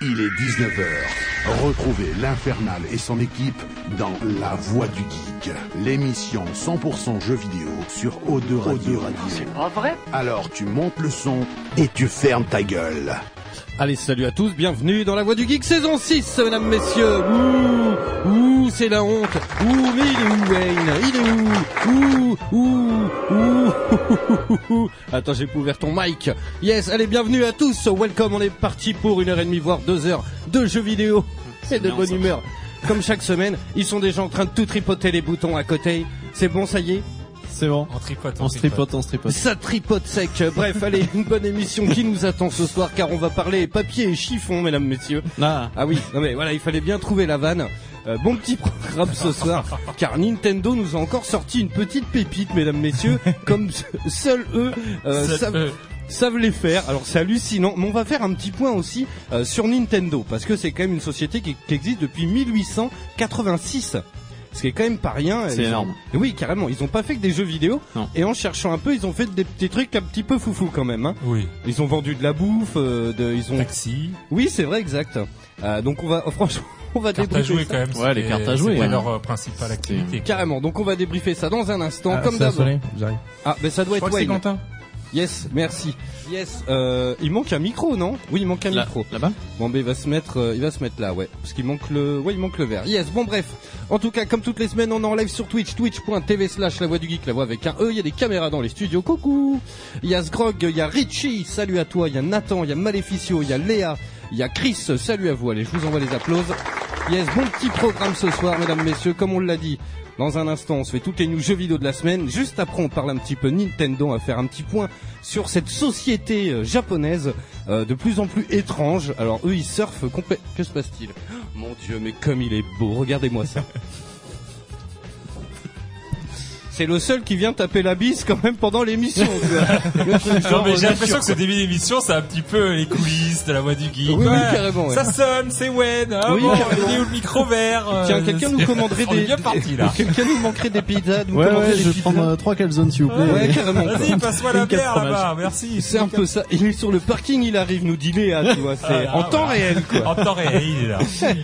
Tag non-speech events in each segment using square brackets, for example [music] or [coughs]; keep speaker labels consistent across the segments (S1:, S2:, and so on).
S1: Il est 19h. Retrouvez l'Infernal et son équipe dans La Voix du Geek, l'émission 100% jeux vidéo sur O2 Radio.
S2: C'est pas vrai
S1: Alors tu montes le son et tu fermes ta gueule.
S3: Allez, salut à tous, bienvenue dans la Voix du Geek saison 6, mesdames, messieurs. Ouh, ouh, c'est la honte. Ouh, mais il est où Wayne Il est où Ouh, ouh, ouh, [laughs] ouh. Attends, j'ai pas ouvert ton mic. Yes, allez, bienvenue à tous. Welcome, on est parti pour une heure et demie, voire deux heures de jeux vidéo et de
S4: bien,
S3: bonne
S4: ça.
S3: humeur. Comme chaque semaine, ils sont déjà en train de tout tripoter les boutons à côté. C'est bon, ça y est
S5: C'est bon.
S4: On tripote,
S5: On se tripote, on
S2: [laughs]
S5: se tripote.
S3: Ça tripote sec. Bref, allez, une bonne émission qui nous attend ce soir car on va parler papier et chiffon, mesdames, messieurs.
S5: Ah,
S3: Ah oui, non mais voilà, il fallait bien trouver la vanne. Euh, bon petit programme ce soir, car Nintendo nous a encore sorti une petite pépite, mesdames, [laughs] messieurs, comme se- seuls eux euh, savent, savent les faire. Alors c'est hallucinant, mais on va faire un petit point aussi euh, sur Nintendo, parce que c'est quand même une société qui, qui existe depuis 1886. Ce qui est quand même pas rien.
S5: C'est
S3: Ils ont-
S5: énorme.
S3: Oui, carrément. Ils ont pas fait que des jeux vidéo.
S5: Non.
S3: Et en cherchant un peu, ils ont fait des petits trucs un petit peu foufou quand même. hein.
S4: Oui.
S3: Ils ont vendu de la bouffe. euh, de, ils ont
S4: Taxi.
S3: oui, c'est vrai, exact. Euh, donc on va, franchement, [laughs] on va
S4: Cartes à
S3: débriefer
S4: jouer
S3: ça.
S4: quand même.
S5: Ouais, les
S4: c'était-
S5: cartes à jouer,
S4: C'était
S5: hein.
S4: leur euh, principale activité. quoi.
S3: Carrément. Donc on va débriefer Ah, ça dans un
S4: Ah,
S3: instant, comme d'hab.
S6: j'arrive.
S3: Ah, mais ça doit
S6: Je
S3: être
S6: crois que c'est
S3: Wayne.
S6: Quentin.
S3: Yes, merci. Yes. Euh, il manque un micro, non Oui, il manque un
S5: là-
S3: micro.
S5: là-bas
S3: Bon, ben il va se mettre, euh, il va se mettre là, ouais. Parce qu'il manque le, ouais, il manque le verre. Yes. Bon, bref. En tout cas, comme toutes les semaines, on est en live sur Twitch, twitch.tv slash la voix du geek, la voix avec un E. Il y a des caméras dans les studios. Coucou. Il y a Sgrog, il y a Richie. Salut à toi. Il y a Nathan, il y a Maleficio, il y a Léa, il y a Chris. Salut à vous. Allez, je vous envoie les applauses. Yes, bon petit programme ce soir, mesdames, messieurs, comme on l'a dit. Dans un instant, on se fait toutes les news jeux vidéo de la semaine. Juste après, on parle un petit peu Nintendo, on va faire un petit point sur cette société euh, japonaise euh, de plus en plus étrange. Alors eux, ils surfent complètement... Que se passe-t-il Oh, Mon Dieu, mais comme il est beau, regardez-moi
S4: [laughs]
S3: ça. C'est le seul qui vient taper la bise quand même pendant l'émission.
S4: Non, mais j'ai l'impression que ce début d'émission, c'est un petit peu les coulisses de la voix du geek.
S3: Oui, oui,
S4: Ouais.
S3: carrément, ouais.
S4: Ça sonne, c'est Wen. Ah
S3: Oui,
S4: bon,
S3: carrément.
S4: il est où le micro vert euh,
S3: Tiens, quelqu'un nous
S4: c'est-
S3: commanderait
S4: On est
S3: des...
S4: bien
S3: [laughs]
S4: parti, là.
S3: Quelqu'un nous manquerait des pizzas, nous
S5: Ouais,
S3: commanderait
S5: ouais,
S3: des
S5: je vais
S3: pizzas.
S5: prendre euh, trois calzones s'il vous plaît.
S3: Ouais,
S5: [laughs]
S3: carrément. quoi.
S4: Vas-y, passe-moi la
S5: Une carte
S4: bière là-bas.
S5: fromage.
S4: Merci.
S3: C'est un peu ça. Il est sur le parking, il arrive nous dit Léa, tu vois. C'est
S4: Ah,
S3: en temps
S4: voilà.
S3: réel, quoi.
S4: En temps réel, il est là.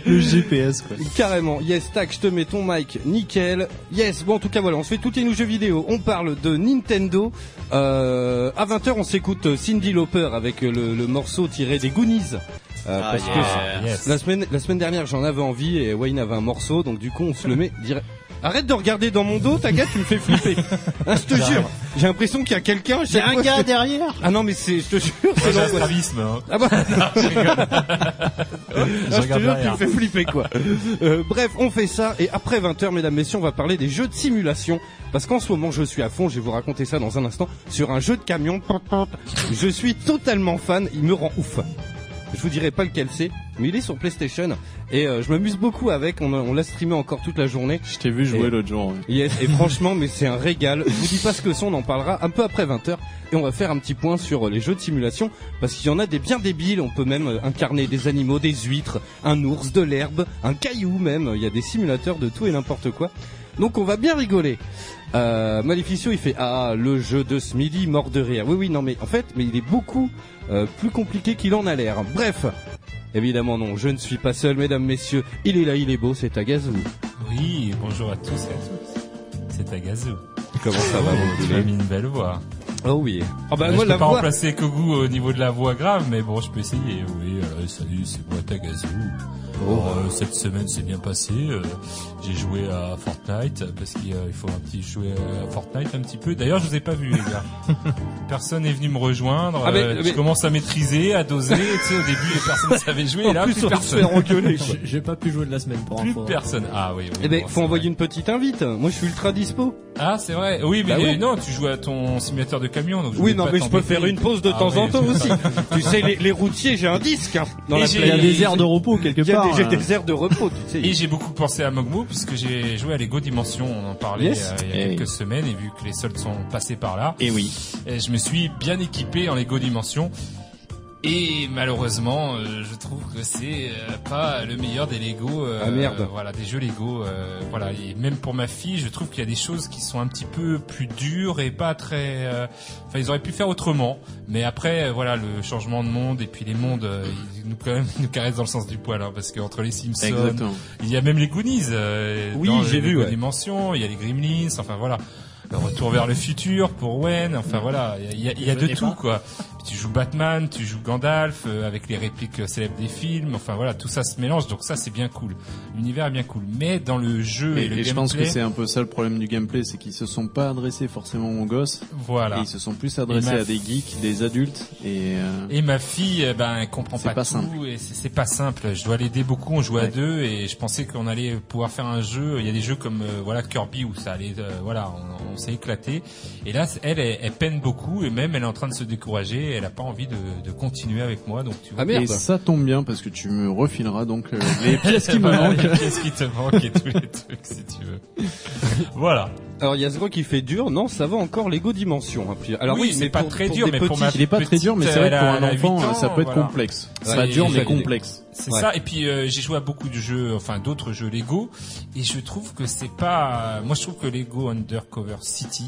S5: Le GPS, quoi.
S3: Carrément. Yes, tac, je te mets ton mic. Nickel. Yes. Bon, en tout cas, voilà, on se fait toutes les nous jeux vidéo. On parle de Nintendo. Euh, à 20h, on s'écoute Cindy Lauper avec euh, le, le morceau tiré des Goonies. Euh, parce que [laughs]
S4: Yes.
S3: la semaine, la semaine dernière, j'en avais envie et Wayne avait un morceau, donc du coup, on se le met direct. Arrête de regarder dans mon dos, Taga, tu me fais flipper. Hein, je te jure. J'ai l'impression qu'il y a quelqu'un.
S5: J'ai
S3: J'ai
S5: un gars derrière
S3: Ah non, mais c'est, je te jure,
S4: Moi,
S3: c'est
S4: J'ai un
S3: l'angoisse.
S4: strabisme, hein.
S3: Ah bah.
S4: Je
S3: Ah, je te jure,
S4: regarde
S3: tu me
S4: derrière.
S3: fais flipper quoi. [laughs] Euh, bref, on fait ça et après 20h, mesdames, messieurs, on va parler des jeux de simulation. Parce qu'en ce moment, je suis à fond, je vais vous raconter ça dans un instant, sur un jeu de camion. Je suis totalement fan, il me rend ouf. Je vous dirai pas lequel c'est, mais il est sur PlayStation et euh, je m'amuse beaucoup avec. On, a- on l'a streamé encore toute la journée.
S5: Je t'ai vu jouer
S3: Et-
S5: l'autre jour. ouais.
S3: Yes, et franchement, mais c'est un régal. Je vous dis pas ce que c'est, on en parlera un peu après 20h. Et on va faire un petit point sur euh, les jeux de simulation, parce qu'il y en a des bien débiles. On peut même euh, incarner des animaux, des huîtres, un ours, de l'herbe, un caillou même. Il y a des simulateurs de tout et n'importe quoi. Donc on va bien rigoler. Euh, Maleficio, il fait ah le jeu de ce midi mort de rire. Oui oui non mais en fait mais il est beaucoup euh, plus compliqué qu'il en a l'air. Bref, évidemment non, je ne suis pas seul, mesdames messieurs. Il est là, il est beau, c'est Tagazu.
S4: Oui, bonjour à tous et à toutes. C'est Agazou.
S3: Comment ça va mon
S4: Tu
S3: poulet
S4: as mis une belle voix.
S3: Oh oui. Ah bah
S4: Euh,
S3: moi
S4: je
S3: la
S4: peux pas
S3: voix.
S4: remplacer Kogu au niveau de la voix grave, mais bon, je peux essayer. Oui, euh, salut, c'est moi Tagazu.
S3: Oh.
S4: Alors, euh, cette semaine s'est bien passé. Euh, J'ai joué à Fortnite euh, parce qu'il euh, il faut un petit jouer à Fortnite un petit peu. D'ailleurs, je vous ai pas vu
S3: [laughs]
S4: les gars. Personne est venu me rejoindre.
S3: Ah, mais-
S4: Euh,
S3: mais-
S4: Je commence à maîtriser, à
S3: [laughs]
S4: doser. tu sais, au début, les personnes savaient jouer.
S3: En
S4: et là,
S3: plus,
S4: plus,
S3: on va se
S4: personne.
S3: faire engueuler. quoi.
S5: [laughs] J'ai pas pu jouer de la semaine
S4: [laughs]
S5: pour hein.
S4: Plus personne. Ah oui. oui
S3: [laughs] Eh ben,
S4: bon,
S3: faut
S4: c'est
S3: envoyer
S4: vrai.
S3: une petite invite. Moi, je suis ultra dispo.
S4: Ah, c'est vrai. Oui, mais
S3: Bah oui.
S4: euh, non, tu joues à ton simulateur de camion. Donc je
S3: Oui,
S4: vais
S3: non,
S4: pas
S3: mais je peux
S4: t'embêter.
S3: faire une pause de
S4: Ah
S3: temps
S4: oui,
S3: en temps
S4: je-
S3: aussi. tu sais, les, les routiers, j'ai un disque hein, dans
S4: Et
S3: la
S4: j'ai-
S5: Il y a
S3: playlist.
S5: des aires de repos quelque
S3: Il y a
S5: part.
S3: des, j'ai
S5: hein.
S3: des aires de repos, tu sais.
S4: Et j'ai beaucoup pensé à Mogmo puisque j'ai joué à Lego Dimension, on en parlait
S3: Yes.
S4: euh, il y a
S5: Eh.
S4: quelques semaines et vu que les soldes sont passés par là,
S5: Eh oui.
S4: et je me suis bien équipé en Lego Dimension. Et malheureusement, euh, je trouve que c'est euh, pas le meilleur des Lego. euh,
S3: Ah, merde.
S4: euh, voilà, des jeux Lego. euh, voilà, et même pour ma fille, je trouve qu'il y a des choses qui sont un petit peu plus dures et pas très. euh, Enfin, ils auraient pu faire autrement. Mais après, euh, voilà, le changement de monde et puis les mondes, euh, ils nous quand même [laughs] ils nous caressent dans le sens du poil, hein, parce que entre les Simpsons,
S2: Exactement.
S4: il y a même les Goonies. euh,
S3: Oui,
S4: dans
S3: j'ai
S4: les
S3: vu,
S4: Lego
S3: ouais.
S4: Dimensions, il y a les Gremlins. Enfin voilà. Le retour vers le futur pour Wen, enfin voilà, il y a- il y a, il y a de
S5: Venez
S4: tout
S5: pas.
S4: quoi. Puis tu joues Batman, tu joues Gandalf euh, avec les répliques euh, célèbres des films, enfin voilà, tout ça se mélange donc ça c'est bien cool. L'univers est bien cool, mais dans le jeu et,
S2: Et, et
S4: le gameplay,
S2: je pense que c'est un peu ça le problème du gameplay, c'est qu'ils se sont pas adressés forcément aux gosses, et
S4: voilà.
S2: ils se sont plus adressés
S4: Et ma-
S2: à des geeks, des adultes, et euh,
S4: Et ma fille, euh, ben, elle comprend
S2: C'est
S4: pas,
S2: pas
S4: tout
S2: simple.
S4: et c'est c'est pas simple. Je dois l'aider beaucoup. On joue à
S2: Ouais.
S4: deux et je pensais qu'on allait pouvoir faire un jeu. Il y a des jeux comme euh, voilà Kirby où ça allait, euh, voilà, on, on s'est éclaté. Et là, c'est- elle, elle, elle peine beaucoup et même elle est en train de se décourager. Elle a pas envie de, de continuer avec moi. Donc tu vois,
S3: Ah merde.
S2: et ça tombe bien parce que tu me refileras donc euh, les
S5: [laughs]
S2: pièces qui me
S4: Voilà, les
S2: manquent.
S4: pièces qui te manquent et tous les trucs si tu veux.
S2: [laughs]
S4: voilà.
S3: Alors Yazgro qui fait dur, non, ça va encore Lego Dimension. hein. Puis- Alors oui,
S4: c'est
S3: mais
S4: pas
S3: pour-
S4: très
S3: pour
S4: dur,
S3: des
S4: mais pour
S3: petits-
S4: ma
S2: Il est pas très dur, mais
S4: petite,
S2: c'est vrai que
S4: elle a-
S2: pour un
S4: elle a
S2: enfant,
S4: huit ans,
S2: ça peut être
S4: voilà.
S2: complexe.
S3: Ouais,
S2: C'est pas
S4: et
S2: dur, mais
S3: j'avais-
S2: complexe.
S4: C'est
S3: Ouais.
S4: ça. Et puis euh, j'ai joué à beaucoup de jeux, enfin d'autres jeux Lego, et je trouve que c'est pas. euh, Moi, je trouve que Lego Undercover City,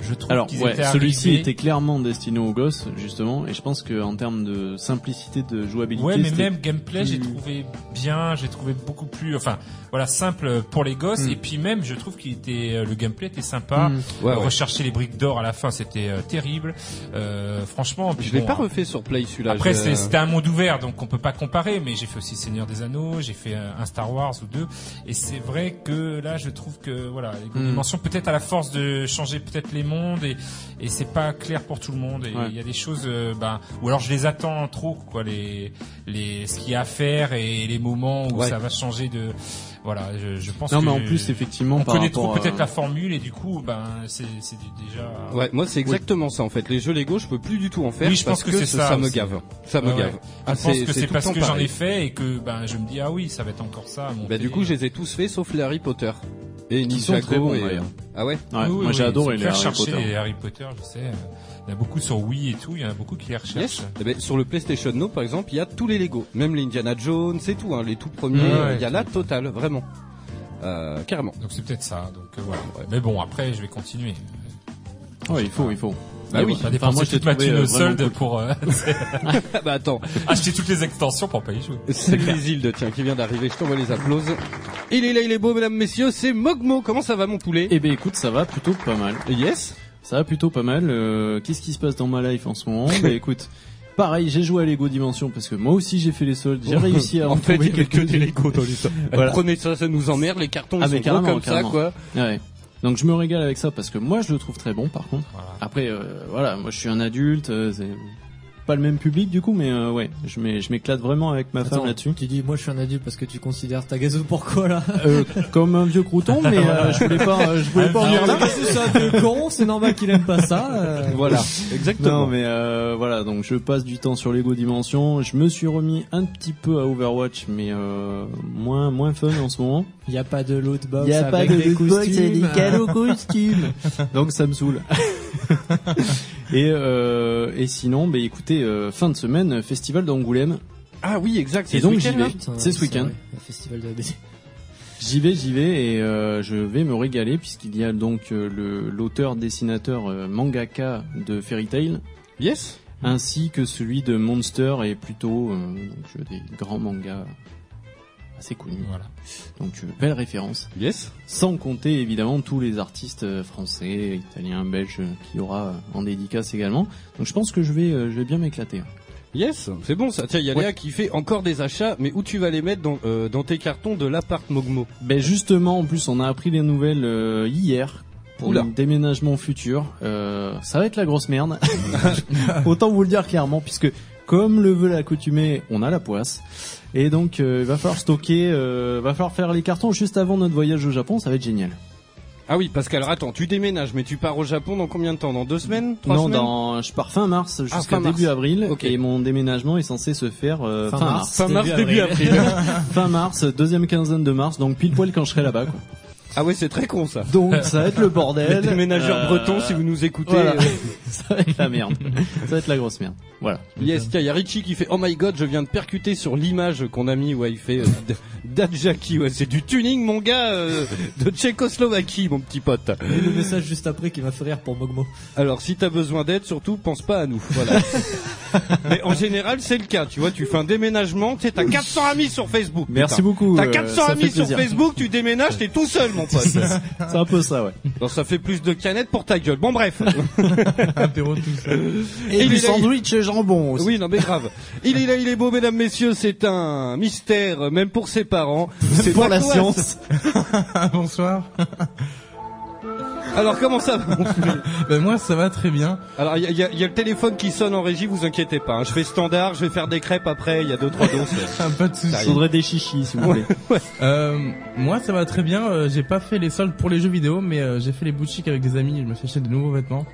S4: je trouve
S2: Alors,
S4: qu'ils
S2: ouais,
S4: étaient
S2: celui-ci
S4: arrivés-
S2: était clairement destiné aux gosses, justement, et je pense que en termes de simplicité de jouabilité,
S4: Ouais, mais
S2: c'était-
S4: même gameplay, j'ai trouvé bien, j'ai trouvé beaucoup plus, enfin, voilà, simple pour les gosses.
S2: Mm.
S4: Et puis même, je trouve qu'il était, euh, le gameplay était sympa. Euh,
S2: Mm.
S3: Hmm. Ouais, ouais.
S4: Rechercher les briques d'or à la fin, c'était euh, terrible. Euh, franchement, puis
S3: Je l'ai
S4: bon,
S3: pas refait sur euh, Play celui-là.
S4: Après,
S3: je-
S4: c'est- c'était un monde ouvert, donc on peut pas comparer. Mais j'ai fait aussi Seigneur des Anneaux, j'ai fait euh, un Star Wars ou deux, et c'est vrai que là, je trouve que voilà, les
S2: Hmm.
S4: dimensions peut-être à la force de changer peut-être les mondes et et c'est pas clair pour tout le monde. Et il
S2: Ouais.
S4: y a des choses, euh, bah, ou alors je les attends trop quoi, les les ce qu'il y a à faire et les moments où
S3: Ouais.
S4: ça va changer de voilà. Je, je pense.
S2: Non,
S4: que
S2: mais en plus, effectivement,
S4: on
S2: par
S4: connaît
S2: rapport
S4: trop
S2: à-
S4: peut-être la formule et du coup, ben c'est c'est du- déjà.
S3: Ouais, moi c'est exactement ça en fait. Les jeux Lego, je peux plus du tout en faire
S4: Oui, je
S3: parce
S4: pense que
S3: que,
S4: c'est
S3: ça,
S4: ça
S3: me
S4: aussi.
S3: gave. Ça me
S4: Ouais,
S3: gave.
S4: ouais.
S3: Ah,
S4: je pense que c'est
S3: tout le
S4: parce
S3: temps
S4: que j'en
S3: pareil.
S4: ai fait et que ben je me dis ah oui ça va être encore ça. à
S3: Bah
S4: monter.
S3: du coup, je les ai tous faits sauf les Harry Potter et
S2: Qui
S3: Ninjago
S2: sont très bons,
S3: et-
S2: d'ailleurs.
S4: euh,
S3: Ah ouais.
S2: Ouais,
S4: Oui, oui,
S2: moi
S4: oui,
S2: j'ai
S4: ils
S2: adoré
S4: ont
S2: les
S4: bien
S2: Harry
S4: recherché
S2: Potter.
S4: les Harry Potter, je sais. euh, Il y en a beaucoup sur Wii et tout, il y en a beaucoup qui les recherchent.
S3: Yes. Eh ben, sur le PlayStation Now, par exemple, il y a tous les Lego, même les Indiana Jones, c'est tout, hein, les tout premiers.
S4: Ouais,
S3: Il
S4: ouais,
S3: y a la totale, vraiment, euh, carrément.
S4: Donc c'est peut-être ça. Donc euh, voilà. Mais bon, après je vais continuer.
S2: Ouais, il faut, il faut.
S3: Bah oui.
S2: Ah
S4: Pas
S2: Enfin,
S4: dépenser
S2: moi, je
S4: toute
S2: l'ai
S4: ma
S2: trouvé,
S4: thune
S2: euh,
S4: au
S2: vraiment
S4: solde
S2: cool.
S4: pour euh, [laughs]
S3: Ah bah attends,
S4: acheter toutes les extensions pour pas y jouer.
S3: [laughs] c'est Isilde, tiens, qui vient d'arriver. Je t'envoie les applauses. Il est là, il est beau, mesdames, messieurs. C'est Mogmo. Comment ça va, mon poulet
S2: Eh ben écoute, ça va plutôt pas mal.
S3: Yes.
S2: Ça va plutôt pas mal. Euh, Qu'est-ce qui se passe dans ma life en ce
S4: [laughs]
S2: moment Bah écoute, pareil, j'ai joué à Lego Dimension parce que moi aussi j'ai fait les soldes.
S4: Oh,
S2: J'ai réussi à en,
S3: en fait,
S2: trouver
S3: il y avait que des
S2: quelques-unes.
S3: Lego [laughs] dans les sacs.
S2: Voilà.
S3: Prenez ça, ça nous emmerde. Les cartons
S2: Ah,
S3: ils
S2: mais
S3: sont gros
S2: carrément,
S3: comme
S2: carrément.
S3: ça, quoi.
S2: Ouais. Donc je me régale avec ça parce que moi je le trouve très bon par contre.
S4: Voilà.
S2: Après euh, voilà, moi je suis un adulte, euh, c'est pas le même public du coup, mais euh, ouais, je m'é- je m'éclate vraiment avec ma femme là-dessus.
S5: Tu dis, moi je suis un adulte parce que tu considères ta gazeuse pourquoi là
S2: Euh, comme un vieux crouton, mais euh, je voulais pas, euh, je voulais pas en
S5: Alors
S2: parler.
S5: là, c'est un peu con, c'est normal qu'il aime pas ça. euh.
S2: [laughs]
S3: Voilà, exactement.
S2: Non mais euh, voilà donc je passe du temps sur Lego Dimension. Je me suis remis un petit peu à Overwatch mais euh, moins moins fun en ce moment.
S5: Y a pas de loot box
S2: Y a pas
S5: avec
S2: de
S5: des
S2: loot box, y a des
S5: costumes.
S2: calots costumes. [laughs] Donc ça me saoule. [laughs] et euh, et sinon bah écoutez euh, fin de semaine festival d'Angoulême.
S3: Ah oui, exact.
S2: Et
S3: c'est
S2: donc
S3: ce
S2: j'y
S3: week-end,
S2: vais.
S3: là.
S5: Ah, Putain,
S2: C'est ce week-end.
S5: vrai, Le festival de la BD.
S2: J'y vais, j'y vais et euh, je vais me régaler puisqu'il y a donc euh, le l'auteur dessinateur euh, mangaka de Fairy Tail
S3: Yes.
S2: ainsi que celui de Monster et plutôt donc, euh, des grands mangas assez connus.
S4: Voilà.
S2: Donc euh, belle référence.
S3: Yes.
S2: Sans compter évidemment tous les artistes euh, français, italiens, belges euh, qu'il y aura euh, en dédicace également. Donc je pense que je vais, euh, je vais bien m'éclater.
S3: Yes, c'est bon ça. Tiens, il y a Léa qui fait encore des achats, mais où tu vas les mettre dans, euh, dans tes cartons de l'appart Mogmo
S2: Ben justement, en plus on a appris les nouvelles euh, hier. Pour
S3: Oula.
S2: le déménagement futur, Euh, ça va être la grosse merde. [laughs] Autant vous le dire clairement, puisque comme le veut l'accoutumée, on a la poisse. Et donc, euh, il va falloir stocker, euh, va falloir faire les cartons juste avant notre voyage au Japon, ça va être génial.
S3: Ah oui, parce qu'alors attends, tu déménages, mais tu pars au Japon dans combien de temps Dans deux semaines Trois
S2: non,
S3: semaines
S2: dans, je pars Ah, fin mars jusqu'à
S3: fin mars.
S2: début avril,
S3: Ok.
S2: et mon déménagement est censé se faire euh, fin, mars.
S3: Fin mars, début
S2: Fin mars, deuxième quinzaine de mars, donc pile poil quand je serai là-bas. quoi.
S3: Ah ouais, c'est très con ça.
S2: [laughs] Donc ça va être le bordel.
S3: Les déménageurs
S2: Euh,
S3: bretons,
S2: [laughs]
S3: si vous nous écoutez.
S2: voilà.
S3: euh,
S2: ça va être la merde. ça va être la grosse merde. Voilà.
S3: Yes, tiens, il y a Richie qui fait Oh my god, je viens de percuter sur l'image qu'on a mis. Ouais, il fait euh, d- Dadjaki. Ouais, c'est du tuning, mon gars, euh, de Tchécoslovaquie, mon petit pote.
S5: [laughs] Et le message juste après qui m'a fait rire pour Mogmo.
S3: Alors, si t'as besoin d'aide, surtout, pense pas à nous.
S2: [laughs]
S3: Voilà. Mais en général, c'est le cas. Tu vois, tu fais un déménagement, tu sais, t'as 400 amis sur Facebook.
S2: Merci
S3: putain.
S2: beaucoup.
S3: T'as
S2: euh,
S3: 400
S2: ça fait
S3: amis sur
S2: plaisir.
S3: Facebook, tu déménages, t'es tout seul, mon pote.
S2: [laughs] C'est un peu ça, ouais.
S3: Alors, ça fait plus de canettes pour ta gueule. Bon,
S2: [laughs]
S3: bref.
S6: apéro tout seul.
S2: Et,
S3: Et il
S2: du
S3: est-
S2: sandwich et jambon aussi.
S3: Oui, non, mais
S2: [laughs]
S3: grave. Il est là, il est beau, mesdames, messieurs, c'est un mystère, même pour ses parents. C'est
S2: pour la
S3: Aquas.
S2: science.
S6: Ah, bonsoir.
S3: Alors, comment ça va
S6: Ben moi, ça va très bien.
S3: Alors, il y a, il y a- il y a le téléphone qui sonne en régie, vous inquiétez pas. hein. Je fais standard, je vais faire des crêpes après, il y a deux, trois doses.
S6: Ah, Pas de soucis.
S2: Je voudrais des chichis, si vous voulez.
S6: Euh, moi, ça va très bien. Euh, j'ai pas fait les soldes pour les jeux vidéo, mais euh, j'ai fait les boutiques avec des amis. Je me suis acheté de nouveaux vêtements.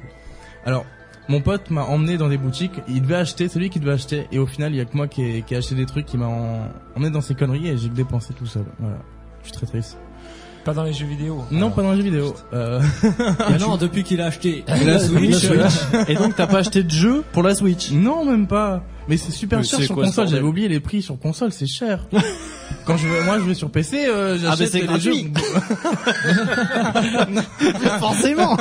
S6: Alors, mon pote m'a emmené dans des boutiques. Il devait acheter, c'est lui qui devait acheter. Et au final, il y a que moi qui ai, qui ai acheté des trucs. qui m'a en- emmené dans ses conneries et j'ai que dépensé tout seul. Voilà. Je suis très triste.
S4: Pas dans les jeux vidéo.
S6: Non, pas dans les jeux vidéo. Euh,
S5: Mais non, depuis qu'il a acheté
S6: La Switch.
S5: euh,
S2: Et donc, t'as pas acheté de jeu pour la Switch
S6: non, même pas. Mais c'est super
S2: Mais
S6: cher
S2: c'est
S6: sur
S2: quoi ce
S6: console.
S2: bordel
S6: J'avais oublié les prix sur console, c'est cher. Quand je vais, moi, je vais sur PC, euh,
S2: Ah, mais
S6: j'achète
S2: c'est
S6: les
S2: gratuit.
S6: jeux. [laughs]
S2: Forcément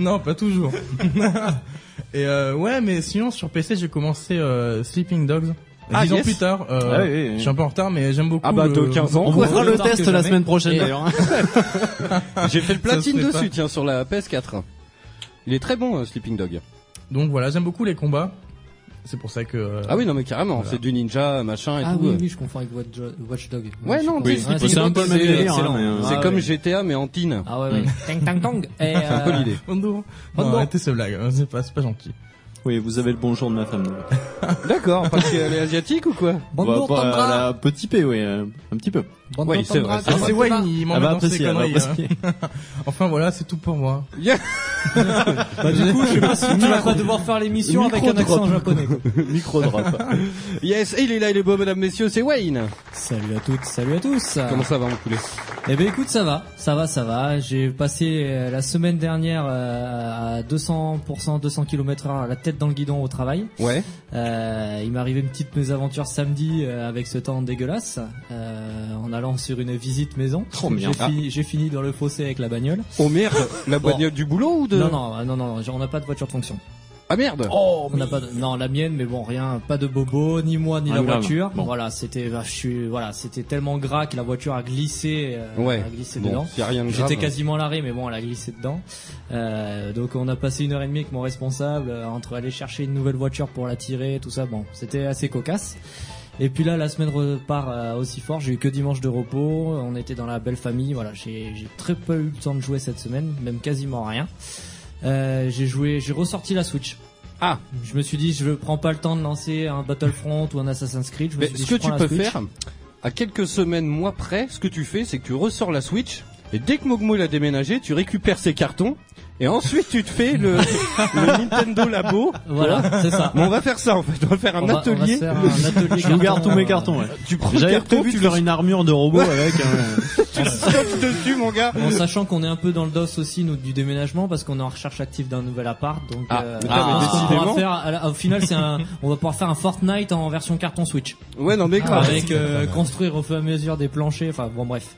S6: Non, pas toujours. [laughs] Et euh, ouais, mais sinon sur PC, j'ai commencé euh, Sleeping Dogs.
S3: Ah,
S6: 10 ans
S3: yes.
S6: plus tard. euh,
S2: Ah oui, oui, oui.
S6: Je suis un peu en retard, mais j'aime beaucoup.
S3: Ah bah, de
S6: le-
S3: 15 ans.
S2: On vous
S3: Ouais,
S2: fera
S5: plus
S2: le
S5: tard
S2: test
S5: que
S2: la
S5: jamais.
S2: semaine prochaine,
S5: Et-
S2: d'ailleurs.
S3: [laughs] J'ai fait le
S6: Ça se
S3: platine
S6: fait
S3: dessus,
S6: pas.
S3: tiens, sur la PS4. Il est très bon, euh, Sleeping Dog.
S6: Donc voilà, j'aime beaucoup les combats. C'est pour ça que. euh,
S3: Ah oui, non, mais carrément,
S6: Voilà.
S3: c'est du ninja, machin et
S5: Ah
S3: tout.
S5: oui,
S3: euh.
S5: oui, je confonds avec Watch, Watch Dog.
S3: Ouais, non,
S5: je
S3: tu sais,
S5: confonds.
S3: Sleeping
S2: c'est un
S3: Dog,
S2: peu le même
S3: c'est
S2: délire, hein,
S3: excellent.
S2: mais, euh,
S3: C'est
S5: ah
S3: comme
S5: ouais.
S3: GTA, mais en tine.
S5: Ah ouais, ouais. Tang tang tang.
S3: C'est
S5: Et,
S3: un peu
S5: euh,
S3: l'idée.
S6: Hondo.
S5: Hondo.
S6: Non, arrêtez ces blagues, hein, c'est pas, c'est pas gentil.
S2: [laughs] Oui, vous avez le bonjour de ma femme.
S3: D'accord, parce qu'elle est asiatique ou quoi
S5: Bonjour,
S2: Bah, pas,
S5: Tandra.
S2: la petit P, oui, euh, un petit peu.
S5: Bonjour,
S3: Oui, c'est
S5: Tandra,
S3: vrai,
S6: Ah,
S5: comment
S6: c'est
S5: ça va
S6: Wayne, il
S3: bah,
S2: Elle va
S6: m'emmène dans ses
S2: apprécier, elle va
S6: conneries. hein.
S2: apprécier.
S6: Enfin voilà, c'est tout pour moi.
S5: Bah, du coup, je sais pas si tu vas pas devoir faire l'émission avec un accent japonais. quoi.
S2: Micro drop.
S3: Yes, et il est là, il est beau, mesdames, messieurs, c'est Wayne.
S5: [laughs] Salut à toutes, salut à tous.
S3: Ah. Comment ça va, mon poulet
S5: Eh ben écoute, ça va, ça va, ça va. J'ai passé euh, la semaine dernière euh, à 200%, 200 km h la tête dans le guidon au travail.
S3: Ouais.
S5: Euh, il m'est arrivé une petite mésaventure samedi euh, avec ce temps dégueulasse euh, en allant sur une visite maison.
S2: Oh,
S5: j'ai,
S2: merde.
S5: fini, j'ai fini dans le fossé avec la bagnole.
S3: Oh merde, la
S5: Bon.
S3: bagnole du boulot ou de
S5: Non, euh, non, non, non, on n'a pas de voiture de fonction.
S3: Ah merde.
S5: On n'a pas de- non la mienne mais bon rien pas de bobo ni moi ni
S2: Ah,
S5: la
S2: grave.
S5: voiture
S2: Bon.
S5: voilà c'était bah, je suis voilà c'était tellement gras que la voiture a glissé euh,
S3: ouais.
S5: a glissé
S3: Bon,
S5: dedans
S3: y a rien de grave.
S5: J'étais quasiment à l'arrêt, mais bon, elle a glissé dedans. Euh, donc on a passé une heure et demie avec mon responsable euh, entre aller chercher une nouvelle voiture pour la tirer, tout ça. Bon, c'était assez cocasse. Et puis là, la semaine repart euh, aussi fort. J'ai eu que dimanche de repos. On était dans la belle famille. Voilà, j'ai j'ai très peu eu le temps de jouer cette semaine, même quasiment rien. Euh, j'ai joué, j'ai ressorti la Switch.
S3: Ah.
S5: Je me suis dit, je prends pas le temps de lancer un Battlefront ou un Assassin's Creed. Je me
S3: Mais
S5: suis dit,
S3: ce
S5: je
S3: que tu
S5: prends la
S3: peux
S5: Switch.
S3: faire, à quelques semaines, mois près, ce que tu fais, c'est que tu ressors la Switch et dès que Mogmo il a déménagé, tu récupères ses cartons et ensuite tu te fais
S5: [laughs]
S3: le, le Nintendo Labo.
S5: Voilà,
S3: [laughs]
S5: c'est ça.
S3: Mais on va faire ça en fait, on va faire un
S5: On va- on va
S3: atelier.
S5: se faire un atelier
S2: Je vous garde
S5: carton,
S2: tous mes
S5: euh,
S2: cartons, ouais.
S3: Tu prends le
S2: J'avais
S3: carton,
S2: prévu
S3: tu
S2: de
S3: le
S2: faire une armure de robot avec. hein.
S3: stockes dessus mon gars.
S5: En sachant qu'on est un peu dans le dos aussi nous, du déménagement parce qu'on est en recherche active d'un nouvel appart donc
S3: Ah,
S5: euh,
S3: mais
S5: je pense qu'on pourra
S3: décidément.
S5: faire à la- au final c'est un on va pouvoir faire un Fortnite en version carton Switch
S3: Ah Ouais non mais grave.
S5: avec euh, construire au fur et à mesure des planchers enfin bon bref.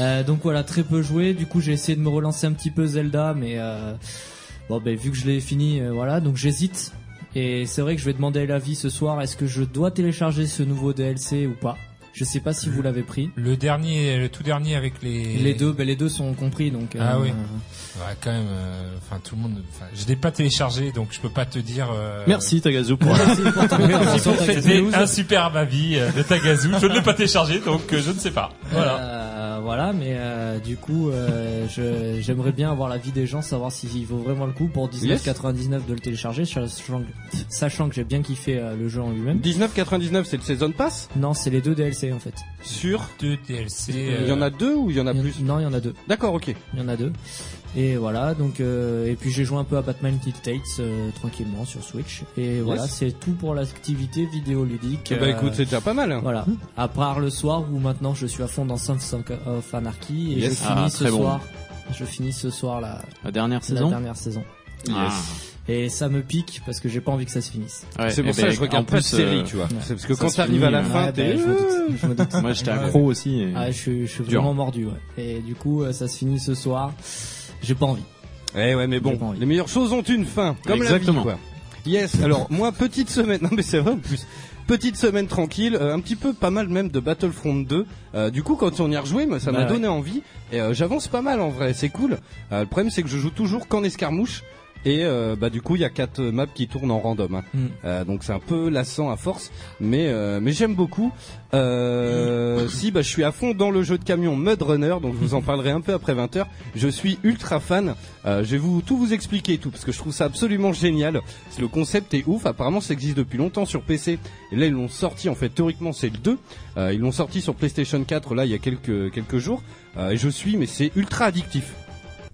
S5: Euh, donc voilà, très peu joué, du coup j'ai essayé de me relancer un petit peu Zelda mais euh, bon ben vu que je l'ai fini euh, voilà, donc j'hésite et c'est vrai que je vais demander l'avis ce soir est-ce que je dois télécharger ce nouveau DLC ou pas Je sais pas si vous l'avez pris.
S4: Le dernier, le tout dernier avec les.
S5: Les deux, ben les deux sont compris donc. euh,
S4: Ah oui. Ouais, quand même. euh, Enfin, tout le monde. Enfin, je l'ai pas téléchargé, donc je peux pas te dire. euh,
S2: Merci, Tagazu, pour la-
S5: Merci pour ton intervention, Tag
S4: C'était
S5: News.
S4: un superbe avis euh, de Tagazu. Je ne l'ai pas téléchargé, donc euh, je ne sais pas. Voilà.
S5: Euh, voilà, mais euh, du coup, euh, je- j'aimerais bien avoir l'avis des gens, savoir s'il vaut vraiment le coup pour 19,99 de le télécharger, sachant, sachant que j'ai bien kiffé euh, le jeu en lui-même.
S3: 19,99 c'est le season pass
S5: Non, c'est les deux DLC en fait.
S3: sur.
S4: Deux DLC.
S3: Il y en a deux ou il y en a
S5: euh, Il y en-
S3: plus
S5: Non, il y en a deux.
S3: D'accord ok.
S5: Il y en a deux. Et voilà, donc euh, et puis j'ai joué un peu à Batman Kill Tates euh, tranquillement sur Switch. Et voilà, c'est tout pour l'activité vidéoludique.
S3: Eh ben,
S5: euh,
S3: écoute c'est déjà pas mal. hein.
S5: Voilà. À part le soir où maintenant je suis à fond dans Sons of, of Anarchy et
S3: Yes.
S5: je finis
S2: Ah,
S5: ce
S2: très bon.
S5: soir. Je finis ce soir la,
S2: La dernière
S5: la
S2: saison
S5: dernière saison. Et ça me pique parce que j'ai pas envie que ça se finisse.
S2: Ah, ouais.
S3: C'est
S2: Eh
S3: pour ça
S2: ben,
S3: que je regarde
S2: en
S3: pas de
S2: plus, euh,
S3: série, tu vois. C'est parce que
S2: ça
S3: quand
S2: se
S3: t'arrives à la
S2: finit,
S3: fin,
S5: ouais,
S3: t'es... Euh,
S5: ben, je me doute, je me
S3: [laughs]
S5: doute.
S2: Moi j'étais
S6: Ouais.
S2: accro aussi. et-
S5: Ah, je, suis- je suis
S2: Dur.
S5: vraiment mordu. Ouais. Et du coup, euh, ça se finit ce soir. J'ai pas envie.
S3: Eh ouais, mais
S5: J'ai pas
S3: bon,
S5: envie.
S3: les meilleures choses ont une fin, comme
S2: Exactement.
S3: la vie, quoi. Yes. Alors moi, petite semaine. [laughs] Non mais c'est vrai en plus. Petite semaine tranquille, euh, un petit peu pas mal même de Battlefront 2. Euh, du coup, quand on y a rejoué, moi, ça
S5: Bah
S3: m'a
S5: ouais.
S3: donné envie et euh, j'avance pas mal en vrai. C'est cool. Euh, le problème, c'est que je joue toujours qu'en escarmouche. Et euh, bah du coup il y a quatre euh, maps qui tournent en random, hein.
S5: Mm.
S3: Euh, donc c'est un peu lassant à force, mais euh, mais j'aime beaucoup. Euh,
S5: [coughs]
S3: si bah je suis à fond dans le jeu de camion Mud Runner, donc je vous en parlerai un peu après 20 h Je suis ultra fan. Euh, je vais vous tout vous expliquer et tout parce que je trouve ça absolument génial. Le concept est ouf. Apparemment ça existe depuis longtemps sur PC. Et là ils l'ont sorti en fait théoriquement c'est le 2. Euh, ils l'ont sorti sur PlayStation 4 là il y a quelques quelques jours. Euh, et je suis mais c'est ultra addictif.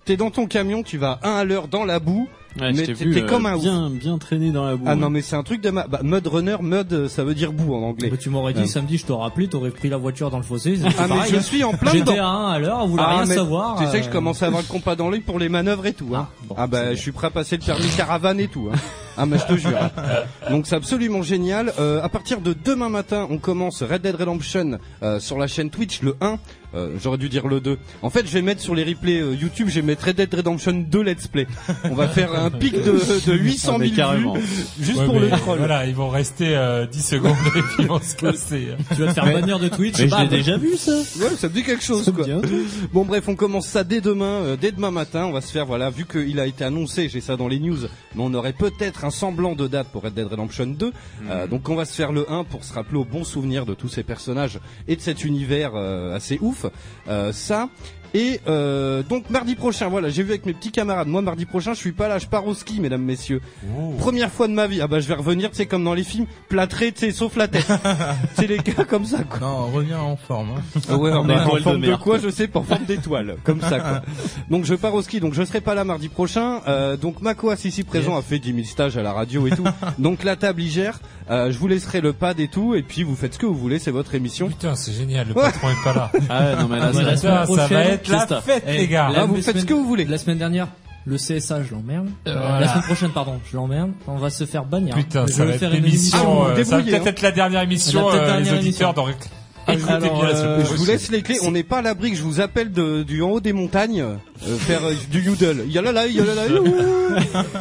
S3: T'es dans ton camion, tu vas à un à l'heure dans la boue.
S2: Ouais, je
S3: mais
S2: t'ai
S3: t'es-
S2: vu,
S3: t'es
S2: euh,
S3: comme un
S2: bien, bien traîné dans la boue. hein.
S3: Ah non mais c'est un truc de ma... bah, mud runner, mud euh, ça veut dire boue en anglais.
S5: Bah, tu m'aurais dit
S3: Ouais.
S5: samedi, je t'aurais appelé, t'aurais pris la voiture dans le fossé. c'est
S3: Ah mais
S5: pareil,
S3: je
S5: hein.
S3: suis en plein
S5: J'étais
S3: dedans.
S5: à 1 à l'heure, on voulait
S3: Ah,
S5: rien
S3: mais
S5: savoir.
S3: Tu sais
S5: euh,
S3: que je commence à avoir le compas dans l'œil pour les manœuvres et tout. Hein.
S5: Ah, bon,
S3: ah bah
S5: c'est
S3: je suis prêt à passer le permis caravane et tout. Hein. Ah mais je te jure. Donc c'est absolument génial. Euh, à partir de demain matin, on commence Red Dead Redemption euh, sur la chaîne Twitch le 1. Euh, J'aurais dû dire le 2. En fait, je vais mettre sur les replays euh, YouTube, je vais mettre Red Dead Redemption 2 Let's Play. On va faire un pic de, de 800
S2: Ah, mais
S3: 000
S2: carrément.
S3: vues juste
S4: Ouais,
S3: pour
S4: mais
S3: le troll.
S4: Voilà, ils vont rester euh, 10 secondes et puis ils vont se casser.
S5: Tu vas te faire bannir de Twitch.
S2: Mais je
S5: bam.
S2: l'ai déjà vu ça.
S3: Ouais, ça me dit quelque chose quoi. [laughs] Bon bref, on commence ça dès demain, euh, dès demain matin. On va se faire voilà, vu qu'il a été annoncé, j'ai ça dans les news, mais on aurait peut-être un semblant de date pour Red Dead Redemption 2. Euh, donc on va se faire le 1 pour se rappeler au bon souvenir de tous ces personnages et de cet univers euh, assez ouf. Euh, ça. Et euh, donc mardi prochain, voilà, j'ai vu avec mes petits camarades. Moi mardi prochain, je suis pas là, je pars au ski, mesdames, messieurs.
S6: Oh.
S3: Première fois de ma vie. Ah bah je vais revenir, tu sais comme dans les films, plâtré, tu sais, sauf la
S6: [laughs]
S3: tête. c'est les cas comme ça. Quoi. Ah
S6: Non, reviens en forme. hein.
S3: Ouais, on est
S2: étoile
S3: en
S2: de
S3: forme de,
S2: mer.
S3: quoi Je sais pas, en forme d'étoile, comme ça.
S6: [laughs]
S3: Quoi. Donc je pars au ski, donc je serai pas là mardi prochain. Euh, donc Mako ici présent a fait 10 000 stages à la radio et
S6: [laughs]
S3: tout. donc la table y gère. Euh, je vous laisserai le pad et tout, et puis vous faites ce que vous voulez, c'est votre émission.
S4: Putain, c'est génial, le patron est pas là.
S2: Ah non mais là,
S5: Ah, bah,
S2: ça-
S4: Putain,
S5: la semaine
S4: ça va
S5: prochaine,
S4: être la
S2: Christophe.
S4: fête,
S5: Eh,
S4: les gars.
S5: la-
S3: Ah, vous
S5: la
S3: faites ce
S5: semaine-
S3: que vous voulez.
S5: La semaine dernière, le CSA, je l'emmerde. Euh,
S4: voilà.
S5: La semaine prochaine, pardon, je l'emmerde. On va se faire bannir.
S4: Putain,
S5: je
S4: ça
S5: vais
S4: va
S5: faire
S4: être
S5: une émission.
S4: l'émission.
S3: Ah,
S4: euh, Ça va
S3: débrouillez,
S4: peut-être
S3: hein.
S4: être la dernière émission.
S5: La
S4: euh,
S5: peut-être
S4: Les
S5: dernière
S4: auditeurs
S5: émission.
S4: dans Écoutez
S5: alors,
S4: bien la semaine
S5: euh,
S3: je vous
S4: prochaine.
S3: laisse les clés, on n'est pas à l'abri que je vous appelle de, du en haut des montagnes [laughs] euh, faire euh, du yodel. Yalala, [laughs] yalala, youhou.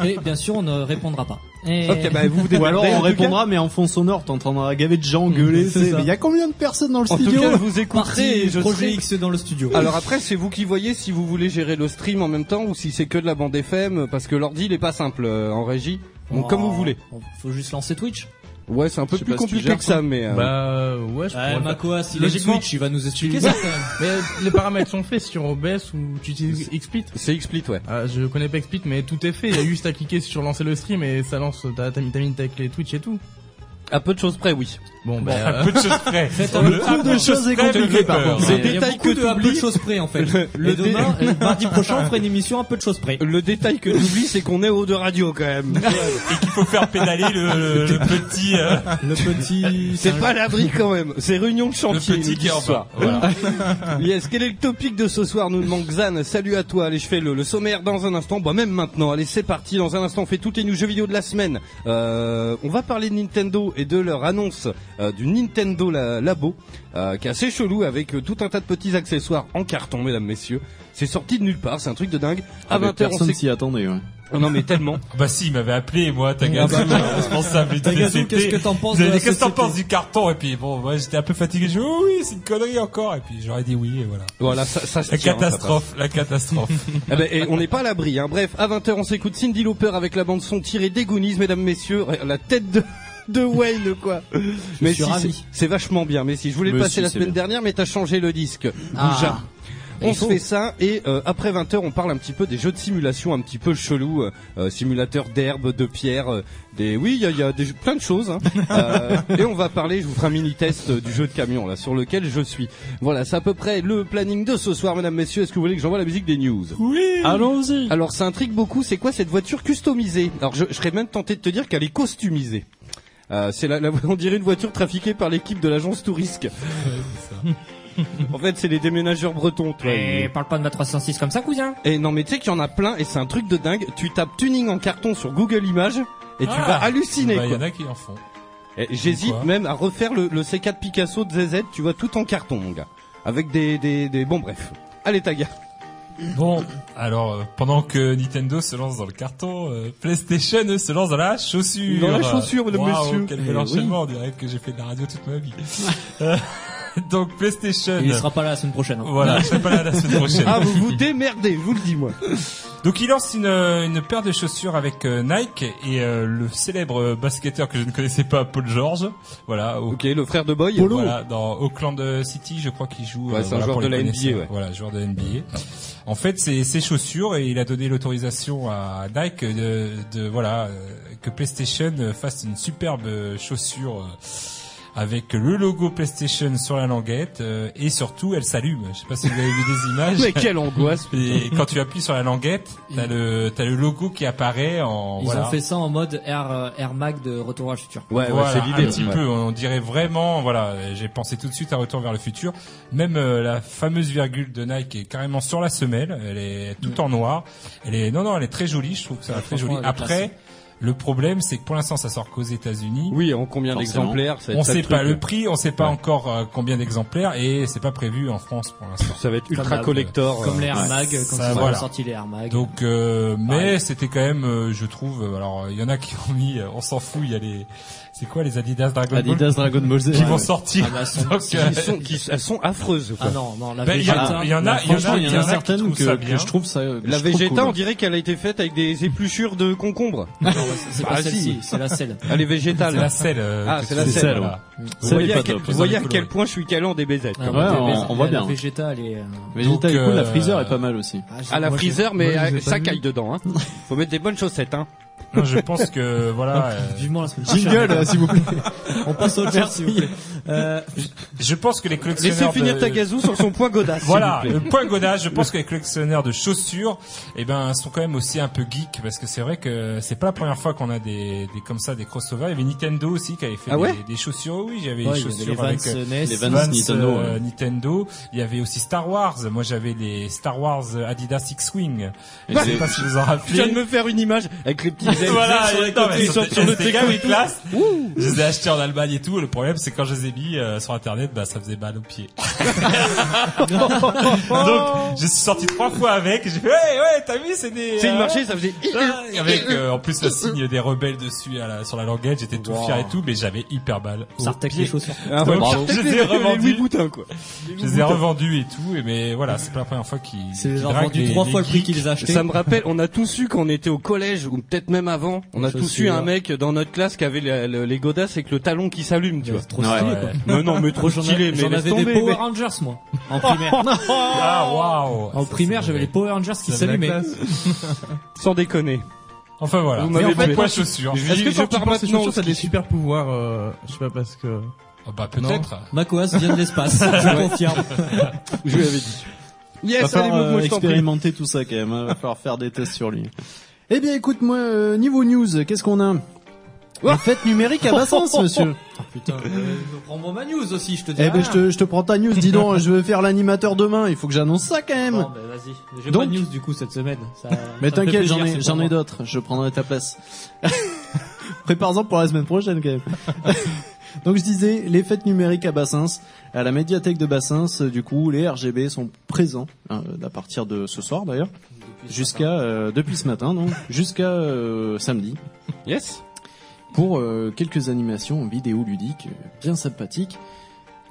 S5: Et bien sûr, on ne répondra pas. Et-
S3: Ok,
S5: [laughs]
S3: bah vous vous
S2: Ou alors
S3: débrouillez, en
S2: on
S3: tout
S2: répondra mais en fond sonore, t'entendras Gavet de gens gueuler.
S5: Mmh, c'est
S2: c'est-
S5: ça.
S2: Mais il y a combien de personnes dans le
S3: cas- En tout
S2: studio
S3: cas, je vous écouterai
S5: Parti
S3: et je
S5: projet Ah.
S3: serai
S5: X dans le studio.
S3: Alors après, c'est vous qui voyez si vous voulez gérer le stream en même temps ou si c'est que de la bande FM parce que l'ordi il est pas simple euh, en régie. Donc
S5: Oh,
S3: comme vous voulez.
S5: Faut juste lancer Twitch.
S3: Ouais, c'est un peu
S2: Je sais
S3: plus
S2: pas si tu
S3: compliqué
S2: gères
S3: que ça, mais. euh,
S6: Bah euh, ouais, je pourrais
S5: Ouais,
S6: le faire.
S5: Makoas, il est
S6: Logiquement.
S5: Twitch, il va nous expliquer ça. quand même.
S6: Mais euh, les paramètres sont faits sur OBS ou tu utilises XSplit.
S3: C'est XSplit, ouais.
S6: Ah, je connais pas XSplit, mais tout est fait. Il y a juste à cliquer sur lancer le stream et ça lance. T'as t'as mis t'as mis ta clé Twitch et tout.
S3: À peu de choses près, oui.
S6: [laughs] Bon,
S3: [laughs]
S6: bah.
S4: Un peu de choses près.
S5: un
S4: Le
S5: peu
S4: un
S2: de choses est
S4: près, le
S2: compliqué, par
S4: leader.
S2: contre.
S5: Il y a- il y a
S3: détail
S5: beaucoup
S3: que
S5: de à peu de
S3: t'oublies.
S5: choses près en fait.
S3: Le- le
S5: Et demain, euh, mardi prochain, on fera une émission à peu de choses près.
S3: Le détail que j'oublie, c'est qu'on est au de radio quand même.
S4: Et qu'il faut faire pédaler le, le petit, euh,
S5: Le petit.
S3: c'est pas à l'abri quand même. C'est réunion de
S4: le
S3: chantier.
S4: petit
S3: nous dit
S4: qui est
S3: ce
S4: en bas.
S3: soir.
S4: Voilà.
S3: Yes, quel est le topic de ce soir Nous demande Xan. Salut à toi. Allez, je fais le, le sommaire dans un instant. Bah, même maintenant. Allez, c'est parti. Dans un instant, on fait toutes les news jeux vidéo de la semaine. Euh, on va parler de Nintendo et de leur annonce euh, du Nintendo La- Labo, euh, qui est assez chelou avec euh, tout un tas de petits accessoires en carton, mesdames, messieurs. C'est sorti de nulle part. C'est un truc de dingue. À
S2: Ah, mais
S3: 20h, on
S2: personne
S3: sait.
S2: s'y attendait. Ouais.
S3: Oh, non, mais tellement.
S4: Ah Bah si, il m'avait appelé, moi, Tagazu, responsable du
S5: Ah, bah, Tagazu,
S4: TCT.
S5: qu'est-ce que t'en penses
S4: Vous
S5: de
S4: avez
S5: la
S4: dit, Qu'est-ce que t'en
S5: société
S4: penses du carton Et puis bon, moi j'étais un peu fatigué, je dis oh, oui, c'est une connerie encore. Et puis j'aurais dit oui, et voilà.
S3: Voilà, ça, ça se
S4: La
S3: tient, hein, ça passe.
S4: catastrophe, la catastrophe.
S3: Eh ben, et on n'est pas à l'abri. Hein. Bref, à 20h, on s'écoute Cindy Lauper avec la bande son tirée des Goonies, mesdames, messieurs. La tête de, [laughs] de Wayne, quoi. mais
S5: suis
S3: si,
S5: ravi.
S3: c'est- c'est vachement bien. Mais si, je voulais le
S2: Mais
S3: passer
S2: si,
S3: la
S2: c'est
S3: semaine
S2: bien.
S3: dernière, mais t'as changé le disque.
S5: Ah.
S3: Déjà.
S5: Et
S3: On
S5: il
S3: se
S5: faut.
S3: fait ça et euh, après 20h on parle un petit peu des jeux de simulation un petit peu chelous, euh, euh, simulateurs d'herbe, de pierre, euh, des oui il y a, il y a des, plein de choses
S5: [laughs]
S3: hein. Euh, et on va parler, je vous ferai un mini test euh, du jeu de camion là sur lequel je suis. Voilà c'est à peu près le planning de ce soir mesdames messieurs, est-ce que vous voulez que j'envoie la musique des news
S2: Allons-y.
S3: alors ça intrigue beaucoup, c'est quoi cette voiture customisée Alors je, je serais même tenté de te dire qu'elle est costumisée. [laughs]
S4: [laughs]
S3: Euh, c'est la, la- on dirait une voiture trafiquée par l'équipe de l'agence Tourisque. En fait, c'est les déménageurs bretons, toi.
S5: Eh, parle pas de ma 306 comme ça, cousin.
S3: Et non, mais tu sais qu'il y en a plein et c'est un truc de dingue. Tu tapes tuning en carton sur Google Images et tu
S4: Ah.
S3: vas halluciner.
S4: Bah, il y
S3: quoi.
S4: en a qui en font.
S3: Et J'hésite
S4: Pourquoi
S3: même à refaire le, le C4 Picasso de ZZ, tu vois, tout en carton, mon gars. Avec des, des, des... Bon, bref. Allez, ta
S4: [laughs]
S3: gars.
S4: Bon, alors euh, pendant que Nintendo se lance dans le carton, euh, PlayStation eux, se lance dans la chaussure.
S3: Dans la chaussure, mesdames,
S4: Waouh,
S3: messieurs.
S4: Quel
S3: Eh
S4: bel enchaînement, on dirait que j'ai fait de la radio toute ma
S3: [laughs]
S4: vie. Euh, Donc PlayStation.
S5: Il sera pas là la semaine prochaine. hein.
S4: Voilà, je serai pas là
S3: [laughs]
S4: la semaine prochaine.
S3: Ah, vous vous démerdez, je vous le dis, moi.
S4: Donc il lance une, euh, une paire de chaussures avec euh, Nike et euh, le célèbre euh, basketteur que je ne connaissais pas, Paul George. Voilà, au
S3: Ok, le frère de Boy.
S4: Voilà, dans Auckland City, je crois qu'il joue. euh,
S3: Ouais, c'est un
S4: voilà,
S3: joueur
S4: pour
S3: de
S4: les
S3: la NBA,
S4: connaisseurs.
S3: ouais.
S4: Voilà, joueur de NBA. En fait, c'est ses chaussures et il a donné l'autorisation à Nike de, de- voilà euh, que PlayStation fasse une superbe chaussure euh, avec le logo PlayStation sur la languette euh, et surtout elle s'allume. Je sais pas si vous avez vu des images.
S3: [laughs] Mais quelle angoisse.
S4: Et quand tu appuies sur la languette, t'as le t'as le logo qui apparaît en
S5: Ils
S4: voilà.
S5: ont fait ça en mode Air, euh, Air Mag de Retour à le futur.
S3: Ouais, ouais,
S4: Voilà,
S3: c'est l'idée.
S4: un petit
S3: ouais.
S4: peu. On dirait vraiment, voilà, j'ai pensé tout de suite à Retour vers le futur. Même euh, la fameuse virgule de Nike est carrément sur la semelle. Elle est tout en noir. Elle est, non, non, elle est très jolie. Je trouve que ça va très
S5: franchement,
S4: joli.
S5: elle est
S4: Après, le problème, c'est que pour l'instant, ça sort qu'aux États-Unis.
S3: Oui, en combien
S2: Forcément.
S3: d'exemplaires ça va
S4: on
S3: être ça
S4: sait
S3: truc.
S4: pas le prix, on sait pas
S3: Ouais.
S4: encore euh, combien d'exemplaires et c'est pas prévu en France pour l'instant.
S3: Ça va être
S5: Comme
S3: ultra
S5: la-
S3: collector.
S5: Comme
S3: euh,
S5: les Air Mag, quand
S4: Ça,
S5: ils ont
S4: voilà.
S5: sorti les Air Mag.
S4: Donc, euh, mais
S5: Pareil.
S4: c'était quand même, euh, je trouve. euh, Alors, il y en a qui ont mis, euh, on s'en fout. Il y a les, c'est quoi les Adidas Dragon Ball
S2: Adidas Dragon Ball Z.
S4: qui vont
S2: Ouais.
S4: sortir.
S5: Ah bah, elles sont-
S4: Donc, euh,
S3: qui sont, qui, elles sont affreuses. quoi.
S5: Ah non, non, la
S4: Ben, il y en a-
S5: Vegeta.
S4: il y en a- il y en a-
S2: Bah, Franchement, il y en a
S4: qui
S2: certaines
S4: trouvent
S2: que,
S4: ça
S2: que
S4: bien.
S2: je trouve ça. que
S3: La
S2: je trouve
S3: Vegeta,
S2: cool.
S3: on dirait qu'elle a été faite avec des épluchures de concombre.
S5: C'est
S3: Ah, si.
S5: pas celle-ci, c'est la selle.
S3: Elle est
S4: C'est
S3: végétale.
S4: la selle. euh,
S3: Ah,
S4: que
S3: c'est
S4: tu
S3: la
S4: dis,
S2: selle,
S4: voilà.
S3: Vous
S2: Ça, elle est
S3: voyez, à
S2: pas
S3: quel,
S2: top.
S3: vous voyez à
S4: Dans les
S3: quel
S4: couleurs.
S3: point je suis calant des BZ.
S5: Ah,
S2: ouais,
S5: la
S2: on-
S5: Vegeta-
S2: on voit
S5: la
S2: bien.
S5: Vegeta, elle est. euh,
S2: Vegeta
S4: Donc,
S2: est cool,
S4: euh,
S2: la Freezer est pas mal aussi.
S5: ah, je-
S3: À la
S5: moi, j'ai-
S3: freezer,
S6: moi,
S3: mais
S6: je les ai
S3: avec-
S6: pas
S3: ça
S6: vus.
S3: caille dedans. Hein. Faut mettre des bonnes chaussettes. Hein.
S4: Non, je pense que voilà. euh,
S5: Vivement la semaine prochaine.
S2: Jingle, euh, s'il vous plaît.
S5: On passe au chat, s'il vous plaît. Euh,
S4: je pense que les
S3: Laissez
S4: collectionneurs.
S3: finir
S4: de...
S3: ta gazou sur son point godasse. s'il
S4: Voilà,
S3: vous plaît.
S4: le point godage, je pense que les collectionneurs de chaussures, eh ben, sont quand même aussi un peu geeks, parce que c'est vrai que c'est pas la première fois qu'on a des, des, comme ça, des crossovers. Il y avait Nintendo aussi qui avait fait
S3: Ah ouais
S4: des, des chaussures. Oui, j'avais des
S5: ouais, il y avait
S4: chaussures
S5: les Vans
S4: avec euh,
S5: NES.
S2: les Vans Nintendo,
S4: Nintendo,
S2: ouais.
S4: Nintendo. Il y avait aussi Star Wars. Moi, j'avais les Star Wars Adidas X-Wing.
S2: Et
S4: Je sais
S2: c'est-
S4: pas si vous en
S3: Je viens de
S4: rappelez.
S3: me faire une image avec les petits ailes
S4: voilà,
S3: sur les
S4: attends,
S3: côtés,
S4: mais
S3: ils sortent sur le
S4: c'était quand
S3: téco
S4: même
S3: et tout.
S4: classe. Je les ai achetés en Allemagne et tout. Le problème, c'est quand je les ai mis euh, sur Internet, bah ça faisait mal aux pieds. Donc, je suis sorti trois fois avec. J'ai fait, ouais, ouais, t'as vu, c'est des.
S3: C'est
S4: euh,
S3: le marché, ça faisait.
S4: ouais. avec euh, en plus le signe des rebelles dessus à la, sur la languette. J'étais tout fier et tout, mais j'avais hyper mal. aux
S5: Ça retèque les
S4: pieds.
S5: chaussures.
S3: Ah,
S4: Donc,
S3: bravo.
S4: je les ai
S3: Les Louis
S4: revendus.
S3: Boutin, quoi.
S4: Je les ai revendus et tout, et mais voilà, c'est pas la première fois qu'ils.
S5: C'est
S4: qu'ils
S5: genre
S4: draguent
S5: vendu
S4: les-
S5: trois
S4: les
S5: fois le prix
S4: geeks.
S5: qu'ils achetaient.
S3: Ça me rappelle, on a tous eu quand on était au collège ou peut-être même avant, on a
S5: Les
S3: tous eu un
S5: chaussures.
S3: mec dans notre classe qui avait la- le- les godasses avec le talon qui s'allume, tu vois.
S5: C'est trop
S2: Ouais,
S5: stylé,
S4: ouais.
S5: quoi.
S3: Non, non, mais trop
S5: Moi, j'en
S3: stylé,
S5: avais-
S3: mais
S5: j'en
S3: laisse
S5: avais
S3: tomber.
S5: des Power Rangers, moi, en primaire.
S4: Ah waouh.
S5: [laughs] En
S4: Ça,
S5: primaire,
S4: c'est-
S5: j'avais les Power Rangers qui
S6: Ça a de la
S5: s'allumaient.
S6: classe.
S3: Sans déconner.
S4: Enfin voilà.
S3: Vous
S4: Mais
S3: m'avez
S4: en fait,
S3: fait-
S4: quoi chaussures
S3: Je
S6: Est-ce
S3: dis,
S6: que
S3: je
S6: quand tu
S3: pars
S6: penses ces
S3: maintenant.
S6: chaussures, ça a des super pouvoirs, euh, je sais pas parce que...
S4: Ah Bah peut-être.
S5: Makoas vient de [laughs] l'espace, je confirme.
S3: Je lui avais dit.
S2: va
S3: Yes, allez,
S2: falloir euh,
S3: moi je t'en prie.
S2: expérimenter tout ça quand même. hein. Va falloir faire des tests sur lui. [laughs] Eh bien, écoute, moi, euh, niveau news, qu'est-ce qu'on a La fête numérique à [laughs] Bassens, monsieur.
S5: Putain, euh, je prends mon news aussi, je te dis.
S2: Eh ben, je te, je te prends ta news. Dis donc, je veux faire l'animateur demain. Il faut que j'annonce ça quand même.
S5: Bon, ben vas-y. J'ai
S2: Donc-
S5: pas de news du coup cette semaine. Ça-
S2: Mais
S5: ça me fait
S2: t'inquiète, j'en ai,
S5: plaisir, c'est
S2: j'en
S5: pour
S2: ai
S5: moi.
S2: d'autres. Je prendrai ta place. [laughs] Prépare-en pour la semaine prochaine, quand même. [laughs] Donc, je disais, les fêtes numériques à Bassins, à la médiathèque de Bassins, euh, du coup, les RGB sont présents, hein, à partir de ce soir d'ailleurs, jusqu'à, euh, depuis ce matin, donc, jusqu'à euh, samedi,
S3: Yes.
S2: pour euh, quelques animations vidéo ludiques euh, bien sympathiques.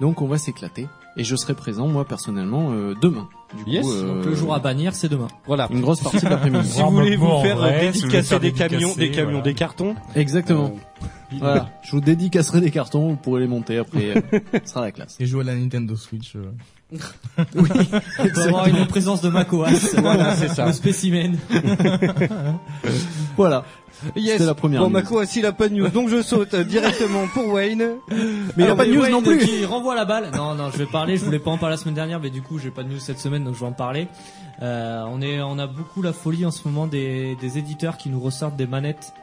S2: Donc, on va s'éclater. Et je serai présent, moi, personnellement, euh, demain. Du coup,
S3: Yes,
S2: euh,
S5: Donc le jour à bannir, c'est demain.
S3: Voilà.
S2: une grosse partie de l'après-midi.
S4: Ah,
S3: Si vous voulez vous
S4: Remarquement,
S3: faire
S4: en vrai,
S3: euh,
S4: bah, si vous voulez
S3: dédicacer
S4: faire
S3: des camions,
S4: dédicacer,
S3: des camions,
S4: voilà.
S3: des cartons.
S2: Exactement.
S5: Euh, [laughs]
S2: Voilà, [laughs] je vous dédicacerai des cartons, vous pourrez les monter après, euh, ce sera la classe.
S6: [laughs] Et jouer à la Nintendo Switch. euh.
S5: On peut avoir une présence de Makoas.
S3: Voilà, c'est ça.
S5: Le spécimen.
S2: Voilà,
S3: Yes.
S2: c'était la première
S3: Bon,
S2: news.
S3: Mako, assis la pas de news, donc je saute [laughs] euh, directement pour Wayne.
S2: Mais il n'y a
S5: Ah,
S2: pas de
S5: mais
S2: news
S5: Wayne
S2: non plus
S5: Qui renvoie la balle. Non, non, je vais parler. Je voulais pas en parler la semaine dernière, mais du coup, j'ai pas de news cette semaine, donc je vais en parler. Euh, on est, on a beaucoup la folie en ce moment des, des éditeurs qui nous ressortent des manettes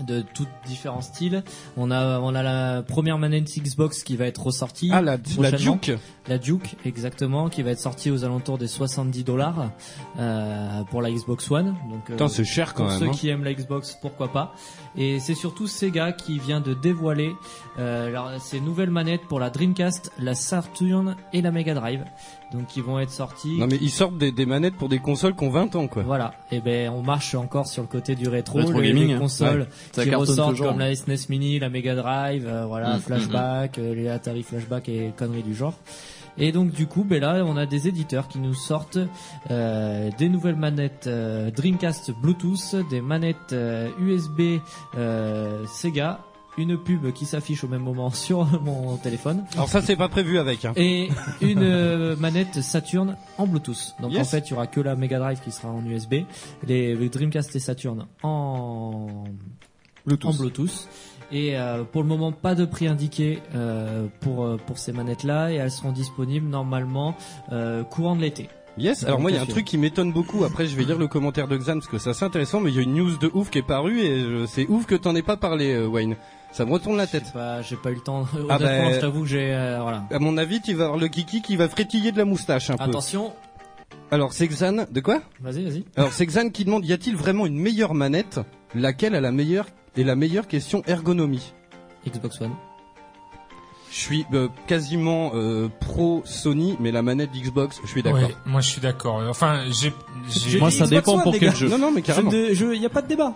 S5: de tous différents styles. On a on a la première manette Xbox qui va être ressortie.
S3: Ah, la, la
S5: prochainement.
S3: Duke.
S5: La Duke, exactement, qui va être sortie aux alentours des 70 dollars euh, pour la Xbox One. Donc, euh,
S3: Putain, c'est cher quand
S5: pour
S3: même.
S5: ceux
S3: hein.
S5: qui aiment la Xbox, pourquoi pas. Et c'est surtout Sega qui vient de dévoiler euh, alors, ces nouvelles manettes pour la Dreamcast, la Saturn et la Mega Drive. Donc, qui vont être sorties.
S3: Non, mais ils sortent des, des manettes pour des consoles qui ont 20 ans, quoi.
S5: Voilà, et ben on marche encore sur le côté du rétro,
S2: Rétro
S5: les,
S2: gaming,
S5: les
S2: hein.
S5: consoles
S2: Ça
S5: qui
S2: cartonne
S5: ressortent
S2: toujours.
S5: comme la SNES Mini, la Mega Drive, euh, voilà,
S2: Mm,
S5: Flashback, euh, les Atari Flashback et conneries du genre. Et donc du coup, ben là on a des éditeurs qui nous sortent euh, des nouvelles manettes euh, Dreamcast Bluetooth, des manettes euh, USB euh, Sega, une pub qui s'affiche au même moment [laughs] sur mon téléphone
S3: Alors ça, c'est pas prévu avec. Hein.
S5: et une euh, manette Saturn en Bluetooth. Donc
S3: Yes.
S5: en fait, il y aura que la Mega Drive qui sera en USB, les, les Dreamcast et Saturn en en Bluetooth. Et euh, pour le moment, pas de prix indiqué euh, pour euh, pour ces manettes-là et elles seront disponibles normalement euh, courant de l'été.
S3: Yes, alors moi il y a un truc qui m'étonne beaucoup, après je vais lire le commentaire de Xan parce que ça c'est intéressant, mais il y a une news de ouf qui est parue et euh, c'est ouf que t'en aies pas parlé euh, Wayne. Ça me retourne la tête.
S5: J'ai pas, j'ai pas eu le temps. euh, Honnêtement,
S3: Ah ben-
S5: je t'avoue que j'ai euh, voilà.
S3: À mon avis, tu vas avoir le kiki qui va frétiller de la moustache un peu.
S5: Attention,
S3: Alors c'est Xan, de quoi
S5: vas-y, vas-y.
S3: Alors c'est Xan qui demande, y a-t-il vraiment une meilleure manette Laquelle a la meilleure et la meilleure question ergonomie
S5: Xbox One.
S3: Je suis euh, quasiment euh, pro Sony, mais la manette Xbox, je suis d'accord.
S4: Ouais, moi je suis d'accord. Enfin, j'ai, j'ai-
S2: Moi, ça dépend pour quel jeu.
S3: Non, non, mais carrément.
S5: Il y a pas de débat.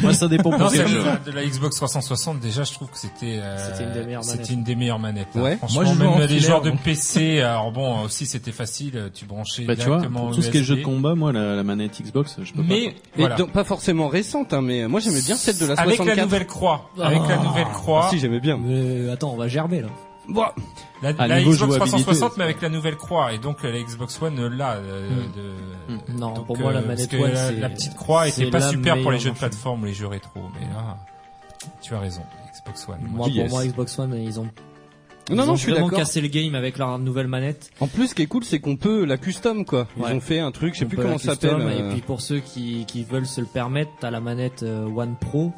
S2: Moi, ça dépend
S4: Non,
S2: pour
S4: c'est
S2: quel jeu.
S4: de la Xbox 360. Déjà, je trouve que c'était euh,
S5: C'était une des meilleures manettes.
S4: c'était une des meilleures manettes. hein.
S3: Ouais.
S4: Franchement,
S6: Moi, je joue en
S4: même les
S6: filaire,
S4: joueurs de
S6: donc.
S4: PC. Alors bon, aussi c'était facile. Tu branchais
S2: Bah, tu vois,
S4: directement
S2: pour tout ce qui est jeu de
S4: USB.
S2: combat, moi, la, la manette Xbox, je peux
S4: Mais
S3: Et
S4: voilà.
S3: donc, pas forcément récente, hein, mais moi j'aimais bien celle de la
S4: avec
S3: 64.
S4: la nouvelle croix, avec la
S5: Ah.
S4: nouvelle croix,
S3: Ah, si j'aimais bien.
S5: Mais Euh, attends, on va gerber là.
S3: Ouah.
S4: la,
S2: À
S4: la
S2: niveau
S4: Xbox
S2: jouabilité,
S4: 360,
S2: c'est-
S4: mais avec la nouvelle croix. Et donc euh, la Xbox One euh, là. euh, de-
S5: Mm. Non,
S4: donc,
S5: pour moi, la
S4: euh, parce
S5: manette
S4: que
S5: One,
S4: la,
S5: c'est-
S4: la petite croix était
S5: c'est
S4: pas
S5: la
S4: super pour les
S5: meilleure
S4: jeux de
S5: machine.
S4: plateforme, les jeux rétro. Mais là, tu as raison. Xbox One.
S5: Moi,
S3: Yes.
S5: pour moi, Xbox One, ils ont, ils
S3: Non, non,
S5: ont
S3: je suis
S5: vraiment
S3: d'accord.
S5: cassé le game avec leur nouvelle manette.
S3: En plus, ce qui est cool, c'est qu'on peut la custom, quoi. Ils
S5: Ouais.
S3: ont fait un truc, je sais
S5: On
S3: plus
S5: peut
S3: comment
S5: la
S3: ça s'appelle.
S5: custom,
S3: euh,
S5: Et puis pour ceux qui, qui veulent se le permettre, t'as la manette euh, One Pro.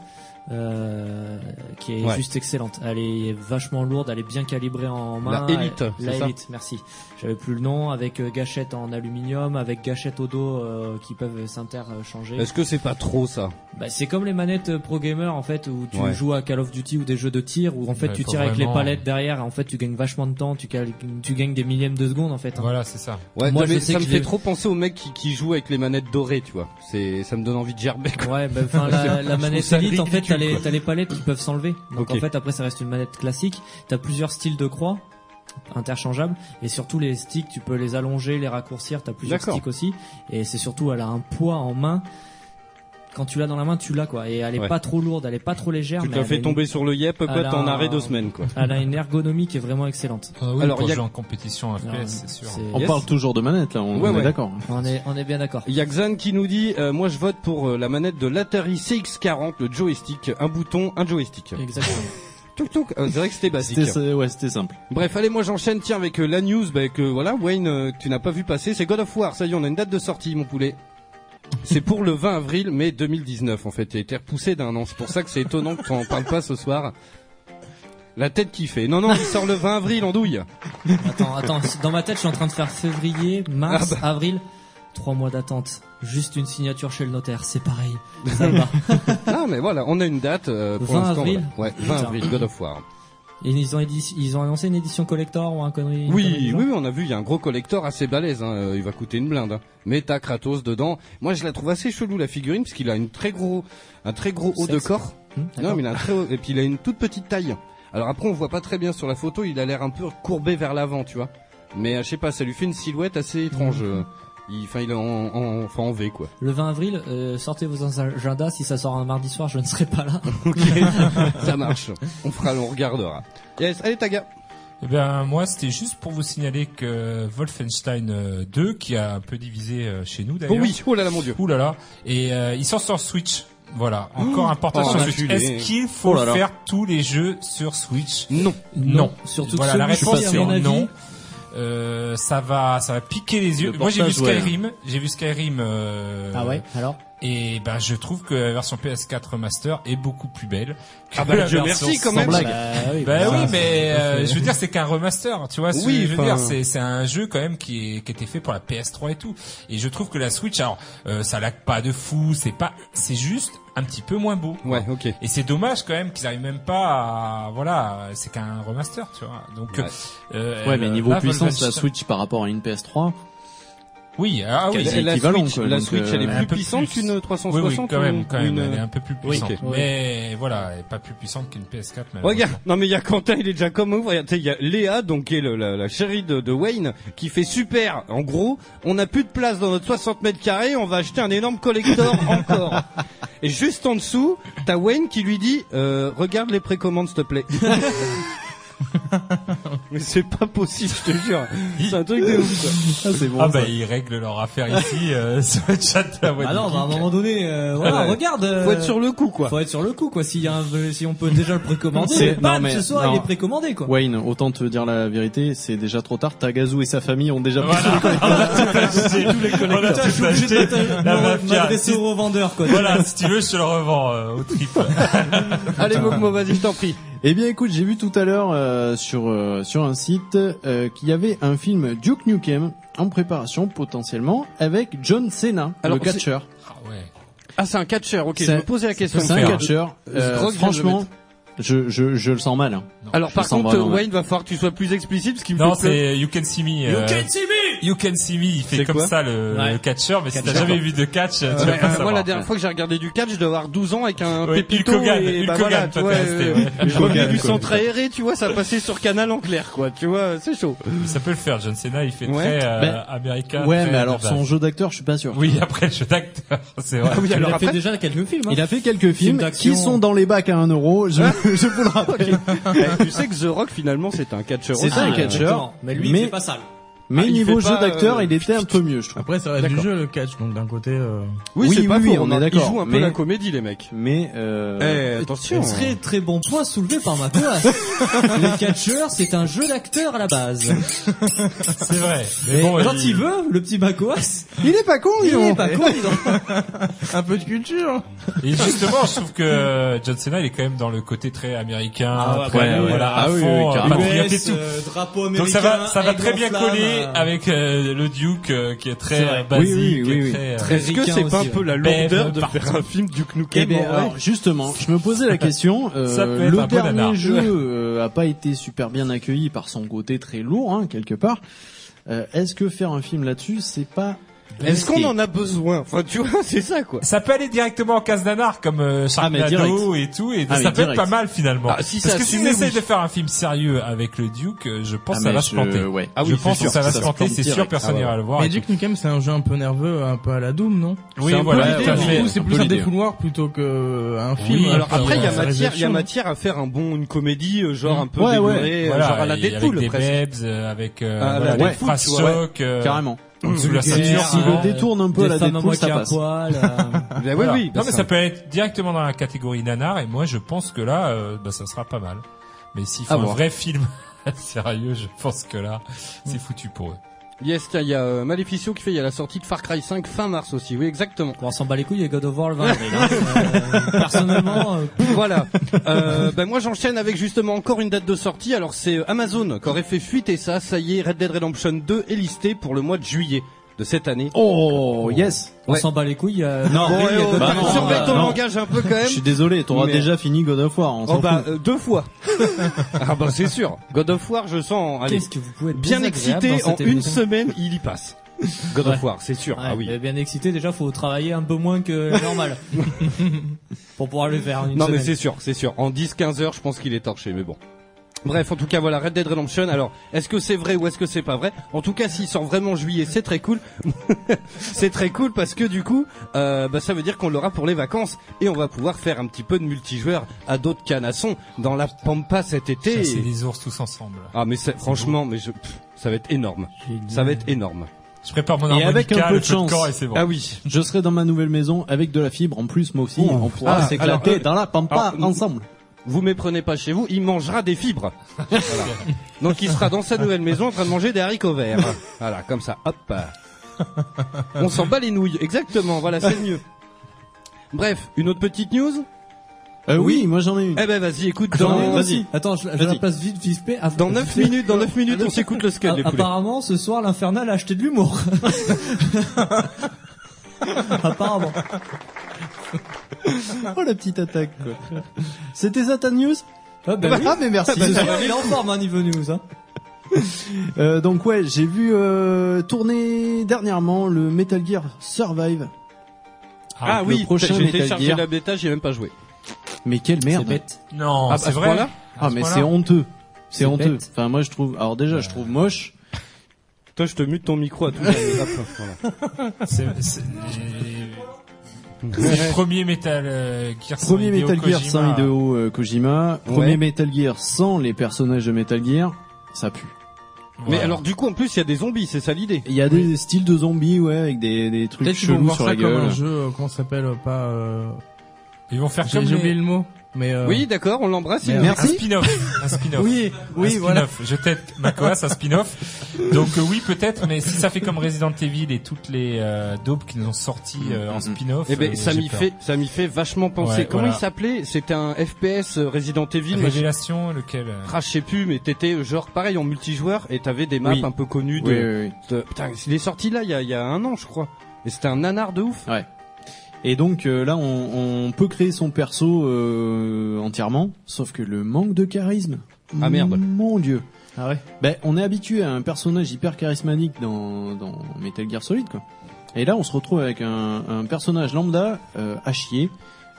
S5: euh, qui est
S3: Ouais.
S5: juste excellente. Elle est vachement lourde, elle est bien calibrée en
S3: La
S5: main.
S3: Elite,
S5: Elle- La
S3: c'est ça
S5: Elite, merci. J'avais plus le nom, avec euh, gâchette en aluminium, avec gâchette au dos euh, qui peuvent s'interchanger.
S3: Est-ce que c'est pas trop ça
S5: Bah, c'est comme les manettes euh, pro gamer en fait où tu
S3: Ouais.
S5: joues à Call of Duty ou des jeux de tir où en fait
S4: Ouais,
S5: tu
S4: faut
S5: tires avec les
S4: vraiment-
S5: palettes derrière et en fait tu gagnes vachement de temps, tu, cal- tu gagnes des millièmes de seconde en fait. hein.
S4: Voilà, c'est ça.
S3: Ouais,
S5: Moi,
S3: mais
S5: je
S3: ça
S5: sais que
S3: me
S5: je
S3: fait
S5: l'ai-
S3: trop penser aux mecs qui, qui jouent avec les manettes dorées, tu vois. C'est, ça me donne envie de gerber. quoi.
S5: Ouais, bah,
S3: [laughs]
S5: enfin la, la manette
S3: ça
S5: Elite en fait
S3: ridicule,
S5: t'as les,
S3: quoi.
S5: t'as les palettes qui peuvent s'enlever. Donc
S3: Ok.
S5: en fait après ça reste une manette classique, t'as plusieurs styles de croix interchangeables et surtout les sticks tu peux les allonger, les raccourcir, t'as plusieurs
S3: D'accord.
S5: sticks aussi et c'est surtout elle a un poids en main. Quand tu l'as dans la main, tu l'as quoi. Et elle est
S3: Ouais.
S5: pas trop lourde, elle est pas trop légère.
S3: Tu te
S5: mais
S3: la
S5: elle a
S3: fais
S5: une-
S3: tomber sur le yep, quoi,
S5: Alors-
S3: t'es en arrêt deux semaines, quoi.
S5: Elle a une ergonomie qui est vraiment excellente.
S3: oui,
S4: Alors,
S3: pour
S4: il y a...
S3: jouer
S4: en compétition FPS,
S5: Non,
S4: c'est sûr.
S5: c'est-
S2: On
S3: Yes.
S2: parle toujours de manette, là, on,
S3: Ouais,
S2: on
S3: ouais.
S2: est d'accord.
S5: On est, on est bien d'accord.
S3: Il y a Xan qui nous dit, euh, moi je vote pour euh, la manette de l'Atari CX40, le joystick, un bouton, un joystick.
S5: Exactement.
S3: Touc, touc. Euh, c'est vrai que c'était basique.
S2: C'était ça- ouais, c'était simple.
S3: Bref, allez, moi j'enchaîne, tiens, avec euh, la news, bah, que voilà, Wayne, euh, que tu n'as pas vu passer, c'est God of War, ça y est, on a une date de sortie, mon poulet. C'est pour le 20 avril, mai 2019, en fait, il a été repoussé d'un an, c'est pour ça que c'est étonnant que tu n'en parles pas ce soir. La tête qui fait. Non, non, il sort le 20 avril, en douille.
S5: attends, attends. Dans ma tête, je suis en train de faire février, mars,
S3: Ah
S5: avril. Trois mois d'attente. Juste une signature chez le notaire. C'est pareil.
S3: [laughs]
S5: Ça me va.
S3: Ah, mais voilà, on a une date euh, pour
S5: 20
S3: l'instant.
S5: avril.
S3: voilà. Ouais, 20
S5: Putain.
S3: avril, God of War.
S5: Et ils ont, édi- ils ont annoncé une édition collector ou un connerie. une connerie du
S3: Oui, oui,
S5: genre.
S3: oui, on a vu, il y a un gros collector assez balèze, hein, euh, il va coûter une blinde. hein. Mais t'as Kratos dedans. Moi, je la trouve assez chelou, la figurine, parce qu'il a une très gros, un très gros haut de
S5: Sexe.
S3: corps.
S5: Hum,
S3: Non,
S5: d'accord.
S3: mais il a un très haut- et puis il a une toute petite taille. Alors après, on voit pas très bien sur la photo, il a l'air un peu courbé vers l'avant, tu vois. Mais euh, je sais pas, ça lui fait une silhouette assez
S4: Mhm.
S3: étrange. euh. Il, enfin, il est en, en, enfin, en V,
S4: [laughs]
S3: quoi.
S5: Le 20 avril, euh, sortez vos agendas. Si ça sort un mardi soir, je ne serai pas là.
S3: [laughs] ça marche. On fera, on regardera. Yes, allez, Taga.
S4: Eh ben moi, c'était juste pour vous signaler que Wolfenstein euh, 2, qui a un peu divisé euh, chez nous
S3: Oh
S4: d'ailleurs.
S3: oui, oh là là, mon dieu.
S4: Ouh là là. Et euh, il sort sur Switch. Voilà, encore un portage
S3: Oh,
S4: sur Switch.
S3: enculé.
S4: Est-ce qu'il faut
S2: Oh là là.
S4: faire tous les jeux sur Switch
S3: Non.
S4: Non.
S5: Surtout
S4: voilà,
S5: que
S4: la
S5: celui-ci,
S4: réponse
S5: à
S4: est
S5: mon avis,
S4: non. Euh, ça va, ça va piquer les yeux.
S2: Le
S4: Moi, j'ai vu
S2: portage, ouais.
S4: Skyrim. J'ai vu Skyrim. euh,
S5: Ah ouais, alors?
S4: Et ben je trouve que la version PS4 remaster est beaucoup plus belle. Que
S3: Ah bah,
S4: la
S3: Dieu
S4: version
S3: merci, quand
S4: sans
S3: même.
S4: blague.
S5: Bah oui,
S4: Bah
S5: bah,
S4: oui,
S5: ça,
S4: mais
S5: c'est-
S4: euh, je veux dire, c'est qu'un remaster, tu vois. ce que
S3: Oui,
S4: je veux
S3: enfin-
S4: dire, c'est c'est un jeu quand même qui est qui était fait pour la PS3 et tout. Et je trouve que la Switch, alors euh, ça lag pas de fou, c'est pas, c'est juste un petit peu moins beau.
S3: Ouais, ok.
S4: Et c'est dommage quand même qu'ils arrivent même pas à, voilà, c'est qu'un remaster, tu vois. Donc,
S3: Ouais.
S4: euh,
S2: Ouais, mais
S4: elle,
S2: niveau
S4: là,
S2: puissance,
S4: Valve-
S2: la Switch par rapport à une PS3,
S4: Oui, ah oui,
S2: quasi
S3: Et la
S2: équivalent,
S3: Switch,
S2: quoi,
S3: la
S2: donc,
S3: Switch,
S2: euh,
S3: elle
S4: un
S3: est plus
S4: peu
S3: puissante
S4: plus.
S3: qu'une
S4: Oui,
S3: 360
S4: oui, quand même,
S3: ou
S4: quand même,
S3: une-
S4: elle est un peu plus
S3: Oui,
S4: puissante.
S3: ok.
S4: Mais voilà, elle est pas plus puissante qu'une PS4. mais
S3: Euh, Regarde, non mais il y a Quentin, il est déjà comme ouf. Regarde, tu sais, Il y a Léa, donc qui est le- la, la chérie de, de Wayne, qui fait super. En gros, on n'a plus de place dans notre 60 mètres carrés, on va acheter un énorme
S2: [laughs]
S3: collector encore. Et juste en dessous, t'as Wayne qui lui dit euh, "Regarde les précommandes, s'il te
S2: [laughs]
S3: plaît." mais c'est pas possible, je te jure. C'est un truc de ouf. quoi.
S2: c'est bon.
S4: Ah bah ils règlent leur affaire ici euh, [laughs] sur le chat de la voix
S5: Ah
S4: du
S5: non, bah, à un
S4: geek.
S5: moment donné, euh, voilà,
S3: Ouais.
S5: regarde. euh,
S2: bah,
S3: Faut être sur le coup, quoi.
S5: faut être sur le coup, quoi. S'il y a un- euh, si on peut déjà le précommander,
S2: C'est-
S5: le pan,
S2: non, mais-
S5: ce soir,
S2: non.
S5: il est précommandé, quoi.
S2: Wayne, autant te dire la vérité, c'est déjà trop tard. Tagazu et sa famille ont déjà pris
S4: Voilà, on a tout acheté, [laughs] on a
S5: Putain, je
S4: tout
S5: suis obligé
S4: acheté,
S5: de
S4: la
S5: m'adresser
S4: mafia.
S5: m'adresser au revendeur, quoi.
S4: Voilà, si tu veux, je te le revends euh, au trip.
S3: Allez, Momo, vas-y, je t'en prie.
S2: Eh bien, écoute, j'ai vu tout à l'heure euh, sur euh, sur un site euh, qu'il y avait un film Duke Nukem en préparation potentiellement avec John Cena,
S3: Alors,
S2: le catcheur.
S4: Ah ouais.
S3: Ah, c'est un catcheur. Ok,
S2: C'est-
S3: je me posais la question.
S2: C'est un
S4: faire.
S2: catcheur. Euh,
S3: Je crois que je viens de le
S2: franchement, je, je je le sens mal. hein.
S3: Alors,
S2: Je
S3: par
S2: le sens
S3: contre, euh,
S2: vraiment mal.
S3: Wayne, va falloir que tu sois plus explicite parce qu'il me
S4: Non,
S3: fait pleurer.
S4: c'est You Can See Me. euh, You Can See Me, il fait
S3: C'est
S4: comme
S3: quoi
S4: ça le,
S5: Ouais.
S4: le catcheur, mais si t'as
S5: Catcheur.
S4: jamais vu de catch, tu vas
S3: Euh,
S4: pas
S3: moi,
S4: savoir.
S3: la dernière fois que j'ai regardé du catch, je devais avoir 12 ans avec un
S4: Ouais,
S3: pépito
S4: Hulk Hogan,
S3: et
S4: Hulk
S3: bah
S4: Hogan,
S3: voilà,
S4: toi,
S3: tu vois,
S4: t'es resté,
S3: euh,
S4: ouais.
S3: je revenais
S2: Hogan,
S3: du
S2: quoi.
S3: centre aéré, tu vois, ça passait sur Canal en clair, quoi, tu vois, c'est chaud.
S4: Ça peut le faire, John Cena, il fait
S3: Ouais.
S4: très euh,
S2: Ben,
S4: américain.
S2: ouais,
S4: très
S2: mais alors
S4: de
S2: son
S4: base.
S2: jeu d'acteur, je suis pas sûr.
S4: Oui, après le jeu d'acteur, [laughs] c'est vrai.
S3: oui,
S5: Il
S3: alors
S5: a fait
S3: après,
S5: déjà quelques films, hein.
S2: Il a fait quelques films
S5: d'action.
S2: qui sont dans les bacs à 1 euro. Je,
S3: Ah.
S2: je vous le rappelle.
S3: tu sais que The Rock, finalement, c'est un catcheur
S2: C'est
S3: aussi.
S2: un
S5: Ah,
S2: catcheur,
S5: exactement. Mais lui,
S2: mais-
S5: il fait pas ça. lui.
S2: Mais
S3: Ah, il
S2: niveau
S3: fait
S2: jeu
S3: pas,
S2: d'acteur,
S3: euh,
S2: il était un peu mieux, je trouve.
S6: Après, ça reste du jeu le catch, donc d'un côté. euh,
S3: Oui,
S2: Oui,
S3: c'est pas
S2: oui,
S3: faux,
S2: on est
S3: a-
S2: d'accord,
S3: Ils jouent un peu
S2: mais-
S3: la comédie, les mecs.
S2: Mais euh,
S3: Eh, attention.
S5: Très très bon point soulevé par ma classe. Les catcheurs, c'est un jeu d'acteur à la base.
S4: C'est vrai. Mais
S5: Et
S4: bon,
S5: quand
S4: il-
S5: il veut, le petit Bacoas,
S2: il est pas con,
S5: il
S2: dis donc.
S5: est pas con, dis donc.
S6: Un peu de culture.
S4: Et justement, je trouve que euh, John Cena, il est quand même dans le côté très américain,
S5: Ah ouais,
S4: très,
S5: ouais, ouais.
S4: voilà, à
S2: Ah oui,
S4: fond,
S2: oui,
S4: euh,
S2: carrément.
S4: patriote et
S5: US,
S4: tout.
S5: euh, drapeau
S4: Donc ça va, ça va
S5: aigle
S4: très
S5: en
S4: bien
S5: flamme,
S4: coller
S5: euh,
S4: avec euh, le Duke euh, qui est très
S5: C'est vrai.
S4: euh, basique,
S2: Oui, oui, oui, oui.
S4: très, euh,
S5: Très
S3: Est-ce que c'est
S5: ricain
S3: pas un
S5: aussi,
S3: peu la
S4: ouais.
S3: lourdeur de
S4: Bam,
S3: faire un film du
S2: Eh
S3: Nukem
S2: ben,
S3: en vrai
S2: alors, justement, je me posais
S4: [laughs]
S2: la question. euh,
S4: Ça peut être un
S2: le
S4: bon
S2: dernier
S4: nanar.
S2: jeu euh, a pas été super bien accueilli par son côté très lourd, hein, quelque part. Euh, Est-ce que faire un film là-dessus, c'est pas Ah,
S3: Est-ce qu'on en a besoin Enfin, tu vois, c'est ça, quoi.
S4: Ça peut aller directement en casse nanar comme euh,
S2: Ah, mais
S4: Sharknado et tout, et
S2: Ah,
S4: ça
S2: mais
S4: peut être
S2: direct.
S4: pas mal finalement.
S3: Ah, si
S4: Parce
S3: c'est
S4: que s'ils
S3: assumé,
S4: essayent
S3: oui.
S4: de faire un film sérieux avec le Duke, euh, je pense
S2: Ah,
S4: que ça
S2: mais
S4: va
S2: je-
S4: se planter.
S2: ouais.
S3: Ah oui,
S4: je
S3: c'est
S4: pense
S3: sûr,
S4: que ça va
S2: ça
S4: se
S2: se
S4: planter,
S2: plante
S4: c'est sûr,
S2: direct.
S4: personne
S3: Ah ouais.
S4: n'ira le voir.
S6: Mais Duke Nukem, c'est un jeu un peu nerveux, un peu à la Doom, non
S4: oui,
S6: C'est un
S4: voilà,
S3: Ah,
S6: peu
S4: tout à
S6: l'idée,
S4: fait.
S6: du coup, c'est
S2: Un
S6: plus
S2: peu
S6: un
S2: l'idée.
S6: défouloir plutôt que un
S4: Oui,
S6: film.
S4: alors
S6: euh,
S3: Après, il y a matière, il y
S6: euh,
S3: a
S6: réalisation.
S3: matière à faire un bon, une comédie, euh, genre un peu
S2: Ouais, ouais.
S3: délurée, euh,
S4: Voilà,
S3: genre à la
S4: et
S3: Deadpool,
S4: avec des
S3: presque.
S4: babes, euh, avec euh,
S3: Ah,
S4: voilà,
S2: la
S4: des
S2: Deadpool,
S4: phrases
S3: tu vois,
S4: chocs, euh,
S2: carrément
S4: sous la
S2: Si,
S4: ceinture.
S2: si
S4: hein.
S2: le détourne un peu
S5: des
S2: la
S5: femmes à
S2: Deadpool,
S5: moitié
S2: ça
S5: à
S2: passe.
S5: poil, euh,
S3: Ben oui,
S4: Voilà.
S3: oui.
S4: non mais ça peut être directement dans la catégorie nanar et moi je pense que là euh, bah, ça sera pas mal. Mais s'il faut
S3: À
S4: un
S3: voir.
S4: vrai film sérieux, je pense que là c'est foutu pour eux.
S3: Yes, tiens, il y a euh, Maleficio qui fait, il y a la sortie de Far Cry 5 fin mars aussi. Oui, exactement. [laughs]
S5: on s'en bat les couilles et God of War le 20 avril, hein. Euh, personnellement, euh,
S3: voilà. Euh, ben moi j'enchaîne avec justement encore une date de sortie. Alors c'est euh, Amazon qui aurait fait fuiter ça. Ça y est, Red Dead Redemption 2 est listé pour le mois de juillet de cette année.
S2: Oh yes.
S5: on
S3: Ouais.
S5: s'en bat les couilles. euh, non,
S3: Bon,
S5: avril, il y a
S3: eh, oh,
S5: God
S2: bah
S5: of
S3: bah,
S5: War,
S3: surveille
S5: euh,
S3: ton
S2: non.
S3: langage un peu quand
S2: Je
S3: même.
S2: suis désolé, t'auras
S3: Mais-
S2: déjà fini God of War. On s'en
S3: Oh bah
S2: fout.
S3: euh, deux fois. ah bah c'est sûr. God of War, je sens. Allez,
S5: Qu'est-ce que vous pouvez être
S3: bien
S5: désagréable
S3: excité
S5: dans
S3: en
S5: cette
S3: une
S5: émission.
S3: semaine, il y passe. God of
S5: Ouais.
S3: War, c'est sûr.
S5: Ouais,
S3: ah oui.
S5: mais Bien excité, déjà, faut travailler un peu
S3: [laughs]
S5: moins que normal. pour pouvoir le faire en une
S3: Non mais
S5: semaine.
S3: c'est sûr, c'est sûr. En 10-15 heures, je pense qu'il est torché, mais bon. Bref, en tout cas, voilà, Red Dead Redemption. Alors, est-ce que c'est vrai ou est-ce que c'est pas vrai En tout cas, s'il sort vraiment en juillet, c'est très cool. [laughs] c'est très cool parce que du coup, euh, bah, ça veut dire qu'on l'aura pour les vacances et on va pouvoir faire un petit peu de multijoueur à d'autres canassons dans la pampa cet été.
S4: Chasser les ours tous ensemble.
S3: Ah mais c'est- franchement, mais je, pff, ça va être énorme. Ça va être énorme.
S4: Je prépare mon
S2: Et
S4: harmonica,
S2: avec un peu
S4: le
S2: de
S4: feu
S2: chance.
S4: camp et c'est bon.
S3: Ah oui.
S2: Je serai dans ma nouvelle maison avec de la fibre en plus, moi aussi. on pourra
S3: ah,
S2: s'éclater
S3: alors, euh,
S2: dans la pampa
S3: alors,
S2: ensemble.
S3: vous méprenez pas chez vous, il mangera des fibres. Voilà. Donc il sera dans sa nouvelle maison en train de manger des haricots verts. Voilà, comme ça, hop. On s'en bat les nouilles, exactement, voilà, c'est mieux. Bref, une autre petite news
S2: Euh, oui, moi j'en ai une.
S3: Eh ben vas-y, écoute,
S2: J'en ai une
S3: dans,
S2: aussi. Vas-y.
S5: Attends, je, je
S2: Vas-y.
S5: la passe vite, vite fait. Ah,
S3: dans
S5: vite
S3: 9
S5: fait.
S3: minutes, dans 9 minutes, on s'écoute le
S5: Ah,
S3: scud des poulets.
S5: apparemment, ce soir, l'infernal a acheté de l'humour. [laughs] apparemment.
S2: Oh la petite attaque quoi. C'était Zata News
S5: Ah, ben oui.
S2: Ah mais merci.
S5: Ce soir, il est en forme, hein, niveau news. Hein.
S2: [laughs] Euh, donc ouais, j'ai vu euh, tourner dernièrement le Metal Gear Survive.
S3: Ah
S2: le
S3: oui,
S2: prochain
S3: j'ai
S2: Metal
S3: téléchargé
S2: Gear.
S3: la bêta, j'ai même pas joué.
S2: Mais quelle merde.
S4: Non,
S3: Ah, à
S4: c'est
S3: ce
S4: vrai.
S3: point-là
S2: Ah
S4: À ce
S2: mais
S4: point-là.
S2: c'est honteux. C'est
S5: C'est
S2: honteux.
S5: bête.
S2: Enfin moi je trouve. Alors déjà je trouve moche.
S3: Toi, je te mute ton micro à tout [laughs] jamais. Hop, voilà.
S4: C'est c'est- c'est le premier Metal euh, Gear sans
S2: Premier
S4: Hideo
S2: Metal Gear
S4: Kojima.
S2: sans Hideo euh, Kojima. Premier
S3: Ouais.
S2: Metal Gear sans les personnages de Metal Gear. Ça pue.
S3: Mais
S4: Voilà.
S3: alors, du coup, en plus, il y a des zombies, c'est ça l'idée.
S2: Il y a des styles de zombies ouais avec des, des trucs
S6: Peut-être qu'ils vont
S2: chelous
S6: voir
S2: sur la
S6: ça comme
S2: gueule.
S6: un jeu, euh, comment ça s'appelle, euh, pas. euh,
S4: ils vont faire
S6: J'ai
S4: comme
S6: j'ai
S4: les-
S6: oublié le mot, mais. euh,
S3: Ah, Oui, d'accord, on l'embrasse. il-
S4: un spin-off, un spin-off.
S6: Oui,
S4: un
S6: oui,
S4: spin-off.
S6: voilà.
S4: Je tête Makoas, un spin-off. Donc euh, oui, peut-être, mais si ça fait comme Resident Evil et toutes les euh, dopes qui nous ont sorti euh, en spin-off,
S3: Eh ben,
S4: euh,
S3: ça
S4: j'ai
S3: m'y
S4: peur.
S3: fait, ça m'y fait vachement penser.
S4: Ouais,
S3: Comment
S4: voilà.
S3: il s'appelait C'était un FPS euh, Resident Evil. mais je-
S4: Révélation, lequel euh,
S3: Ah, je sais plus, mais t'étais genre pareil en multijoueur et t'avais des maps
S2: Oui.
S3: un peu connues. De,
S2: Oui, oui, oui.
S3: de- Putain, il est sorti là il y a, il y a un an, je crois. Et c'était un nanar de ouf.
S2: Et donc euh, là, on, on peut créer son perso euh, entièrement, sauf que le manque de charisme.
S3: Ah, merde.
S2: Mon dieu.
S5: Ah ouais.
S2: Ben, on est habitué à un personnage hyper charismatique dans, dans Metal Gear Solid, quoi. Et là, on se retrouve avec un, un personnage lambda euh, à chier,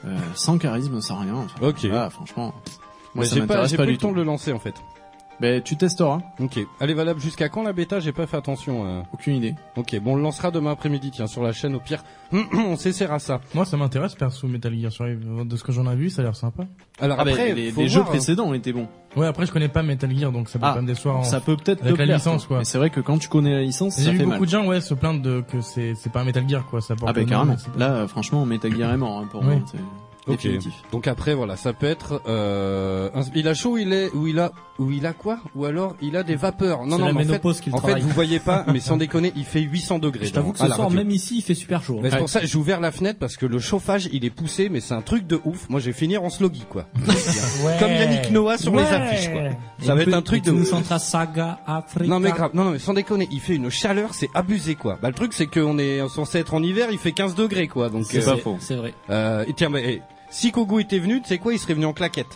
S2: euh, sans charisme, sans rien. Enfin,
S3: Ok.
S2: voilà, franchement, pff, moi
S3: Mais
S2: ça
S3: j'ai pas,
S2: m'intéresse
S3: j'ai
S2: pas,
S3: pas eu
S2: du
S3: le temps
S2: tout.
S3: de le lancer en fait.
S2: Ben, tu testeras.
S3: Ok. Elle est valable jusqu'à quand la bêta J'ai pas fait attention. euh.
S2: Aucune idée.
S3: Ok. Bon, on le lancera demain après-midi. Tiens, sur la chaîne au pire, [clears throat] on s'essaiera ça.
S6: Moi, ça m'intéresse perso Metal Gear Survive. De ce que j'en ai vu, ça a l'air sympa.
S3: Alors
S2: Ah, ben,
S3: après,
S2: les,
S3: faut
S2: les jeux
S3: voir, hein.
S2: précédents étaient bons.
S6: Ouais, après, je connais pas Metal Gear, donc ça peut
S2: Ah,
S6: pas me décevoir. en-
S2: Ça peut peut-être
S6: Avec
S2: te
S6: la
S2: plaire,
S6: licence, quoi.
S2: Mais c'est vrai que quand tu connais la licence, ça
S6: J'ai
S2: fait
S6: vu
S2: mal.
S6: beaucoup de gens, ouais, se plaindre de que c'est c'est pas un Metal Gear, quoi. Ça porte
S3: ben,
S2: Ah bah
S6: le nom,
S2: carrément.
S6: mais c'est pas-
S2: Là, euh, franchement, Metal Gear est mort hein, pour
S6: Oui.
S2: moi. c'est
S3: Ok.
S2: Définitif.
S3: Donc après voilà, ça peut être euh, un- il a chaud, il est ou il a ou il a quoi Ou alors il a des vapeurs. Non
S5: C'est
S3: non,
S5: la
S3: mais en fait,
S5: ménopause qui le
S3: en fait,
S5: travaille.
S3: vous voyez
S5: [laughs]
S3: pas, mais sans déconner, il fait 800 degrés.
S5: Je t'avoue que
S3: à
S5: ce
S3: la
S5: soir,
S3: radio.
S5: même ici, il fait super chaud. hein.
S3: Mais c'est pour ça que j'ai ouvert la fenêtre parce que le chauffage il est poussé mais c'est un truc de ouf. Moi je vais finir en sloggy quoi.
S4: euh Ouais.
S3: Comme Yannick Noah sur les
S4: Ouais.
S3: affiches quoi. Ça va être un truc de
S5: nous
S3: ouf.
S5: chantera Saga Africa.
S3: Non mais grave, non, non mais sans déconner, il fait une chaleur, c'est abusé quoi. Bah le truc c'est qu'on est censé être en hiver, il fait 15 degrés quoi. Donc
S2: C'est
S3: euh,
S2: pas faux.
S5: C'est vrai. Ah,
S3: euh, et tiens, mais eh, si Kogo était venu, tu sais quoi, il serait venu en claquette.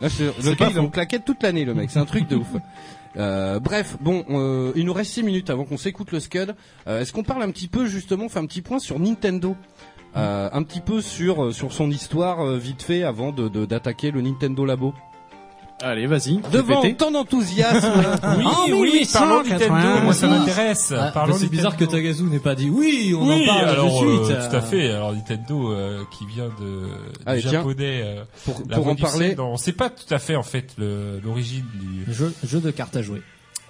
S3: Là, je te- le gars, il est en claquette toute l'année, le mec. C'est un truc
S4: [laughs]
S3: de ouf. Euh, bref, bon, euh, il nous reste 6 minutes avant qu'on s'écoute le Scud. Euh, Est-ce qu'on parle un petit peu justement, on fait un petit point sur Nintendo Euh, Un petit peu sur euh, sur son histoire euh, vite fait avant de de- d'attaquer le Nintendo Labo.
S2: Allez, vas-y.
S3: Devant
S2: fais péter.
S3: tant d'enthousiasme.
S4: [laughs] Oui,
S5: En
S4: oui, parlons Nintendo, moi ça
S5: 1886.
S4: m'intéresse.
S5: Ah,
S4: Parlons
S5: c'est bizarre que
S4: Nintendo.
S5: Tagazu n'ait pas dit oui, on
S4: oui,
S5: en parle
S4: alors,
S5: tout de suite.
S4: euh, tout à fait. Alors Nintendo euh, qui vient de du
S3: Allez, Ah, tiens.
S4: japonais euh,
S3: pour
S4: la
S3: pour en
S4: voix du
S3: parler.
S4: ciel. Non, on sait pas tout à fait en fait le- l'origine du
S5: Euh, Jeu, jeu de cartes à jouer.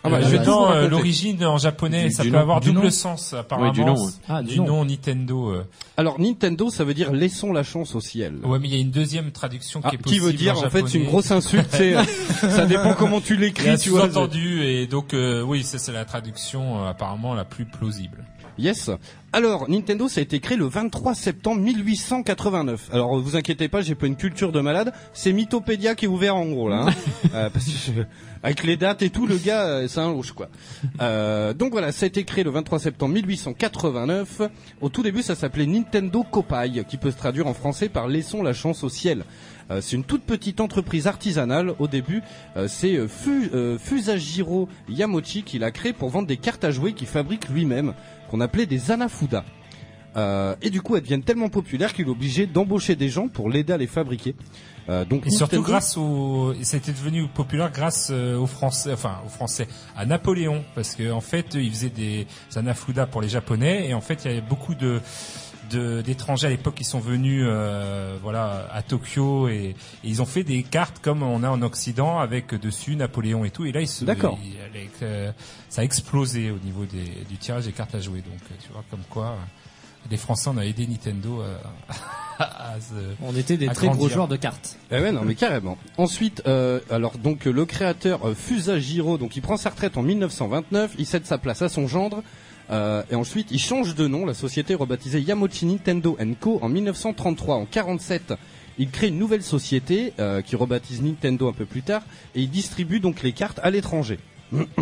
S3: Ah bah,
S4: Euh,
S3: je vais
S4: non,
S3: tout vous
S4: euh,
S3: raconter.
S4: l'origine en japonais,
S2: Du-
S4: ça
S2: du
S4: peut
S2: nom,
S4: avoir
S2: du
S4: double
S2: nom.
S4: sens apparemment.
S2: Ouais, du nom, ouais.
S5: Ah,
S4: Du nom Nintendo. euh.
S3: Alors Nintendo, ça veut dire laissons la chance au ciel.
S4: Ouais, mais il y a une deuxième traduction qui
S3: Ah,
S4: est
S3: qui
S4: possible.
S3: veut dire en, fait
S4: japonais.
S3: une grosse insulte. c'est- euh,
S4: [laughs]
S3: ça dépend comment tu
S4: Il y a
S3: l'écris,
S4: un
S3: tu vois.
S4: sous-entendu et donc euh, oui, ça c'est la traduction euh, apparemment la plus plausible.
S3: Yes. Alors, Nintendo, ça a été créé le 23 septembre 1889. Alors, vous inquiétez pas, j'ai pas une culture de malade. C'est Mythopédia qui est ouvert en gros là. hein. Euh, parce que je- avec les dates et tout, le gars, euh, c'est un louche quoi. Euh, donc voilà, ça a été créé le 23 septembre 1889. Au tout début, ça s'appelait Nintendo Copaille, qui peut se traduire en français par Laissons la chance au ciel. Euh, c'est une toute petite entreprise artisanale. Au début, euh, c'est euh, Fu- euh, Fusajiro Yamochi qui l'a créé pour vendre des cartes à jouer qu'il fabrique lui-même, qu'on appelait des anafuda. Euh, et du coup, elles deviennent tellement populaires qu'il est obligé d'embaucher des gens pour l'aider à les fabriquer. Euh, donc,
S4: Et surtout
S3: Nintendo-
S4: grâce au, et c'était devenu populaire grâce euh, aux Français, enfin aux Français, à Napoléon, parce que en fait, eux, ils faisaient des anafuda pour les Japonais, et en fait, il y avait beaucoup de de- d'étrangers à l'époque qui sont venus euh, voilà à Tokyo et, et ils ont fait des cartes comme on a en Occident avec dessus Napoléon et tout et là ils se
S3: D'accord.
S4: ils- avec, euh, ça a explosé au niveau des, du tirage des cartes à jouer donc euh, tu vois comme quoi euh, les Français on a aidé Nintendo euh, [laughs] à, se-
S5: On était des
S4: À
S5: très gros
S4: grandir.
S5: joueurs de cartes.
S3: Eh ouais, non, mais carrément. Ensuite, euh, alors donc euh, le créateur euh, Fusajiro, donc il prend sa retraite en 1929, il cède sa place à son gendre. Euh, et ensuite, ils changent de nom. La société est rebaptisée Yamochi Nintendo Co. en 1933. En 47, ils créent une nouvelle société euh, qui rebaptise Nintendo un peu plus tard et ils distribuent donc les cartes à l'étranger.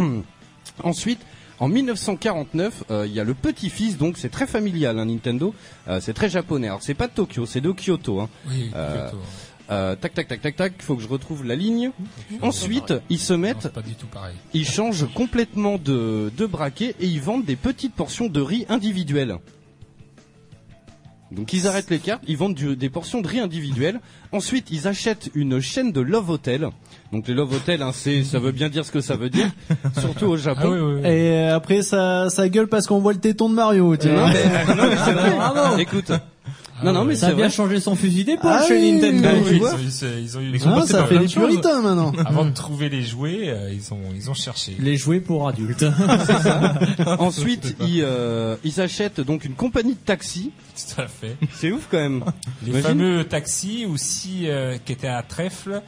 S3: [clears throat] Ensuite, en 1949, euh, il y a le petit-fils, donc c'est très familial, hein, Nintendo. Euh, c'est très japonais. Alors c'est pas de Tokyo, c'est de Kyoto. Hein.
S4: Oui,
S3: Euh,
S4: plutôt.
S3: Euh, tac, tac, tac, tac, tac. Faut que je retrouve la ligne. Ensuite, ils se
S4: Non,
S3: mettent
S4: c'est pas du tout pareil.
S3: ils changent complètement de, de braquet et ils vendent des petites portions de riz individuelles. Donc ils arrêtent les cartes, ils vendent du- des portions de riz individuelles. Ensuite, ils achètent une chaîne de Love Hotel. Donc les Love Hotel, hein, c'est, ça veut bien dire ce que ça veut dire, surtout au Japon.
S4: Ah oui, oui, oui.
S2: Et euh, après, ça, ça gueule parce qu'on voit le téton de Mario, tu
S3: Non
S2: vois.
S3: mais, non, mais c'est vrai.
S5: Bravo.
S3: Écoute,
S4: Ah
S3: non non
S4: ouais.
S3: mais
S5: Ça
S3: c'est
S5: a bien
S3: vrai.
S5: changé son fusil d'épaule
S2: Ah
S5: chez
S2: oui, oui,
S5: Nintendo.
S4: Ah
S2: tu
S4: oui, ils
S2: vois.
S4: ont eu ce- ils ont eu-
S2: Hein,
S6: passés
S2: ça
S6: par
S2: fait
S6: plein
S2: les
S6: de choses.
S2: puritains maintenant.
S4: [laughs] Avant de trouver les jouets, euh, ils ont ils ont cherché. [laughs]
S5: Les jouets pour adultes.
S3: Ensuite, ils, euh, ils achètent donc une compagnie de taxi.
S4: Tout à fait.
S3: C'est ouf quand même.
S4: Les
S3: Imagine.
S4: fameux taxis aussi euh, qui étaient à trèfle.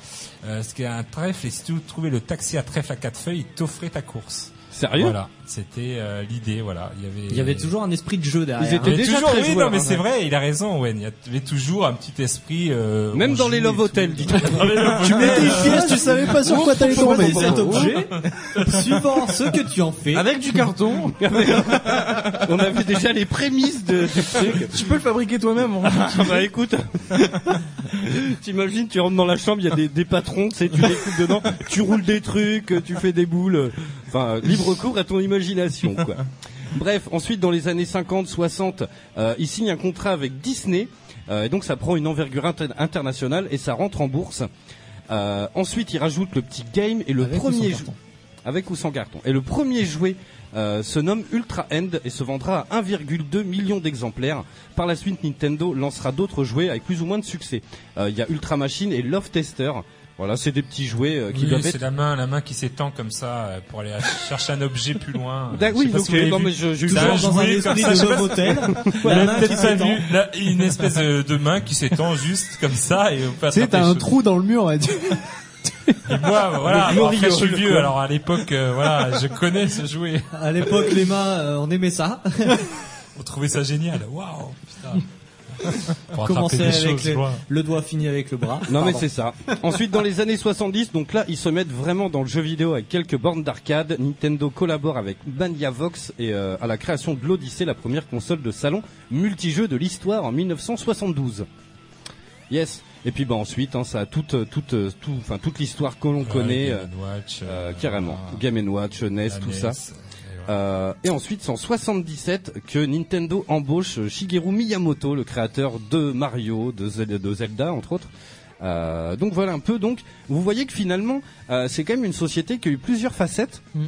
S4: Euh, ce qui est un trèfle, et si tu trouvais le taxi à trèfle à quatre feuilles, il t'offrait ta course.
S3: Sérieux
S4: Voilà, c'était euh, l'idée. Voilà, il y avait.
S5: Il y avait toujours un esprit de jeu derrière.
S3: Ils
S4: Il y
S3: étaient-
S5: hein.
S4: avait
S3: déjà
S4: toujours,
S3: très
S4: oui,
S3: joueur,
S4: non, mais
S3: hein.
S4: c'est vrai, il a raison, Owen. Il y avait toujours un petit esprit. euh,
S3: Même
S4: on
S3: dans
S4: joue
S3: les
S4: et
S3: Love
S4: tout.
S3: Hotel, dis-donc.
S4: Dans les Love
S2: Tu
S4: Hotel,
S2: mettais une
S4: euh,
S2: pièce, tu savais pas sur quoi t'allais tomber.
S5: cet objet, suivant ce que tu en fais,
S6: Avec du carton,
S3: On avait déjà les prémices de, du truc.
S6: tu peux le fabriquer toi-même. hein.
S3: Ah bah écoute, [laughs] t'imagines, tu rentres dans la chambre, il y a des, des patrons, tu sais, tu découpes dedans, tu roules des trucs, tu fais des boules. Enfin, euh, libre cours à ton imagination, quoi. Bref, ensuite, dans les années 50, 60, euh, il signe un contrat avec Disney, euh, et donc ça prend une envergure inter- internationale et ça rentre en bourse. Euh, ensuite, il rajoute le petit game et le
S5: Avec ou sans
S3: premier jeu.
S5: carton
S3: Avec ou sans carton. Et le premier jouet euh, se nomme Ultra End et se vendra à 1,2 million d'exemplaires. Par la suite, Nintendo lancera d'autres jouets avec plus ou moins de succès. Euh, Il y a Ultra Machine et Love Tester. Voilà, c'est des petits jouets euh, qui
S4: Oui,
S3: doivent
S4: c'est
S3: être.
S4: la main, la main qui s'étend comme ça euh, pour aller chercher un objet plus loin.
S3: [laughs] D'ac- oui,
S4: Je sais
S3: donc euh,
S4: pas si vous l'avez
S3: non,
S4: vu.
S3: mais je- j'ai eu
S4: Ça
S3: ça.
S4: a
S5: toujours dans un
S4: joué comme
S5: esprit
S4: ça, je sais
S5: de
S4: pas
S5: Love Hotel.
S4: On
S5: la
S4: a
S5: main qui
S4: peut-être pas
S5: s'étend.
S4: vu là, une espèce de, de main qui s'étend juste comme ça et on peut
S2: Tu sais,
S4: attraper
S2: t'as
S4: les
S2: un
S4: choses.
S2: trou dans le mur. et tu-
S4: Et
S3: [laughs]
S4: moi, voilà,
S3: Le
S4: après, je
S3: Glorio,
S4: suis
S3: le
S4: vieux,
S3: con.
S4: alors à l'époque, euh, voilà, je connais ce jouet.
S5: À l'époque, les mains, euh, on aimait ça.
S4: On trouvait ça génial. Waouh, putain.
S3: [laughs]
S4: Pour attraper
S5: [laughs] Commencer
S4: des
S5: avec
S4: choses,
S5: les-
S4: je vois.
S5: le doigt fini avec le bras.
S3: Non mais
S5: Pardon.
S3: c'est ça. Ensuite dans les années 70, donc là ils se mettent vraiment dans le jeu vidéo avec quelques bornes d'arcade. Nintendo collabore avec Magnavox et euh, à la création de l'Odyssée, la première console de salon multijeu de l'histoire en 1972. Yes. Et puis bah ensuite hein, ça a toute euh, toute euh, tout enfin toute l'histoire que l'on
S4: Ouais,
S3: connaît euh,
S4: Game Watch,
S3: euh,
S4: euh,
S3: carrément.
S4: voilà.
S3: Game Watch, euh, NES,
S4: La E
S3: tout
S4: NES,
S3: ça.
S4: et voilà.
S3: Euh, et ensuite, c'est en 77 que Nintendo embauche Shigeru Miyamoto, le créateur de Mario, de, Zel- de Zelda, entre autres. Euh, donc voilà un peu. Donc, vous voyez que finalement, euh, c'est quand même une société qui a eu plusieurs facettes,
S5: Mm.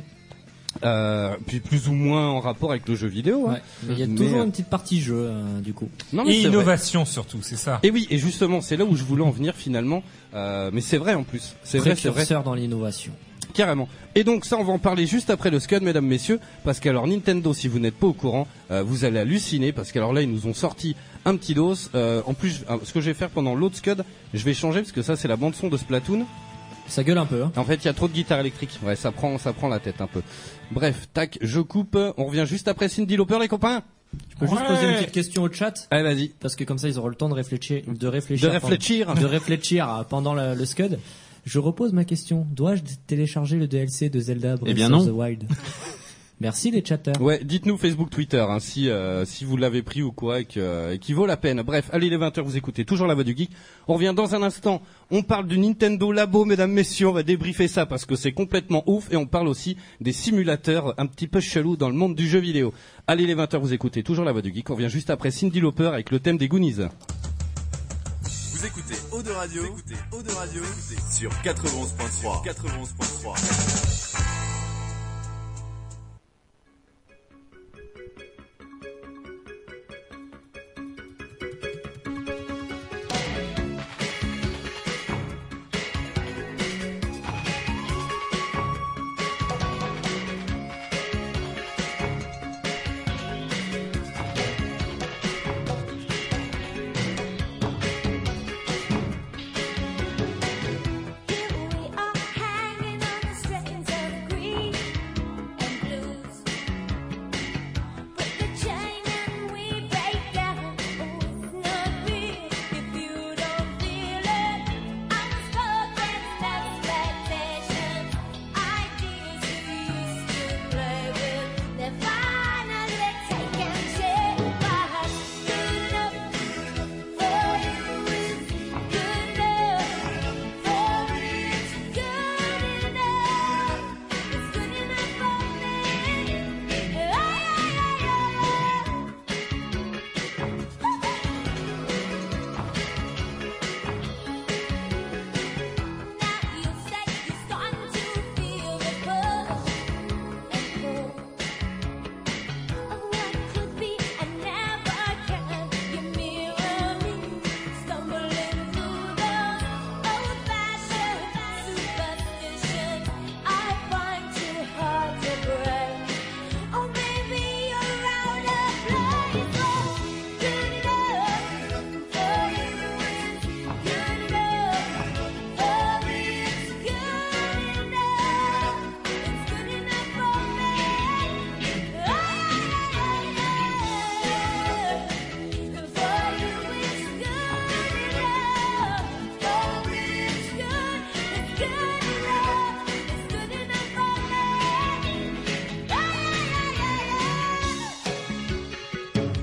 S3: Euh, puis plus ou moins en rapport avec le jeu vidéo. hein.
S5: Ouais. Mais Il y a
S3: Mais,
S5: toujours
S3: euh,
S5: une petite partie jeu, euh, du coup.
S3: Non, mais
S4: Et
S3: c'est vrai.
S4: innovation surtout, c'est ça.
S3: Et oui, et justement, c'est là où je voulais en venir finalement. Euh, mais c'est vrai en plus. C'est vrai, c'est vrai.
S5: Précurseur dans l'innovation.
S3: Carrément. Et donc ça, on va en parler juste après le Scud, mesdames, messieurs, parce qu'alors Nintendo, si vous n'êtes pas au courant, euh, vous allez halluciner, parce qu'alors là, ils nous ont sorti un petit dos. Euh, en plus, euh, ce que je vais faire pendant l'autre Scud, je vais changer, parce que ça, c'est la bande son de Splatoon.
S5: Ça gueule un peu, hein.
S3: En fait, il y a trop de guitare électrique. Ouais, ça prend, ça prend la tête un peu. Bref, tac, je coupe. On revient juste après Cindy Lauper, les copains.
S5: Je peux juste
S4: Ouais.
S5: poser une petite question au chat,
S3: Allez, vas-y.
S5: parce que comme ça, ils auront le temps de réfléchir, de
S3: De
S5: réfléchir.
S3: réfléchir.
S5: pendant- de réfléchir pendant le, le Scud. Je repose ma question. Dois-je télécharger le DLC de Zelda Breath
S2: Eh bien
S5: of
S2: non.
S5: the Wild [laughs] Merci les chatters.
S3: Ouais, dites-nous Facebook, Twitter, hein, si euh, si vous l'avez pris ou quoi, et que, euh, et qui vaut la peine. Bref, allez les 20h, vous écoutez toujours la voix du geek. On revient dans un instant. On parle du Nintendo Labo, mesdames, messieurs, on va débriefer ça parce que c'est complètement ouf, et on parle aussi des simulateurs un petit peu chelous dans le monde du jeu vidéo. Allez les 20h, vous écoutez toujours la voix du geek. On revient juste après Cindy Lauper avec le thème des Goonies.
S7: Vous écoutez Eau de Radio, vous écoutez Eau de Radio sur 91.3. 91.3.
S8: Here we are hanging on the strings of Oh, Oh, Ah! Old fashioned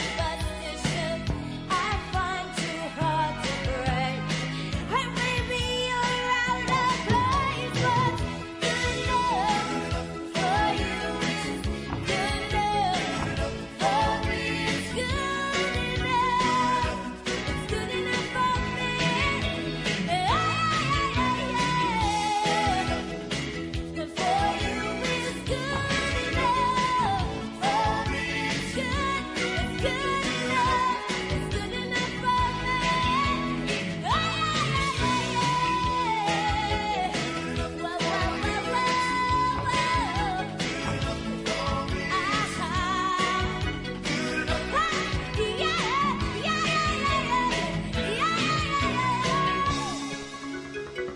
S8: superstition, I find too hard to break. And maybe you're out of place, but good love for you is good love for me. It's good enough. It's good enough for me. Yeah. Good for you is good enough. For me it's good, it's good enough, it's good enough for me. Oh, yeah, yeah, yeah. Whoa, whoa, whoa, Ah, whoa, whoa. Ah, ah. Yeah, yeah, yeah, yeah, yeah, yeah, yeah.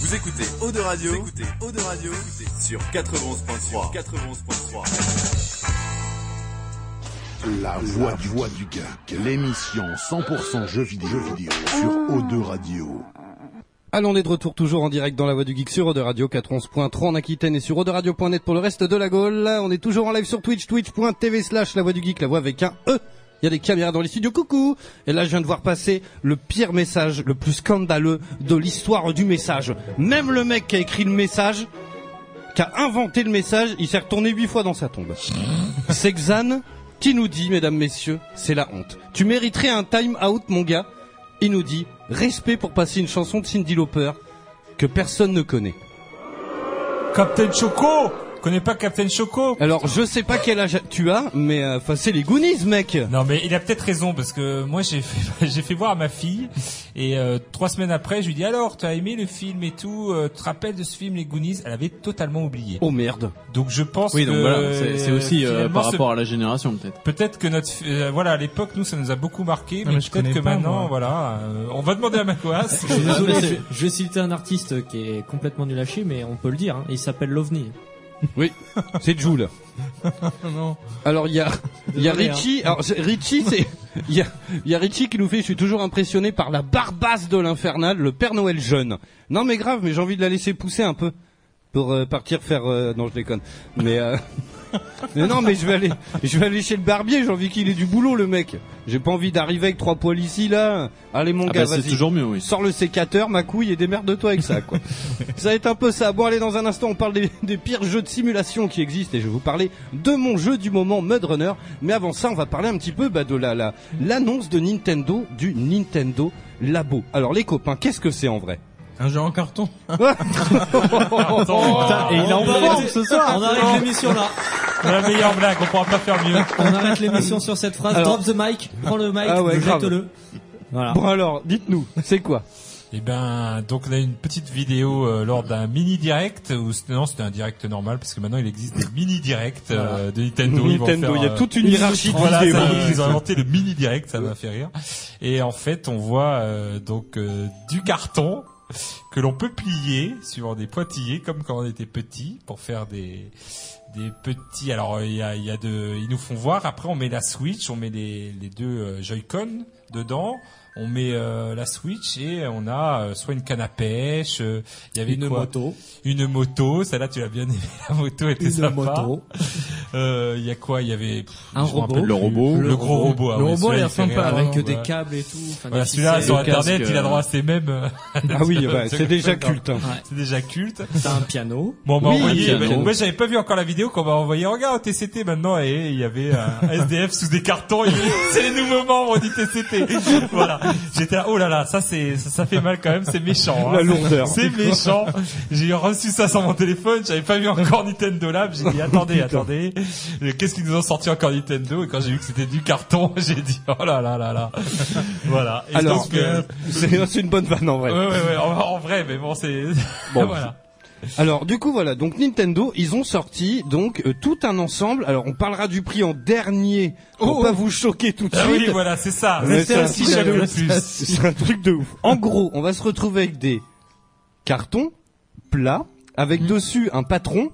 S7: Vous écoutez Eau de Radio, vous écoutez Eau de Radio vous écoutez sur 91.3. 91.3.
S1: La voix, du, voix du geek. L'émission 100% jeux vidéo, jeux vidéo sur O2 Radio.
S3: Allons, on est de retour toujours en direct dans la voix du geek sur Eau de Radio 411.3 en Aquitaine et sur Radio.net pour le reste de la Gaule. On est toujours en live sur Twitch, twitch.tv slash la voix du geek, la voix avec un E. Il y a des caméras dans les studios, coucou Et là, je viens de voir passer le pire message, le plus scandaleux de l'histoire du message. Même le mec qui a écrit le message, qui a inventé le message, il s'est retourné huit fois dans sa tombe. C'est Xan qui nous dit, mesdames, messieurs, c'est la honte. Tu mériterais un time out, mon gars. Il nous dit, respect pour passer une chanson de Cindy Lauper que personne ne connaît.
S4: Captain Choco Connais pas Captain Choco
S3: Alors, je sais pas quel âge tu as, mais euh, enfin, c'est les Goonies, mec.
S4: Non mais il a peut-être raison parce que moi j'ai fait, [laughs] j'ai fait voir à ma fille et euh, trois semaines après je lui dis alors t'as aimé le film et tout euh, tu te rappelles de ce film les Goonies elle avait totalement oublié
S3: Oh merde.
S4: donc je pense
S2: Oui, donc
S4: que,
S2: voilà, c'est- c'est aussi euh,
S4: finalement,
S2: par
S4: ce-
S2: rapport à la génération peut-être.
S4: peut-être que notre euh, voilà à l'époque nous ça nous a beaucoup marqué
S6: Non,
S4: mais,
S6: Ah, mais je
S4: peut-être
S6: connais
S4: que
S6: pas,
S4: maintenant
S6: moi.
S4: voilà euh, on va demander à Macoas
S5: Je suis désolé,
S2: Ah, mais
S5: je,
S2: c'est-
S5: je vais citer un artiste qui est complètement nul à chier, mais on peut le dire, hein, il s'appelle Lovni.
S3: C'est Joule.
S6: non.
S3: Alors il y a il y a
S5: Désolé,
S3: Richie, alors c'est- Richie c'est il y a il y a Richie qui nous fait je suis toujours impressionné par la barbasse de l'infernal, le Père Noël jeune. Non mais grave, mais j'ai envie de la laisser pousser un peu pour euh, partir faire euh, non, je déconne. Mais euh, [laughs] mais non, mais je vais aller je vais aller chez le barbier, j'ai envie qu'il ait du boulot le mec. J'ai pas envie d'arriver avec trois poils ici là. Allez mon
S2: Ah
S3: gars,
S2: bah, c'est
S3: vas-y. Euh,
S2: toujours mieux, oui.
S3: Sors le sécateur, ma couille et démerde-toi avec ça, quoi. ça va être un peu ça. Bon, allez, dans un instant, on parle des, des pires jeux de simulation qui existent et je vais vous parler de mon jeu du moment, Mud Runner. Mais avant ça, on va parler un petit peu bah, de la la- l'annonce de Nintendo du Nintendo Labo. Alors, les copains, qu'est-ce que c'est en
S4: [laughs]
S3: vrai
S6: [laughs] Un jeu en carton.
S2: et il est en forme ce soir
S5: On arrête l'émission là.
S4: la meilleure blague on pourra pas faire mieux
S5: On arrête l'émission sur cette phrase.
S3: Alors-
S5: Drop the mic, prends le mic,
S3: Ah ouais, grave.
S5: jette-le. Voilà.
S3: Bon, alors, dites-nous, c'est quoi
S4: Eh ben, donc on a une petite vidéo euh, lors d'un mini direct ou c- non, c'était un direct normal parce que maintenant il existe des mini directs euh, de Nintendo. Ils vont
S3: Nintendo,
S4: faire,
S3: il y a
S4: euh,
S3: toute une hiérarchie de
S4: voilà,
S3: vidéos.
S4: ça, ils ont inventé le mini direct, ça m'a fait rire. Et en fait, on voit euh, donc euh, du carton que l'on peut plier sur des pointillés comme quand on était petit pour faire des des petits alors euh, il y a, il y a de ils nous font voir après on met la Switch on met les, les deux euh, Joy-Con dedans on met euh, la Switch et on a euh, soit une canne à pêche euh, il y avait
S5: Une
S4: quoi
S5: moto.
S4: une moto celle-là tu l'as bien aimé [laughs] la moto était
S5: Une
S4: sympa
S5: moto.
S4: euh, il y a quoi il y avait pff,
S5: Un
S4: je me rappelle
S5: robot.
S4: plus.
S2: Le robot.
S4: le gros robot ah
S6: Le
S4: ouais,
S6: robot,
S4: celui-là,
S6: il
S4: il
S6: ressemble
S4: fait
S6: pas à
S4: rire.
S6: rien,
S5: Avec
S4: Ouais.
S5: des câbles et tout. enfin,
S4: voilà
S5: des
S4: celui-là
S5: ficelles.
S4: sur
S2: casque,
S4: internet il a
S2: euh,
S4: droit à ses mêmes
S3: Ah oui, bah, c'est déjà culte. hein.
S4: [laughs] c'est déjà culte
S5: T'as un piano.
S4: Bon, on m'a
S3: Oui,
S4: envoyé.
S2: piano.
S4: mais- Moi, j'avais pas vu encore la vidéo qu'on m'a envoyé. Regarde, TCT maintenant, et il y avait
S3: [laughs]
S4: un SDF sous des cartons. et C'est les nouveaux membres du TCT.
S3: [laughs]
S4: Voilà. J'étais là, oh là là, ça c'est, ça, ça fait mal quand même. C'est méchant. hein.
S3: La lourdeur.
S4: C'est méchant. J'ai reçu ça sur mon téléphone. J'avais pas vu encore Nintendo Lab. J'ai dit, attendez, attendez. Euh, Qu'est-ce qu'ils nous ont sorti encore Nintendo Et quand j'ai vu que c'était du carton, [laughs] j'ai dit, oh là là là là. Voilà.
S3: [laughs]
S4: Et
S3: Alors,
S4: donc, euh,
S3: [laughs] c'est c'est une bonne vanne en vrai.
S4: ouais, ouais, ouais. En, en vrai, mais bon, c'est. [laughs]
S3: Bon.
S4: voilà.
S3: Alors du coup voilà, donc Nintendo, ils ont sorti donc euh, tout un ensemble. Alors on parlera du prix en dernier pour
S4: Oh.
S3: pas vous choquer tout de
S4: Ah
S3: suite.
S4: oui, voilà, c'est ça.
S3: Mais
S4: C'est
S3: ça,
S4: aussi
S3: c'est
S4: j'aime
S3: le-
S4: le plus.
S3: C'est un truc de ouf. En gros, on va se retrouver avec des carton plat avec dessus un patron.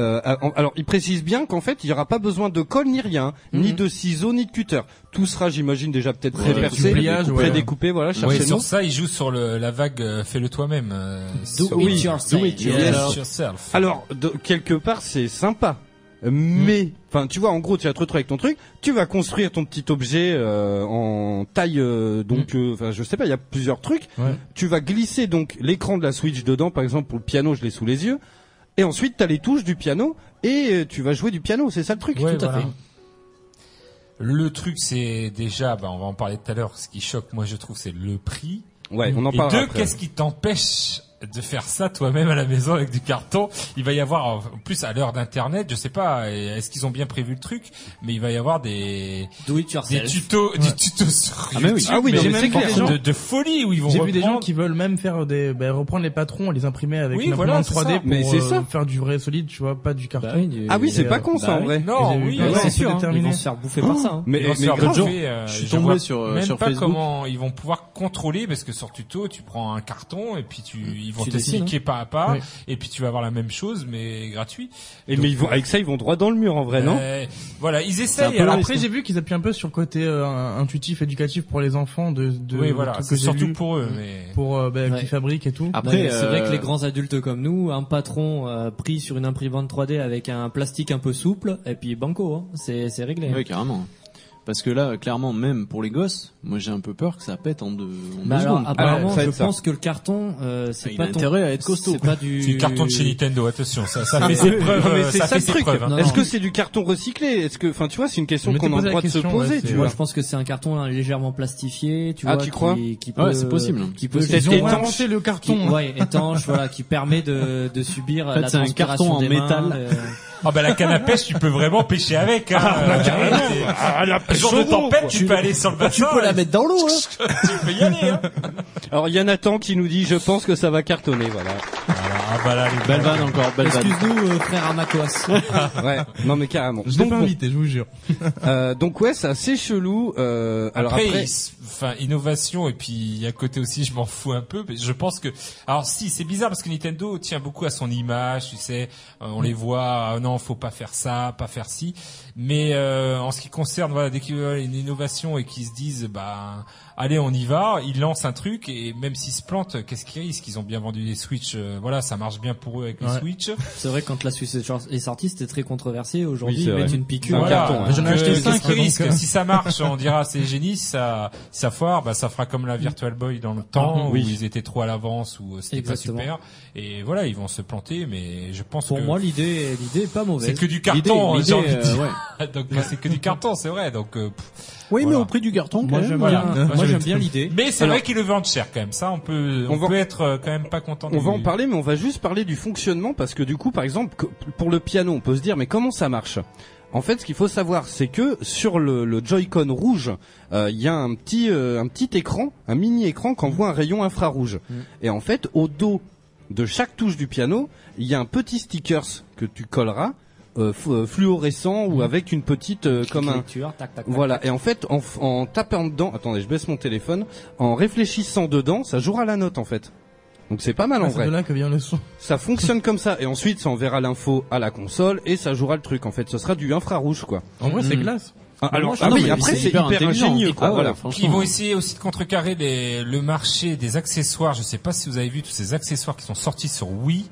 S3: Euh, en- alors, il précise bien qu'en fait, il n'y aura pas besoin de colle ni rien, ni de ciseaux ni de cutter. Tout sera, j'imagine, déjà peut-être
S4: Ouais,
S3: prépercé,
S6: pliage, ouais.
S3: prédécoupé. Voilà, [laughs]
S4: Ouais,
S3: cherchez le nom.
S4: sur ça, il joue sur le, la vague euh, fais-le toi-même. euh, sur-
S3: oui,
S4: do
S5: yourself.
S4: it
S3: Yes.
S4: yourself.
S3: Alors, de- quelque part, c'est sympa. Mais, enfin, tu vois, en gros, tu vas te retrouver avec ton truc, tu vas construire ton petit objet euh, en taille, euh, donc, euh, enfin, je sais pas, il y a plusieurs trucs.
S6: Ouais.
S3: Tu vas glisser donc l'écran de la Switch dedans, par exemple pour le piano, je l'ai sous les yeux. Et ensuite, t'as les touches du piano et euh, tu vas jouer du piano. C'est ça le truc.
S4: Ouais,
S5: tout à
S4: voilà.
S5: fait.
S4: Le truc, c'est déjà, bah, on va en parler tout à l'heure. Ce qui choque, moi, je trouve, c'est le prix.
S3: Ouais, on en
S4: Et
S3: parle.
S4: deux, qu'est-ce qui t'empêche de faire ça toi-même à la maison avec du carton Il va y avoir, en plus à l'heure d'Internet, je sais pas, est-ce qu'ils ont bien prévu le truc Mais il va y avoir des,
S5: Do it
S4: des
S5: yourself.
S4: tutos, des tutos sur
S2: Ah, mais oui.
S4: YouTube,
S3: Ah oui,
S4: mais
S3: non,
S6: j'ai
S3: mais
S6: même
S3: c'est
S6: pas
S3: clair.
S6: des gens-
S4: de, de folie où ils vont
S6: J'ai vu des gens
S4: reprendre.
S6: qui veulent même faire des ben, reprendre les patrons, les imprimer avec
S4: Oui,
S6: une
S4: voilà,
S6: imprimante
S4: c'est
S6: 3D
S4: ça.
S6: pour
S3: Mais c'est
S6: euh,
S3: ça.
S6: faire du vrai solide, tu vois, pas du carton.
S5: Bah oui, du-
S3: Ah oui, c'est
S5: euh,
S3: pas con
S5: bah
S3: ça en
S5: oui.
S3: vrai. Oh.
S4: Non,
S6: J'ai vu
S4: Oh, oui,
S6: plein
S5: Ouais,
S6: de
S4: oui.
S6: gens
S5: c'est sûr, hein. ils
S6: déterminés.
S5: vont se faire bouffer par ça. hein.
S3: Mais,
S4: Ils vont
S3: mais
S4: se faire
S3: grave.
S4: bouffer, euh,
S2: Je suis
S4: je
S2: tombé
S4: vois
S2: sur, euh,
S4: même
S2: sur
S4: pas
S2: Facebook.
S4: comment ils vont pouvoir contrôler parce que sur tuto tu prends un carton et puis tu ils vont
S5: Tu dessines,
S4: t'expliquer pas à pas
S6: Oui.
S4: et puis tu vas avoir la même chose mais gratuit.
S3: Et mais ils vont avec ça, ils vont droit dans le mur en vrai, non
S4: Euh, Voilà, ils
S6: Alors,
S4: essayent. Alors
S6: après, j'ai vu qu'ils appuient un peu sur le côté euh, intuitif, éducatif pour les enfants de, de
S4: oui, voilà,
S6: tout que
S4: c'est
S6: j'ai
S4: surtout
S6: vu
S4: pour
S3: Mm.
S4: eux mais
S6: pour euh, ben,
S5: Ouais.
S6: qui fabriquent et tout.
S2: Après,
S5: Mais c'est vrai
S2: euh,
S5: que les grands adultes comme nous, un patron euh, pris sur une imprimante 3D avec un plastique un peu souple, et puis banco, hein. c'est c'est réglé.
S2: euh, Ouais, carrément. Parce que là, clairement, même pour les gosses, moi j'ai un peu peur que ça pète en deux, en
S5: Bah
S2: deux
S5: alors,
S2: secondes.
S5: apparemment,
S3: Ouais, ça va
S5: je
S3: être ça.
S5: pense que le carton, euh, c'est
S2: il a
S5: pas ton.
S2: intérêt à être costaud.
S5: C'est pas du.
S4: C'est le carton de chez Nintendo, attention, ça, ça fait ses
S3: Mais
S4: preuves, euh,
S3: Ah, c'est
S4: ça
S3: ça
S4: fait
S3: le
S4: ses
S3: truc.
S4: preuves. hein.
S5: Non,
S3: Est-ce
S5: non.
S3: que c'est du carton recyclé Est-ce que, enfin, tu vois, c'est une question
S6: Je
S3: qu'on a le
S6: m'étais posé la
S3: droit de se
S6: question, ouais,
S3: poser.
S6: c'est-
S3: tu
S5: Moi,
S3: vois.
S5: je pense que c'est un carton hein, légèrement plastifié, tu
S3: Ah,
S5: vois.
S3: tu crois
S5: qui, qui peut,
S2: Ouais, c'est possible.
S5: Qui peut
S2: Parce
S5: s'étancher,
S3: Peut-être
S6: Ils ont
S3: étanche.
S6: inventé le
S5: qui-
S6: carton.
S5: ouais, [laughs] étanche, voilà, qui permet de, de subir
S2: fait,
S5: la
S2: c'est un
S5: transpiration
S2: carton en
S5: des
S2: métal.
S5: mains, euh. le-
S4: Ah bah la canne à pêche, tu peux vraiment pêcher avec. Hein.
S3: Ah,
S4: Euh, t'es- jour de tempête, tu peux aller sur le bateau. Tu peux la mettre dans l'eau. [laughs] tu peux y aller. Hein.
S3: [laughs] Alors, il y en a tant qui nous dit, je pense que ça va cartonner, voilà.
S4: Ah bah là, les
S2: Belle vanne encore, belle vanne.
S5: Excuse-nous, euh, frère Amakoas.
S3: Ouais. Non, mais carrément.
S6: Je l'ai
S3: Donc,
S6: pas
S3: bon.
S6: invité, je vous jure.
S3: Euh, donc ouais, c'est assez chelou. Euh, alors
S4: après,
S3: après,
S4: il s- enfin innovation et puis il y a côté aussi je m'en fous un peu mais je pense que alors si c'est bizarre parce que Nintendo tient beaucoup à son image tu sais euh, on
S3: Mm.
S4: les voit ah, non faut pas faire ça pas faire ci mais euh, en ce qui concerne voilà dès qu'il y a une innovation et qu'ils se disent bah allez on y va ils lancent un truc et même s'ils se plantent qu'est-ce qu'ils risquent ils ont bien vendu les Switch euh, voilà ça marche bien pour eux avec les
S6: Ouais.
S4: Switch
S5: C'est vrai que quand la Suisse est sortie, c'était très controversé. Aujourd'hui,
S3: Oui, c'est
S5: ils
S3: vrai.
S5: mettent une piqûre.
S3: Un
S4: voilà.
S3: carton, hein.
S4: Donc,
S6: J'en ai acheté
S4: euh,
S6: cinq,
S4: qu'est-ce qu'ils
S6: donc,
S4: risquent
S6: euh.
S4: Si ça marche, on dira c'est génie. Si ça, si ça foire, bah ça fera comme la Virtual Boy dans le temps
S3: Ah, Oui.
S4: où ils étaient trop à l'avance ou c'était pas
S5: Exactement.
S4: super. Et voilà, ils vont se planter. Mais je pense
S5: Pour
S4: que
S5: moi, l'idée, l'idée est pas
S4: c'est
S5: mauvaise.
S4: que du carton. hein,
S2: L'idée-
S4: j'ai envie de
S2: l'idée, euh,
S4: dire.
S2: ouais.
S4: [laughs] Donc bah, c'est que du carton, c'est vrai. Donc euh, pff.
S2: Oui, mais
S4: Voilà.
S2: au prix du carton, quand
S5: Moi,
S2: même,
S5: j'aime
S2: voilà.
S5: bien, moi, j'aime bien l'idée.
S4: mais c'est
S3: Alors-
S4: vrai qu'ils le vendent cher quand même. Ça, on peut, on,
S3: On va-
S4: peut être euh, quand même pas content.
S3: on
S4: du-
S3: va en parler, mais on va juste parler du fonctionnement parce que du coup, par exemple, que- pour le piano, on peut se dire, mais comment ça marche En fait, ce qu'il faut savoir, c'est que sur le, le Joy-Con rouge, euh, il y a un petit, euh, un petit écran, un mini écran qu'envoie un rayon infrarouge. Et en fait, au dos de chaque touche du piano, il y a un petit stickers que tu colleras, euh, fu- euh, fluorescent ou avec une petite, euh, comme un,
S5: Lecture, tac, tac, tac.
S3: Voilà, et en fait, en, f- en tapant dedans, attendez, je baisse mon téléphone, en réfléchissant dedans, ça jouera la note en fait. Donc c'est pas mal en
S6: Ah, C'est de
S3: vrai.
S6: là que vient le son.
S3: Ça fonctionne comme ça, et ensuite ça enverra l'info à la console et ça jouera le truc en fait. Ce sera du infrarouge quoi.
S6: En vrai, c'est glace.
S3: Ah, Alors,
S2: Moi, je
S3: ah
S2: trouve
S3: oui,
S2: que
S3: après c'est hyper,
S2: intelligent.
S3: ingénieux quoi.
S2: Ah ouais,
S3: voilà.
S2: franchement.
S4: Ils vont essayer aussi de contrecarrer les- le marché des accessoires. Je sais pas si vous avez vu tous ces accessoires qui sont sortis sur Wii.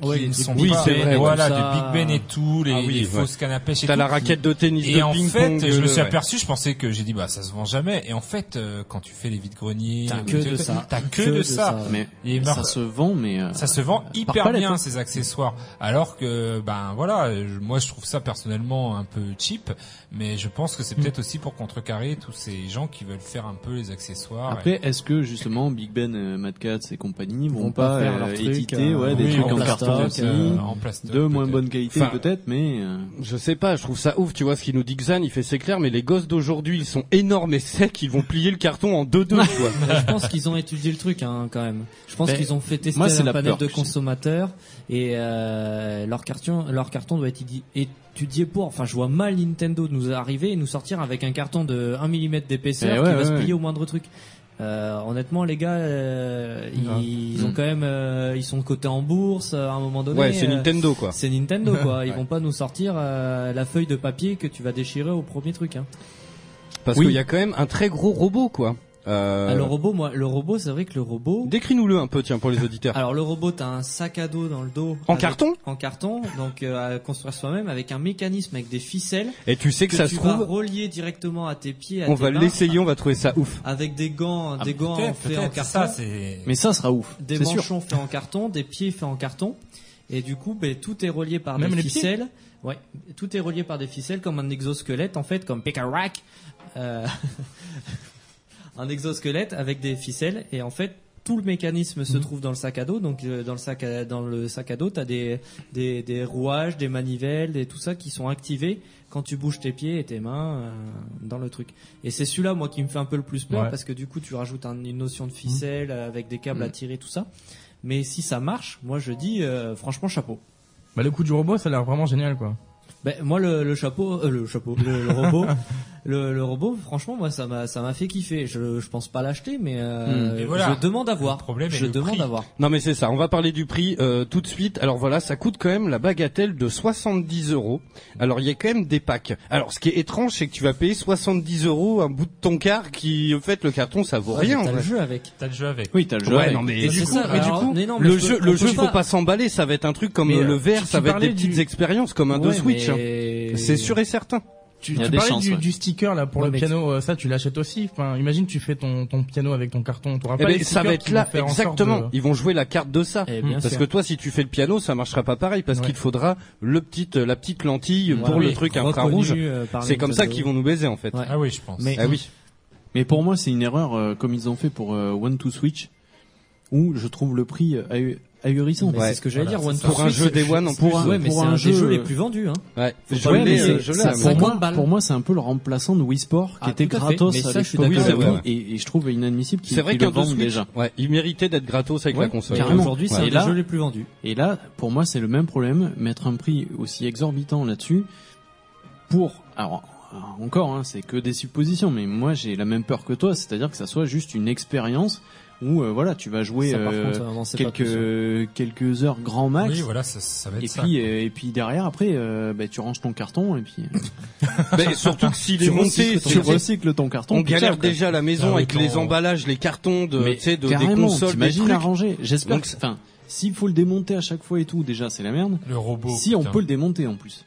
S4: qui
S5: Ouais, les
S4: ne
S5: trucs
S4: sont
S3: Big
S4: pas-
S3: Ben, comme
S4: voilà,
S5: ça.
S4: du Big Ben et tout, les,
S3: Ah oui,
S4: les
S3: ouais.
S4: fausses cannes à pêche et
S3: T'as
S4: tout.
S3: la raquette de tennis
S4: Et
S3: de euh,
S4: en
S3: ping
S4: fait,
S3: pong.
S4: je me suis
S3: ouais.
S4: aperçu, je pensais que j'ai dit bah ça se vend jamais. Et en fait, euh, quand tu fais les vides greniers,
S5: T'as que de ça.
S4: T'as que, de, ça.
S2: Mais
S4: Et
S2: ça
S4: Marc-
S2: se vend, mais euh,
S4: Ça se vend hyper
S2: palette,
S4: bien
S2: hein.
S4: ces accessoires, alors que ben voilà, je- moi je trouve ça personnellement un peu cheap, mais je pense que c'est peut-être aussi pour contrecarrer tous ces gens qui veulent faire un peu les
S3: Ah
S4: accessoires.
S2: après, est-ce que justement Big Ben, euh, Mad Cats et compagnie vont,
S5: Vont
S2: pas
S5: pas faire
S2: euh,
S5: leurs trucs,
S2: éditer
S5: euh,
S2: ouais, des
S5: oui,
S2: trucs en,
S5: en
S2: carton,
S5: plastoc,
S2: aussi,
S4: euh, en plastoc,
S2: de moins
S4: peut-être.
S2: bonne qualité
S3: Enfin,
S2: peut-être, mais euh,
S3: Je sais pas, je trouve ça ouf, tu vois ce qu'il nous dit Xan, il fait c'est clair, mais les gosses d'aujourd'hui ils sont énormes et secs, ils vont plier le carton en deux deux quoi.
S5: Mais Euh, je pense qu'ils ont étudié le truc hein, quand même. Je pense
S2: Mais
S5: qu'ils ont fait tester
S2: moi, c'est
S5: un
S2: la
S5: panel
S2: peur,
S5: de
S2: tu sais.
S5: consommateurs et euh, leur carton, leur carton doit être édi- étudié pour. Enfin, je vois mal Nintendo nous arriver et nous sortir avec un carton de 1 mm d'épaisseur
S2: Eh
S5: qui
S2: ouais,
S5: va
S2: ouais,
S5: se
S2: ouais.
S5: plier au moindre truc. Euh, honnêtement, les gars, euh, ils, ils ont
S3: Mm.
S5: quand même, euh, ils sont cotés en bourse euh, à un moment donné.
S3: Ouais, c'est
S5: euh,
S3: Nintendo quoi.
S2: [laughs]
S5: C'est Nintendo quoi. Ils
S3: Ouais.
S5: vont pas nous sortir euh, la feuille de papier que tu vas déchirer au premier truc. Hein.
S3: Parce
S5: Oui.
S3: qu'il y a quand même un très gros robot quoi. Euh,
S5: Ah, le robot, moi, le robot, c'est vrai que le robot.
S3: Décris-nous-le un peu tiens pour les auditeurs.
S5: Alors le robot, t'as un sac à dos dans le dos.
S3: en
S5: avec-
S3: carton
S5: En carton, donc euh, à construire soi-même avec un mécanisme avec des ficelles
S3: Et tu sais que,
S5: que,
S3: ça
S5: tu
S3: se
S5: vas Eh ben,
S3: trouve,
S5: relier directement à tes pieds. À
S3: on
S5: tes
S3: va
S5: mains,
S3: l'essayer, on va trouver ça ouf.
S5: Avec des gants, des gants
S4: Ah, peut-être,
S5: faits en
S4: peut-être,
S5: carton.
S4: ça, c'est.
S2: Mais ça sera ouf.
S5: des
S2: C'est sûr.
S5: manchons faits en carton, des pieds faits en carton. Et du coup, ben, tout est relié par
S6: Même
S5: des
S6: les pieds
S5: ficelles. Ouais, tout est relié par des ficelles comme un exosquelette, en fait, comme Pekarac. Euh, [laughs] un exosquelette avec des ficelles. Et en fait, tout le mécanisme
S6: Mhm.
S5: se trouve dans le sac à dos. Donc, euh, dans le sac à, dans le sac à dos, t'as des, des, des rouages, des manivelles, des, tout ça qui sont activés quand tu bouges tes pieds et tes mains euh, dans le truc. Et c'est celui-là, moi, qui me fait un peu le plus peur
S6: Ouais.
S5: parce que du coup, tu rajoutes un- une notion
S3: Mmh.
S5: de ficelle euh, avec des câbles à tirer, tout ça. Mais si ça marche, moi, je dis euh, franchement chapeau.
S6: Bah, le coup du robot, ça a l'air vraiment génial, quoi.
S5: Ben, moi, le, le chapeau, euh, le chapeau, le, le
S3: [laughs]
S5: robot, le, le robot, franchement, moi, ça m'a, ça m'a fait kiffer. Je, je pense pas l'acheter, mais euh,
S3: Mmh.
S4: Mm. Et voilà.
S5: je demande à voir.
S4: Le problème est
S5: je
S4: le
S5: demande
S4: prix.
S5: à voir.
S3: Non mais c'est ça, on va parler du prix euh, tout de suite. Alors voilà, ça coûte quand même la bagatelle de 70 euros. Alors il y a quand même des packs. Alors ce qui est étrange, c'est que tu vas payer 70 euros un bout de ton car qui, en fait, le carton ça vaut
S5: Ouais,
S3: rien.
S5: mais
S3: en
S5: T'as le
S3: vrai.
S5: jeu avec.
S4: T'as le jeu avec.
S2: Oui, t'as le jeu.
S3: Ouais,
S2: avec.
S3: non, mais
S5: Ça,
S3: du
S5: c'est
S3: coup,
S5: ça.
S3: mais du
S5: Alors,
S3: coup,
S5: mais non, mais
S3: le
S5: je
S3: jeu,
S5: peux-
S3: le
S5: on
S3: jeu,
S5: peut
S3: faut
S5: pas-
S3: pas s'emballer. Ça va être un truc comme
S6: Mais,
S3: le
S6: euh,
S3: verre,
S6: tu-
S3: ça
S6: tu
S3: va être des
S6: parlais du-
S3: petites expériences comme un de
S5: Ouais,
S3: Switch. hein.
S5: mais-
S3: C'est sûr et certain.
S6: Tu,
S2: Il y a
S6: tu
S2: des
S6: parlais
S2: chances,
S6: du,
S2: ouais.
S6: du sticker là pour
S5: Ouais,
S6: le
S5: mais
S6: piano, euh, ça tu l'achètes aussi. Enfin, imagine tu fais ton, ton piano avec ton carton, t'auras
S3: Eh
S6: pas
S3: ben,
S6: les
S3: ça
S6: stickers
S3: va être
S6: qui vont
S3: là,
S6: faire en sorte
S3: exactement.
S6: de-
S3: Ils vont jouer la carte de ça.
S5: Eh bien
S3: Parce
S5: sûr.
S3: que toi, si tu fais le piano, ça marchera pas pareil parce
S6: Ouais.
S3: qu'il te faudra le petite, la petite lentille
S5: Voilà.
S3: pour le
S5: Oui,
S3: truc
S5: reconnu,
S3: infrarouge.
S5: euh, par
S3: C'est comme ça
S5: Nintendo.
S3: qu'ils vont nous baiser en fait.
S5: Ouais.
S4: Ah oui, je pense.
S5: Mais-
S3: Ah oui.
S2: Mais pour moi, c'est une erreur euh, comme ils ont fait pour euh, One to Switch, où je trouve le prix euh, ahu- ahurissant.
S5: Mais
S3: Ouais.
S5: c'est ce que j'allais
S4: Voilà,
S5: dire. One
S4: c'est
S5: to
S3: Pour un
S5: Switch,
S3: jeu Day
S5: je-
S3: One, en
S2: Pour
S3: plus.
S2: un-
S5: Ouais, mais
S2: pour
S5: c'est
S2: un
S5: un des
S2: jeu,
S5: jeux les
S2: euh,
S5: plus vendus. Hein.
S3: Ouais. Je
S5: pas
S2: Ouais, mais
S3: l'ai,
S2: c'est-
S3: euh, je l'ai,
S2: c'est-
S3: à mon
S2: pour,
S3: avis.
S2: moi,
S5: 50 balles.
S2: pour moi, c'est un peu le remplaçant de Wii Sport qui
S5: Ah,
S2: était
S5: tout à fait.
S2: gratos
S5: Mais ça,
S2: à
S5: je
S2: l'époque
S5: suis d'accord
S3: avec
S2: et,
S3: toi.
S2: et- et je trouve inadmissible qu'ils
S3: C'est vrai
S2: qu'ils le
S3: qu'un de
S2: vendent
S3: Switch,
S2: déjà.
S3: ouais, il méritait d'être gratos avec
S5: Ouais,
S3: la console.
S2: carrément.
S5: Aujourd'hui, c'est
S2: Ouais.
S5: un
S2: Et
S5: des
S2: là-
S5: jeux les plus vendus.
S2: Et là, pour moi, c'est le même problème, mettre un prix aussi exorbitant là-dessus pour alors encore hein, c'est que des suppositions mais moi j'ai la même peur que toi, c'est-à-dire que ça soit juste une expérience où euh, voilà, tu vas jouer
S5: ça, par
S2: euh,
S5: contre, vraiment, c'est pas possible.
S2: quelques quelques heures grand max
S4: Oui, voilà, ça, ça va être
S2: et
S4: ça.
S2: puis euh, et puis derrière après euh, bah, tu ranges ton carton et puis euh,
S3: Mais Ben, surtout que s'il est monté,
S2: tu
S3: c'est-
S2: recycles ton carton.
S3: on
S2: putain,
S3: galère
S2: quoi.
S3: déjà à la maison
S4: Ah oui,
S3: avec les
S4: ton-
S3: emballages, les cartons de,
S2: Mais
S3: tu sais, de des
S2: carrément,
S3: consoles, des
S2: t'imagines
S3: trucs.
S2: à ranger. J'espère
S3: Donc,
S2: que enfin s'il faut le démonter à chaque fois et tout, déjà c'est la merde.
S4: Le robot.
S2: si on
S4: putain.
S2: peut le démonter en plus.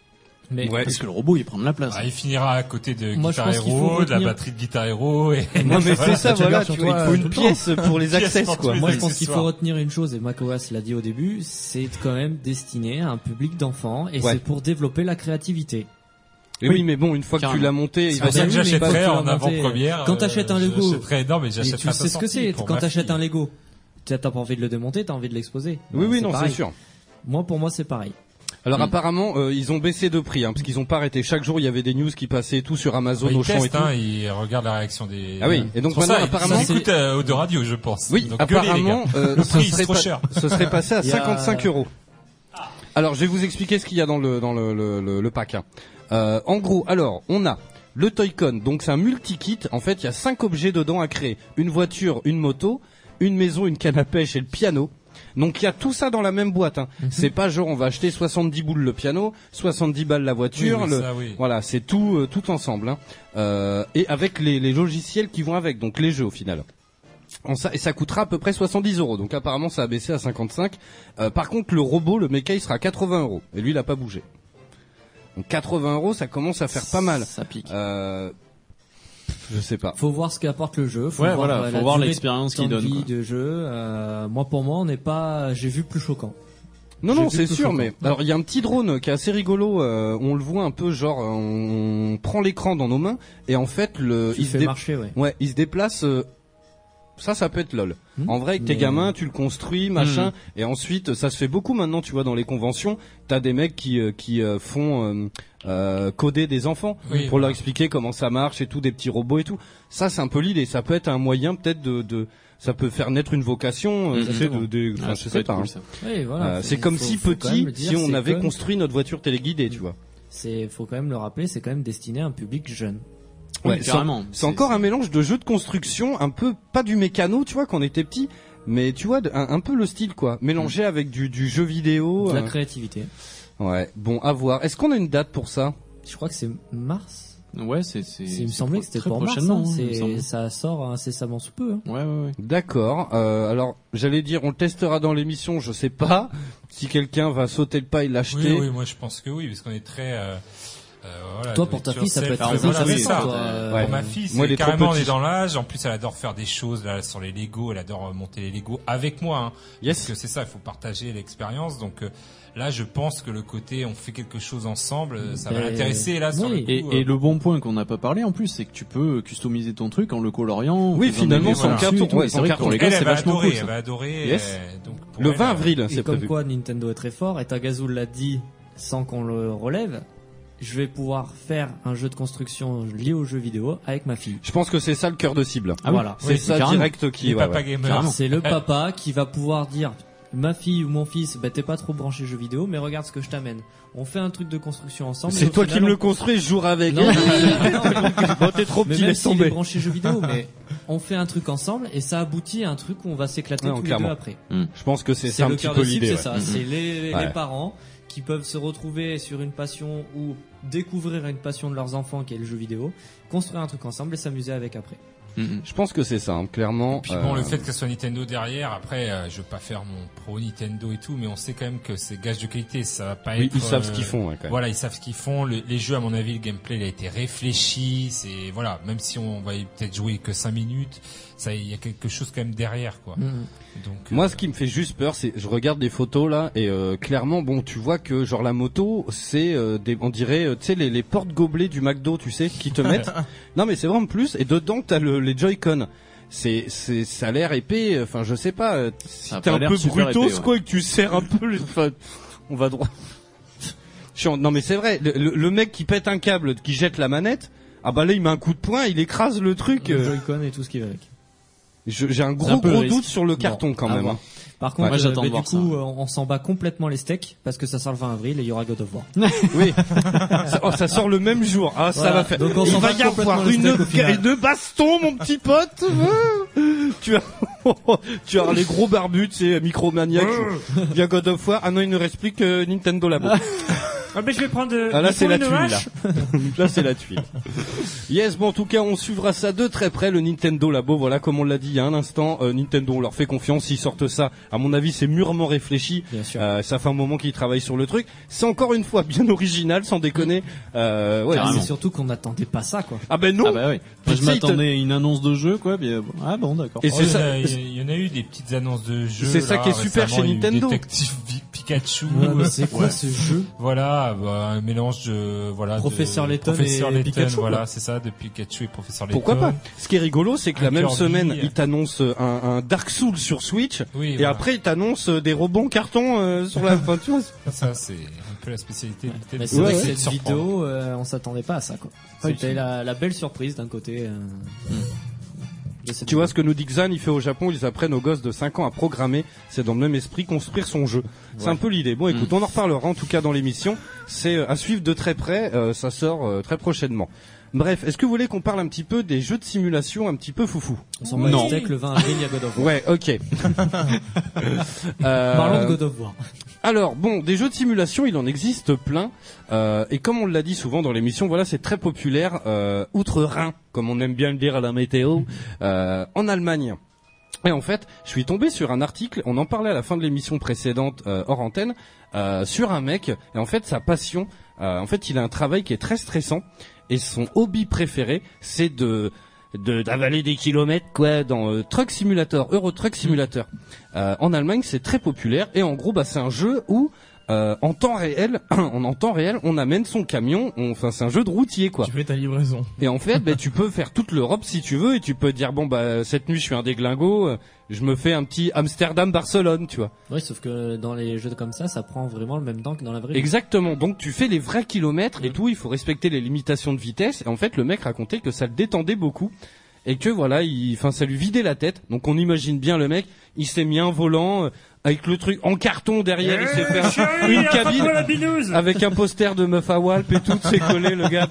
S5: Mais
S3: Ouais.
S2: Parce que le robot il prend de la place.
S4: Ah, il finira à côté de
S5: Moi, je
S4: Guitar
S5: pense qu'il faut
S4: Hero, de la
S5: retenir-
S4: batterie de Guitar Hero et
S3: Non mais
S4: Voilà,
S3: c'est ça,
S6: tu
S3: voilà,
S6: regardes
S3: tu
S6: sur
S3: vois,
S6: toi,
S3: il faut
S6: euh,
S3: une
S6: tout le
S3: pièce pour les
S4: Pièce
S3: access
S4: pour
S3: quoi.
S4: tous les
S5: Moi, je pense qu'il faut
S4: accessoires.
S5: retenir une chose, et MacOS l'a dit au début, c'est quand même destiné à un public d'enfants, et
S3: Ouais.
S5: c'est pour développer la créativité.
S3: Et oui, mais bon, une fois que tu
S2: Carrément.
S3: l'as monté, il
S4: C'est
S3: va
S4: pour ça que
S5: oui, mais pas
S4: j'achèterais
S5: tout
S4: en
S5: inventer.
S4: avant-première.
S5: Quand
S4: euh,
S5: t'achètes un Lego,
S4: j'achèterais- non, mais
S5: Et
S4: j'achèterais
S5: tu
S4: à
S5: sais
S4: sa
S5: ce que
S4: sortie
S5: c'est,
S4: pour
S5: quand
S4: ma
S5: t'achètes
S4: fille.
S5: un Lego, t'as t'as pas envie de le démonter, t'as envie de l'exposer.
S3: Oui,
S5: Ben,
S3: oui, non, c'est
S5: pareil.
S3: sûr.
S5: Moi, pour moi, c'est pareil.
S3: Alors
S4: Hmm.
S2: Mm.
S3: apparemment, euh, ils ont baissé de prix, hein, parce qu'ils ont pas arrêté. Chaque jour, il y avait des news qui passaient, tout sur Amazon,
S4: Ouais, il
S3: Auchan et
S4: teste,
S3: tout.
S4: hein, il regarde la réaction des.
S3: Ah oui, et donc
S4: C'est pour ça,
S3: maintenant,
S4: il-
S3: apparemment-
S4: ça s'écoute euh, de radio, je pense.
S3: Oui,
S4: Donc, gueulez, les
S3: apparemment, euh,
S4: Le
S3: ce
S4: prix, c'est
S3: serait
S4: trop
S3: pas-
S4: cher.
S3: Ce serait passé à
S5: Il y a-
S3: 55 euros. Alors, je vais vous expliquer ce qu'il y a dans le dans le le, le- le pack. hein. Euh, en gros, alors, on a le Toy-Con, donc c'est un multi-kit. En fait, il y a cinq objets dedans à créer une voiture, une moto, une maison, une canne à pêche et le piano. Donc il y a tout ça dans la même boîte. Hein.
S4: Mhm.
S3: C'est pas genre on va acheter 70 boules le piano, 70 balles la voiture,
S4: Oui, oui,
S3: le,
S4: ça, oui.
S3: voilà, c'est tout, euh, tout ensemble, hein. Euh, et avec les, les logiciels qui vont avec, donc les jeux au final. En ça, et ça coûtera à peu près 70 euros. Donc apparemment, ça a baissé à 55. Euh, par contre, le robot, le mecha, il sera à 80 euros. Et lui, il a pas bougé. Donc 80 euros, ça commence à faire pas mal.
S2: Ça pique.
S3: Euh, je sais pas.
S5: Faut voir ce qu'apporte le jeu, faut
S2: Ouais,
S5: voir,
S2: voilà,
S5: euh,
S2: faut
S5: la
S2: voir
S5: durée
S2: l'expérience
S5: de temps
S2: qu'il
S5: de
S2: donne,
S5: vie
S2: quoi.
S5: de jeu. Euh, moi, pour moi, on n'est pas, j'ai vu plus choquant.
S3: Non,
S5: J'ai
S3: non,
S5: vu
S3: c'est
S5: plus
S3: sûr,
S5: choquant.
S3: mais alors il y a un petit drone qui est assez rigolo. euh, on le voit un peu, genre euh, on prend l'écran dans nos mains et en fait le
S5: Tu
S3: il
S5: il
S3: se
S5: fait
S3: dé-
S5: marcher, ouais.
S3: Ouais, il se déplace. euh, ça, ça peut être lol.
S5: Hmm.
S3: En vrai, avec tes
S5: Mais-
S3: gamins, tu le construis, machin, et ensuite, ça se fait beaucoup maintenant. Tu vois, dans les conventions, t'as des mecs qui euh, qui euh, font euh, euh, coder des enfants
S4: Oui,
S3: pour
S4: voilà.
S3: leur expliquer comment ça marche et tout, des petits robots et tout. Ça, c'est un peu l'idée. Ça peut être un moyen, peut-être de, de ça peut faire naître une vocation. euh,
S2: Mhm.
S3: tu sais, de, de- enfin,
S2: Ah,
S3: je sais
S2: ça peut être
S3: pas. hein.
S2: cool, ça.
S5: Ouais, voilà.
S3: Euh,
S5: Faut-
S3: c'est comme
S5: Ah, faut-
S3: si
S5: faut quand
S3: petit,
S5: même le dire,
S3: si on
S5: c'est
S3: avait
S5: comme-
S3: construit notre voiture téléguidée, tu vois.
S5: C'est, faut quand même le rappeler, c'est quand même destiné à un public jeune.
S3: Ouais,
S2: Oui,
S3: c'est-
S2: carrément.
S3: C'est encore un mélange de jeu de construction, un peu pas du mécano, tu vois, quand on était petit, mais tu vois, de- un, un peu le style quoi, mélangé avec du, du jeu vidéo.
S5: De la
S3: euh,
S5: créativité.
S3: ouais, bon, à voir. Est-ce qu'on a une date pour ça
S5: Je crois que c'est mars.
S2: Ouais, c'est. c'est-
S5: C'est- Il me
S2: c'est
S5: semblait
S2: pro-
S5: que c'était
S2: très
S5: pour mars.
S2: prochainement.
S5: hein.
S2: hein, il me
S5: C'est-
S2: semble.
S5: Ça sort incessamment sous peu. hein.
S2: Ouais, ouais, ouais.
S3: D'accord. euh, alors, j'allais dire, on le testera dans l'émission, je sais pas si quelqu'un va sauter le pas et
S4: Oui,
S3: l'acheter.
S4: oui, moi je pense que oui, parce qu'on est très. euh, euh, voilà,
S5: Toi, pour ta
S4: sur
S5: fille, ça peut
S4: scène,
S5: être très
S4: voilà, c'est
S5: intéressant.
S4: ça.
S5: toi,
S4: Pour
S5: euh,
S4: ma fille, c'est
S3: Moi, elle est trop
S4: carrément, on est
S3: petite.
S4: dans l'âge. En plus, elle adore faire des choses là sur les Lego. Elle adore euh, monter les Lego avec moi. hein.
S3: Yes.
S4: Parce que c'est ça, il faut partager l'expérience. Donc euh, là, je pense que le côté on fait quelque chose ensemble, euh, ça va
S5: Ben,
S4: l'intéresser là sur
S5: oui.
S4: le coup.
S2: Et,
S4: euh,
S2: et le bon point qu'on n'a pas parlé en plus, c'est que tu peux customiser ton truc en le coloriant. en
S3: Oui,
S2: faisant
S3: finalement,
S2: des-
S4: sans
S2: voilà.
S3: carton,
S2: dessus et tout.
S3: ouais,
S2: Et c'est
S3: sans
S2: vrai que
S3: carton.
S2: pour les
S4: elle,
S2: gosses,
S4: elle
S2: c'est
S4: va
S2: vachement
S4: adorer.
S2: cool.
S4: elle
S2: ça.
S4: va adorer.
S3: Yes.
S4: euh, donc, pour
S3: Le
S4: elle,
S3: 20
S4: euh,
S3: avril,
S5: Et
S3: c'est
S5: comme
S3: prévu.
S5: quoi Nintendo est très fort, et Tagazu l'a dit sans qu'on le relève, je vais pouvoir faire un jeu de construction lié aux jeux vidéo avec ma fille.
S3: Je pense que c'est ça le cœur de cible.
S2: Ah oui.
S5: voilà.
S3: c'est
S4: oui,
S3: ça
S2: carrément.
S3: direct qui.
S4: Les
S3: ouais,
S4: papa
S3: ouais.
S4: gamers.
S5: C'est
S3: Eh.
S5: le papa qui va pouvoir dire ma fille ou mon fils, bah, t'es pas trop branché jeux vidéo, mais regarde ce que je t'amène. On fait un truc de construction ensemble. et
S3: C'est
S5: au
S3: toi
S5: final,
S3: qui me
S5: on-
S3: le construis, je jouerai avec. [laughs]
S5: Non, mais-
S3: Bon, t'es trop
S5: mais
S3: petit,
S5: même
S3: laisse
S5: s'il est
S3: tomber.
S5: branché jeux vidéo, mais on fait un truc ensemble et ça aboutit à un truc où on va s'éclater
S3: Non,
S5: tous les
S3: clairement.
S5: deux après.
S3: Je pense que c'est
S5: C'est
S3: ça un
S5: le
S3: petit
S5: cœur
S3: peu
S5: de cible,
S3: l'idée.
S5: c'est
S3: ouais.
S5: ça.
S2: Mhm.
S5: C'est les,
S3: Ouais.
S5: les parents qui peuvent se retrouver sur une passion ou découvrir une passion de leurs enfants qui est le jeu vidéo, construire un truc ensemble et s'amuser avec après.
S2: Mhm.
S3: Je pense que c'est ça, hein, clairement.
S4: Puis bon,
S3: euh,
S4: le fait que ce soit Nintendo derrière, après, euh, je veux pas faire mon pro Nintendo et tout, mais on sait quand même que c'est gage de qualité. Ça va pas
S3: oui,
S4: être.
S3: ils savent
S4: euh,
S3: ce qu'ils font. ouais, quand même.
S4: Voilà, ils savent ce qu'ils font. Le- les jeux, à mon avis, le gameplay il a été réfléchi. C'est voilà, même si on va y- peut-être jouer que 5 minutes, ça, il y a quelque chose quand même derrière, quoi.
S3: Mm.
S4: Donc euh,
S3: Moi, ce qui me fait juste peur, c'est je regarde des photos là et euh, clairement, bon, tu vois que genre la moto, c'est euh, des, on dirait, euh, tu sais, les, les portes gobelets du McDo, tu sais, qui te
S4: euh, [laughs]
S3: mettent. non, mais c'est vraiment plus. Et dedans, t'as le, les Joy-Con. C'est, c'est, ça a l'air épais. Enfin, je sais pas. euh, Si
S2: Ça a
S3: t'es
S2: pas
S3: un
S2: l'air
S3: peu
S2: super
S3: brutos,
S2: épais, ouais.
S3: quoi, et que tu serres un peu, les- enfin, on va droit. [laughs] Je suis en- Non, mais c'est vrai. Le, le- le mec qui pète un câble, qui jette la manette. Ah bah là il met un coup de poing, il écrase le truc.
S5: Le
S3: euh,
S5: Joy-Con et tout ce qui va avec.
S3: je- J'ai un gros
S2: un peu
S3: gros
S2: le risque.
S3: doute sur le
S5: Ah, Bon,
S3: carton quand
S5: à
S3: même.
S5: voir.
S3: hein.
S5: Par contre,
S2: Moi,
S5: euh,
S2: j'attends de
S5: bah, du
S2: voir
S5: coup,
S2: ça.
S5: euh, on s'en bat complètement les steaks parce que ça sort le 20 avril et il y aura God of War.
S3: Oui. ça, oh, ça sort le même jour. Ah, ça
S5: Voilà.
S3: va faire.
S5: Donc on
S3: Il
S5: s'en
S3: va
S5: va
S3: y avoir
S5: complètement
S3: une,
S5: le steak au final.
S3: une baston, mon petit
S5: [laughs]
S3: pote. [laughs] Hein tu vas, [laughs] tu as les gros barbus, tu sais,
S5: [laughs]
S3: micromaniaques. Viens God of War. Ah non, il ne reste plus que Nintendo Labo.
S9: Ah, mais je vais prendre. euh,
S3: Ah, là,
S9: il
S3: c'est
S9: faut
S3: la
S9: une
S3: tuile,
S9: hache.
S3: là. [laughs] Là, c'est la tuile. Yes, bon, en tout cas, on suivra ça de très près, le Nintendo Labo. Voilà, comme on l'a dit il y a un instant, euh, Nintendo, on leur fait confiance. Ils sortent ça. À mon avis, c'est mûrement réfléchi.
S5: Bien sûr.
S3: Euh, ça fait un moment qu'ils travaillent sur le truc. C'est encore une fois bien [laughs] original, sans déconner. Euh, ouais,
S5: Mais
S2: Carrément.
S5: c'est surtout qu'on n'attendait pas ça, quoi.
S3: Ah ben non
S2: Ah bah oui. Moi, je
S3: Tu sais, il te-
S2: m'attendais à une annonce de jeu, quoi. Puis, euh, bon, ah bon, d'accord.
S3: Et
S4: oh,
S3: c'est
S4: il y en
S3: ça.
S4: a- Il y en a eu des petites annonces de jeux.
S3: C'est ça
S4: là,
S3: qui est super chez
S4: récemment, il y a eu
S3: Nintendo. bah,
S4: Détective Pi- Pikachu.
S5: c'est quoi ce jeu
S4: [laughs] Voilà, bah, un mélange de voilà. de-
S5: Professeur Layton
S4: Professeur
S5: et
S4: Layton,
S5: Pikachu,
S4: Voilà,
S5: quoi.
S4: c'est ça, de Pikachu et Professeur Layton.
S3: Pourquoi pas Ce qui est rigolo, c'est que
S4: Un
S3: la même
S4: Kirby.
S3: semaine, ils t'annoncent euh, un, un Dark Souls sur Switch,
S4: Oui.
S3: et
S4: voilà.
S3: après ils t'annoncent euh, des rebonds cartons euh, sur la fin. tu vois,
S4: ça c'est un peu la spécialité. de Nintendo.
S5: Mais c'est
S4: Ouais,
S5: vrai que
S4: ouais.
S5: cette
S4: Surprendre.
S5: vidéo, euh, on s'attendait pas à ça, quoi. C'était la, la belle surprise d'un côté. euh, de cette
S3: tu vois ce que nous dit Xan, il fait au Japon, ils apprennent aux gosses de 5 ans à programmer, c'est dans le même esprit construire son jeu. C'est un peu l'idée. Bon écoute, on en reparlera en tout cas dans l'émission, c'est euh, à suivre de très près, euh, ça sort euh, très prochainement. Bref, est-ce que vous voulez qu'on parle un petit peu des jeux de simulation un petit peu foufou
S5: On s'en bat
S2: Non.
S5: les steaks le 20 avril, il y a God of War.
S3: Ouais, ok. Euh,
S5: Parlons de God of War.
S3: Alors bon, des jeux de simulation, il en existe plein. Euh, et comme on l'a dit souvent dans l'émission, voilà, c'est très populaire euh, outre-Rhin, comme on aime bien le dire à la météo, euh, en Allemagne. Et en fait, je suis tombé sur un article, on en parlait à la fin de l'émission précédente euh, hors antenne, euh, sur un mec, et en fait sa passion, euh, en fait il a un travail qui est très stressant, et son hobby préféré, c'est de de- d'avaler des kilomètres quoi dans euh, Truck Simulator, Euro Truck Simulator. Euh, en Allemagne, c'est très populaire et en gros, bah, c'est un jeu où euh, en temps réel, [clears throat] en temps réel, on amène son camion. on- Enfin, c'est un jeu de routier quoi.
S6: Tu fais ta livraison.
S3: Et en fait, ben, tu peux faire toute l'Europe si tu veux, et tu peux dire bon bah cette nuit je suis un déglingo, euh, je me fais un petit Amsterdam-Barcelone, tu vois.
S5: Oui, sauf que dans les jeux comme ça, ça prend vraiment le même temps que dans la vraie vie.
S3: Exactement. Donc tu fais les vrais kilomètres et tout. Il faut respecter les limitations de vitesse. Et en fait, le mec racontait que ça le détendait beaucoup. et que voilà, il, enfin, ça lui vidait la tête. Donc on imagine bien le mec, il s'est mis un volant euh, avec le truc en carton derrière, il s'est fait
S9: Eh, Chérie,
S3: une cabine
S9: attrape-moi la binouse
S3: avec un poster de meuf à Walp et tout, c'est collé le
S9: [laughs]
S3: gars.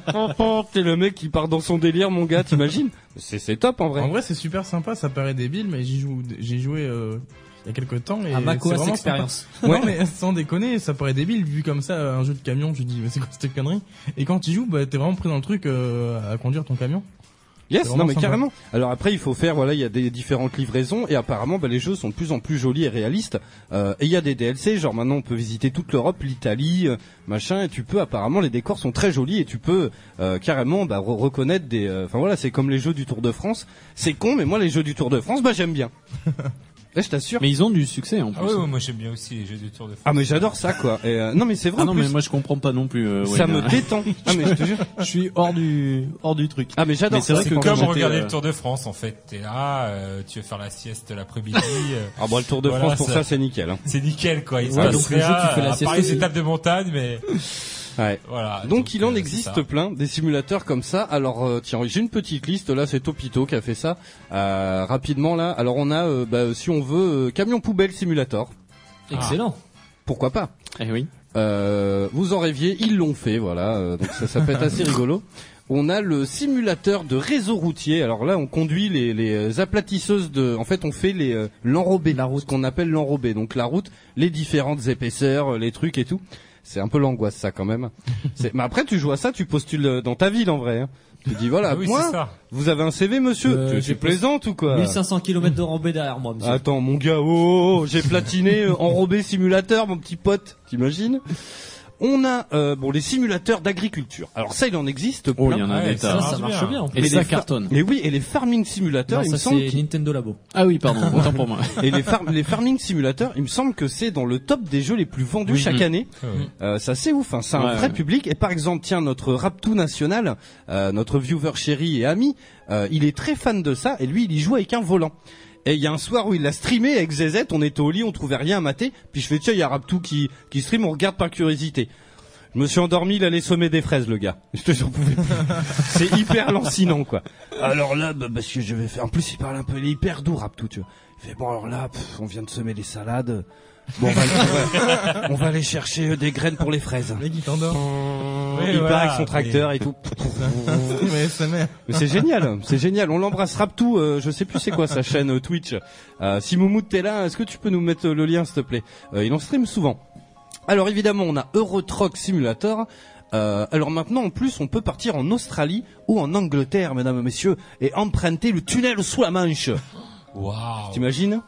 S3: Et le mec qui part dans son délire, mon gars, t'imagines C'est c'est top en vrai.
S6: En vrai, c'est super sympa, ça paraît débile, mais j'y joue, j'ai joué euh, il y a quelques temps et
S5: À
S6: c'est
S5: macOS
S6: vraiment
S5: Ah, expérience.
S6: sympa. Non mais sans déconner, ça paraît débile vu comme ça un jeu de camion. Je dis mais c'est quoi cette connerie Et quand tu joues, bah t'es vraiment pris dans le truc euh, à conduire ton camion. C'est
S3: Yes,
S6: vraiment
S3: non mais
S6: sympa.
S3: carrément. Alors après, il faut faire, voilà, il y a des différentes livraisons et apparemment, bah, les jeux sont de plus en plus jolis et réalistes. Euh, et il y a des DLC, genre maintenant on peut visiter toute l'Europe, l'Italie, euh, machin, et tu peux apparemment, les décors sont très jolis et tu peux euh, carrément bah, re- reconnaître des. euh, Enfin voilà, c'est comme les jeux du Tour de France. C'est con, mais moi les jeux du Tour de France, bah j'aime
S2: [laughs]
S3: bien. Là, je t'assure.
S2: Mais ils ont du succès en plus.
S4: Ah ouais, ouais, moi j'aime bien aussi les jeux du Tour de France.
S3: Ah mais j'adore ça quoi. Et, euh, non mais c'est vrai.
S2: Ah
S3: en
S2: non
S3: plus,
S2: mais moi je comprends pas non plus. euh,
S3: ça
S2: ouais,
S3: me
S2: [laughs] non.
S3: détend. Ah mais je te jure.
S2: je suis hors du hors du truc.
S3: Ah mais j'adore.
S2: Mais c'est vrai
S3: ça.
S2: que quand
S4: Comme
S2: j'étais,
S4: regarder
S2: euh,
S4: le Tour de France en fait, t'es là, euh, tu veux faire la sieste l'après-midi, euh,
S3: Ah bon, le Tour de
S4: Voilà,
S3: France pour
S4: ça-
S3: ça, c'est nickel. hein.
S4: c'est nickel quoi. Il se
S5: Ouais,
S4: passe
S5: donc le jeu,
S4: rien,
S5: tu fais la
S4: à
S5: sieste
S4: part les
S5: aussi.
S4: étapes de montagne, mais
S3: Ouais.
S4: voilà.
S3: Donc il en
S4: euh,
S3: existe
S4: c'est ça.
S3: plein des simulateurs comme ça. Alors euh, tiens, j'ai une petite liste là, c'est Topito qui a fait ça euh, rapidement là. Alors on a euh, bah, si on veut euh, camion poubelle simulator,
S5: Excellent.
S3: pourquoi pas
S2: Eh oui.
S3: euh, vous en rêviez, ils l'ont fait, voilà. euh, donc ça, ça peut être assez rigolo. On a le simulateur de réseau routier. Alors là, on conduit les, les aplatisseuses de. En fait, on fait les euh, l'enrobé, la route qu'on appelle l'enrobé. Donc la route, les différentes épaisseurs, euh, les trucs et tout. C'est un peu l'angoisse ça quand même. C'est- Mais après, tu joues à ça, tu postules euh, dans ta ville en vrai. hein. Tu dis voilà,
S4: Ah oui,
S3: moi,
S4: c'est ça.
S3: vous avez un CV monsieur.
S5: Euh,
S3: tu
S5: j'ai
S3: tu plaisantes ou quoi
S5: 1500 km de rambée derrière moi, monsieur.
S3: Attends, mon gars, oh, oh, oh, j'ai platiné euh, enrobé simulateur, mon petit pote, t'imagines On a euh, bon les simulateurs d'agriculture. Alors ça, il en existe plein.
S2: Oh, il y en a
S4: Ouais,
S2: des
S5: ça,
S2: tas.
S5: ça marche Ah, bien.
S2: Et
S3: Mais
S2: ça
S3: les fa-
S2: cartonne.
S3: Mais oui, et les farming simulateurs,
S5: Non,
S3: il me
S5: ça
S3: semble
S5: c'est
S3: qu'il-
S5: Nintendo Labo.
S2: Ah oui, pardon, autant pour moi.
S3: et les,
S2: [laughs]
S3: far- les farming simulateurs, il me semble que c'est dans le top des jeux les plus vendus
S2: Oui.
S3: chaque
S2: Mhm.
S3: année.
S4: Ah ouais.
S3: Euh, ça c'est ouf, hein. c'est un
S2: Ouais,
S3: vrai
S2: ouais.
S3: public. Et par exemple, tiens, notre Raptou national, euh, notre viewer chéri et ami, euh, il est très fan de ça et lui, il y joue avec un volant. Et il y a un soir où il l'a streamé avec ZZ, on était au lit, on trouvait rien à mater, puis je fais tiens, il y a Raptou qui, qui stream, on regarde par curiosité. Je me suis endormi, il allait sommer des fraises, le gars. Je te jure, j'en pouvais [laughs] plus. C'est hyper lancinant, quoi. Alors là, bah, parce que je vais faire... En plus, il parle un peu, il est hyper doux, Raptou, tu vois. Il fait, bon, alors là, pff, on vient de semer des salades. Bon, bah, on [laughs] va, on va- on va aller chercher euh, des graines pour les fraises.
S6: Le mec il t'endort.
S4: Oui,
S3: il
S4: voilà.
S3: part avec son tracteur et tout.
S6: mais sa mère.
S3: Mais c'est génial, c'est génial. On l'embrasse Raptou, euh, je sais plus c'est quoi sa chaîne euh, Twitch. Euh, si Moumoud t'es là, est-ce que tu peux nous mettre euh, le lien s'il te plaît Euh, Il en stream souvent. Alors évidemment, on a Eurotruck Simulator. Euh, alors maintenant, en plus, on peut partir en Australie ou en Angleterre, mesdames et messieurs, et emprunter le tunnel sous la Manche.
S4: Waouh.
S3: T'imagines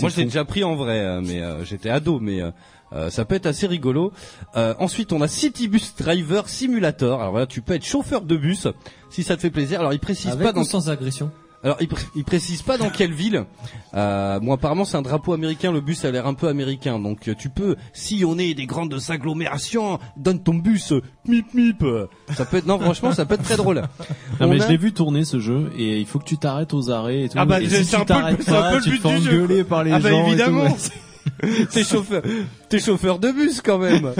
S3: Moi, je l'ai
S2: fou.
S3: déjà pris en vrai, euh, mais euh, j'étais ado, mais euh, euh, ça peut être assez rigolo. Euh, ensuite, on a Citybus Driver Simulator. Alors voilà, tu peux être chauffeur de bus si ça te fait plaisir. Alors, il précise
S5: Avec
S3: pas dans
S5: ou sans agression.
S3: alors, il, pr- il précise pas dans quelle ville. Euh, bon, apparemment, c'est un drapeau américain. Le bus a l'air un peu américain. Donc, euh, tu peux sillonner des grandes agglomérations dans ton bus. euh, Mip, mip. Ça peut être, non, franchement, ça peut être très drôle.
S2: Non,
S3: On
S2: mais
S3: a-
S2: je l'ai vu tourner ce jeu et il faut que tu t'arrêtes aux arrêts et tout.
S3: Ah bah,
S2: Et
S3: c'est
S2: si
S3: un
S2: tu
S3: peu le-
S2: t'arrêtes
S3: c'est un
S2: pas,
S3: peu le
S2: tu te
S3: but
S2: fais
S3: du jeu,
S2: engueuler par les
S3: Ah bah,
S2: gens. et tout,
S5: [laughs]
S3: évidemment. [laughs]
S2: ouais.
S3: t'es chauffeur, t'es chauffeur de bus quand
S2: [laughs]
S3: même.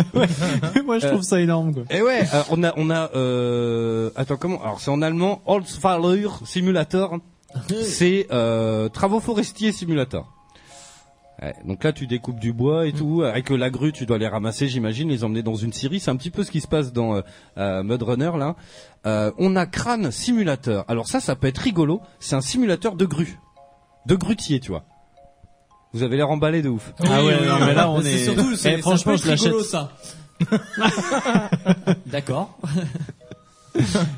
S2: Moi, je
S5: Euh.
S2: trouve ça énorme, quoi.
S3: Et ouais, euh, on a, on a, euh, attends, comment Alors, c'est en allemand, Holzfäller
S2: [laughs]
S3: Simulator. C'est euh, travaux forestiers simulator. Ouais, donc là, tu découpes du bois et
S2: Mm.
S3: tout. Avec euh, la grue, tu dois les ramasser, j'imagine, les emmener dans une scierie. C'est un petit peu ce qui se passe dans euh, euh, Mud Runner là. Euh, on a crâne simulateur. Alors ça, ça peut être rigolo. C'est un simulateur de grue, de grutier, tu vois. Vous avez l'air emballé de ouf.
S2: Ah ouais, non, mais là, on
S5: [laughs] C'est
S2: est.
S5: surtout,
S2: Eh,
S5: c'est- ça
S2: franchement,
S5: peut
S2: je
S5: être rigolo,
S2: l'achète.
S5: ça. [laughs] D'accord.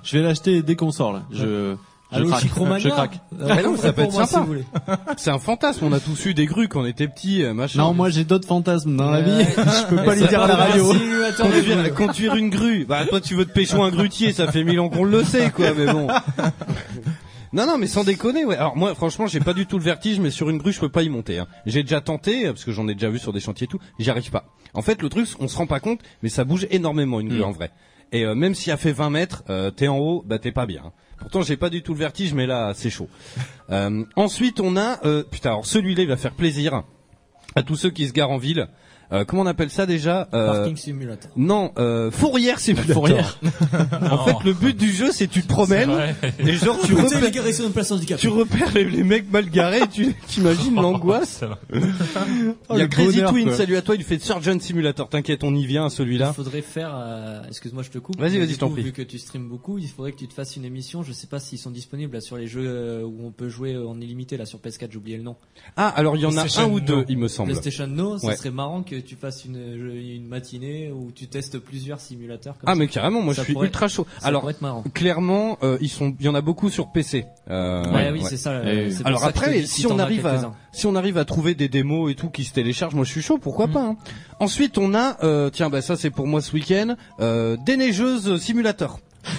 S2: Je vais l'acheter dès qu'on sort, là. Je, je
S5: Allô,
S2: craque.
S5: Chicromania
S2: Je craque.
S5: Euh,
S3: non,
S5: vous
S3: ça
S5: faites
S3: peut
S5: pour
S3: être sympa.
S5: moi, si vous voulez.
S3: C'est un fantasme. On a tous eu des grues quand on était petits, euh, machin.
S2: Non, moi, j'ai d'autres fantasmes dans la
S5: [laughs]
S2: vie.
S5: Ouais.
S2: Je peux pas les
S5: Ça
S2: dire à
S5: peut
S2: la
S5: être un
S2: radio.
S5: Euh, simulateur de
S3: conduire,
S5: jeu.
S3: conduire une grue. Bah toi tu veux te pécho un grutier, ça fait mille ans qu'on le sait quoi, mais bon. Non non mais sans déconner ouais. Alors moi franchement j'ai pas du tout le vertige mais sur une grue je peux pas y monter. hein. J'ai déjà tenté euh, parce que j'en ai déjà vu sur des chantiers et tout, j'y arrive pas. En fait le truc on se rend pas compte mais ça bouge énormément une grue
S2: Mm.
S3: en vrai. Et euh, même si elle fait 20 mètres, euh, t'es en haut, bah t'es pas bien. hein. Pourtant j'ai pas du tout le vertige mais là c'est chaud. Euh, ensuite on a euh, putain alors celui-là il va faire plaisir à tous ceux qui se garent en ville. euh, comment on appelle ça déjà Euh,
S5: Parking Simulator.
S3: Non, euh, fourrière simulator.
S2: Fourrière.
S5: [laughs]
S3: en fait, le but du jeu, c'est tu te promènes et genre tu repères,
S5: gars restent dans une place handicapée.
S3: tu repères les, les mecs mal garés.
S5: [laughs]
S3: Tu imagines
S5: Oh,
S3: l'angoisse. Oh, Il y a
S2: le
S3: Crazy
S2: bonheur,
S3: Twin.
S2: quoi.
S3: Salut à toi. Il fait Surgeon Simulator. T'inquiète, on y vient. à Celui-là.
S5: Il faudrait faire. euh, Excuse-moi, je te coupe.
S3: Vas-y,
S5: mais
S3: vas-y,
S5: du
S3: je t'en
S5: coup,
S3: prie.
S5: Vu que tu streames beaucoup, il faudrait que tu te fasses une émission. Je sais pas s'ils sont disponibles là, sur les jeux euh, où on peut jouer en illimité là sur PS4. J'ai oublié le nom.
S3: Ah, alors il y en a un
S4: PlayStation,
S3: ou deux,
S4: non.
S3: il me semble.
S5: PlayStation No. Ça
S3: Ouais.
S5: serait marrant que tu fasses une, euh, une matinée où tu testes plusieurs simulateurs. Comme
S3: Ah
S5: ça.
S3: mais carrément, moi
S5: Ça
S3: je suis
S5: pourrait-
S3: ultra chaud.
S5: Ça
S3: Alors
S5: pourrait être marrant.
S3: clairement, euh, ils sont, il y en a beaucoup sur PC. Euh,
S5: Ouais, oui,
S3: ouais.
S5: c'est ça.
S2: Et-
S5: c'est pour
S3: Alors
S5: ça que je te
S3: après,
S5: dis
S3: si
S5: t'en
S3: on
S5: as
S3: arrive à-
S5: quelques-uns.
S3: Si on arrive à trouver des démos et tout qui se téléchargent, moi je suis chaud, pourquoi pas. hein. Ensuite, on a, euh, tiens, bah ça c'est pour moi ce week-end, euh, des neigeuses simulator. [laughs]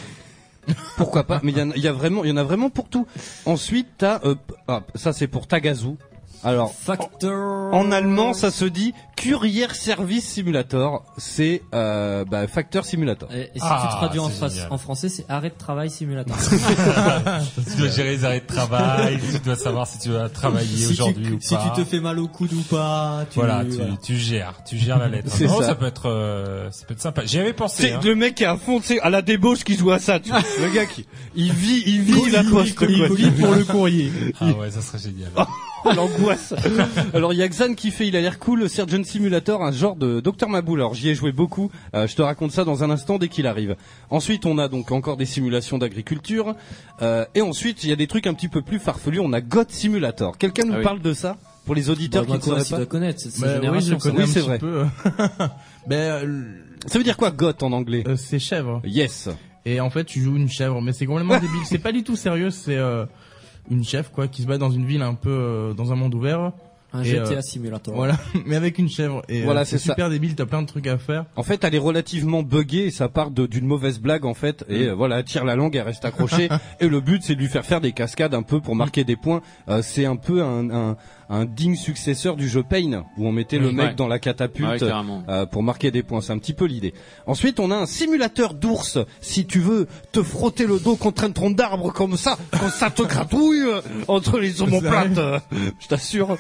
S3: pourquoi pas Mais il y, en a- il y a vraiment, il y en a vraiment pour tout. Ensuite, t'as, euh, p- ah, ça c'est pour Tagazu. Alors.
S5: Factor.
S3: En allemand, ça se dit Courier Service Simulator. C'est euh, bah, Facteur Simulator.
S5: Et, et si
S4: Ah,
S5: tu traduis en,
S4: c'est
S5: face-
S4: génial.
S5: en français, c'est arrêt de travail simulateur.
S4: Tu dois gérer les arrêts de travail, tu dois savoir si tu vas [laughs] travailler
S5: si,
S4: aujourd'hui
S5: tu,
S4: ou
S5: si
S4: pas.
S5: tu te fais mal au coude ou pas, tu,
S4: Voilà, tu, tu gères, tu gères la lettre.
S3: C'est
S4: non,
S3: ça.
S4: ça. peut être, euh, ça peut être sympa. J'y avais pensé.
S3: C'est
S4: Hein.
S3: le mec qui est à fond, tu sais, à la débauche qui joue à ça, tu vois. Le gars qui, il vit, il vit la poste, quoi.
S6: pour
S3: [laughs]
S6: le courrier.
S4: Ah ouais, ça serait génial.
S3: L'angoisse. Alors, il y a Xan qui fait, il a l'air cool, Surgeon Simulator, un genre de Docteur Maboul. Alors, j'y ai joué beaucoup. Euh, je te raconte ça dans un instant dès qu'il arrive. Ensuite, on a donc encore des simulations d'agriculture. Euh, et ensuite, il y a des trucs un petit peu plus farfelus. On a God Simulator. Quelqu'un nous
S2: Ah oui.
S3: parle de ça? Pour les auditeurs
S5: Bah,
S3: qui ne
S5: Macoas, il
S3: sauraient
S5: doit
S3: pas.
S5: connaître, c'est de sa
S6: Bah oui, je
S5: génération. ça.
S6: connais
S3: Oui, c'est
S6: un
S3: vrai.
S6: petit peu. euh, ben, euh,
S3: Ça veut dire quoi, God en anglais?
S6: euh, c'est chèvre.
S3: Yes.
S6: Et en fait, tu joues une chèvre, mais
S3: [laughs]
S6: c'est complètement débile. C'est pas du tout sérieux. C'est euh, une chèvre quoi qui se bat dans une ville un peu euh, dans un monde ouvert.
S5: Un
S6: Et,
S5: GTA
S6: euh,
S5: Simulator.
S6: Voilà, [laughs] mais avec une chèvre. Et euh,
S3: Voilà,
S6: c'est
S3: c'est ça.
S6: super débile. T'as plein de trucs à faire.
S3: En fait, elle est relativement buggée et ça part de- d'une mauvaise blague en fait.
S2: Mm.
S3: Et euh, voilà, elle tire la langue, elle reste
S2: [laughs]
S3: accrochée. et le but, c'est de lui faire faire des cascades un peu pour marquer des points. Euh, c'est un peu un, un, un digne successeur du jeu Pain, où on mettait le
S2: Oui,
S3: mec
S2: Mm, ouais.
S3: dans la catapulte.
S2: Ouais, carrément.
S3: euh, pour marquer des points, c'est un petit peu l'idée. Ensuite, on a un simulateur d'ours. Si tu veux te frotter le dos contre un tronc d'arbre comme ça, quand ça te gratouille euh, entre les omoplates, euh, je t'assure.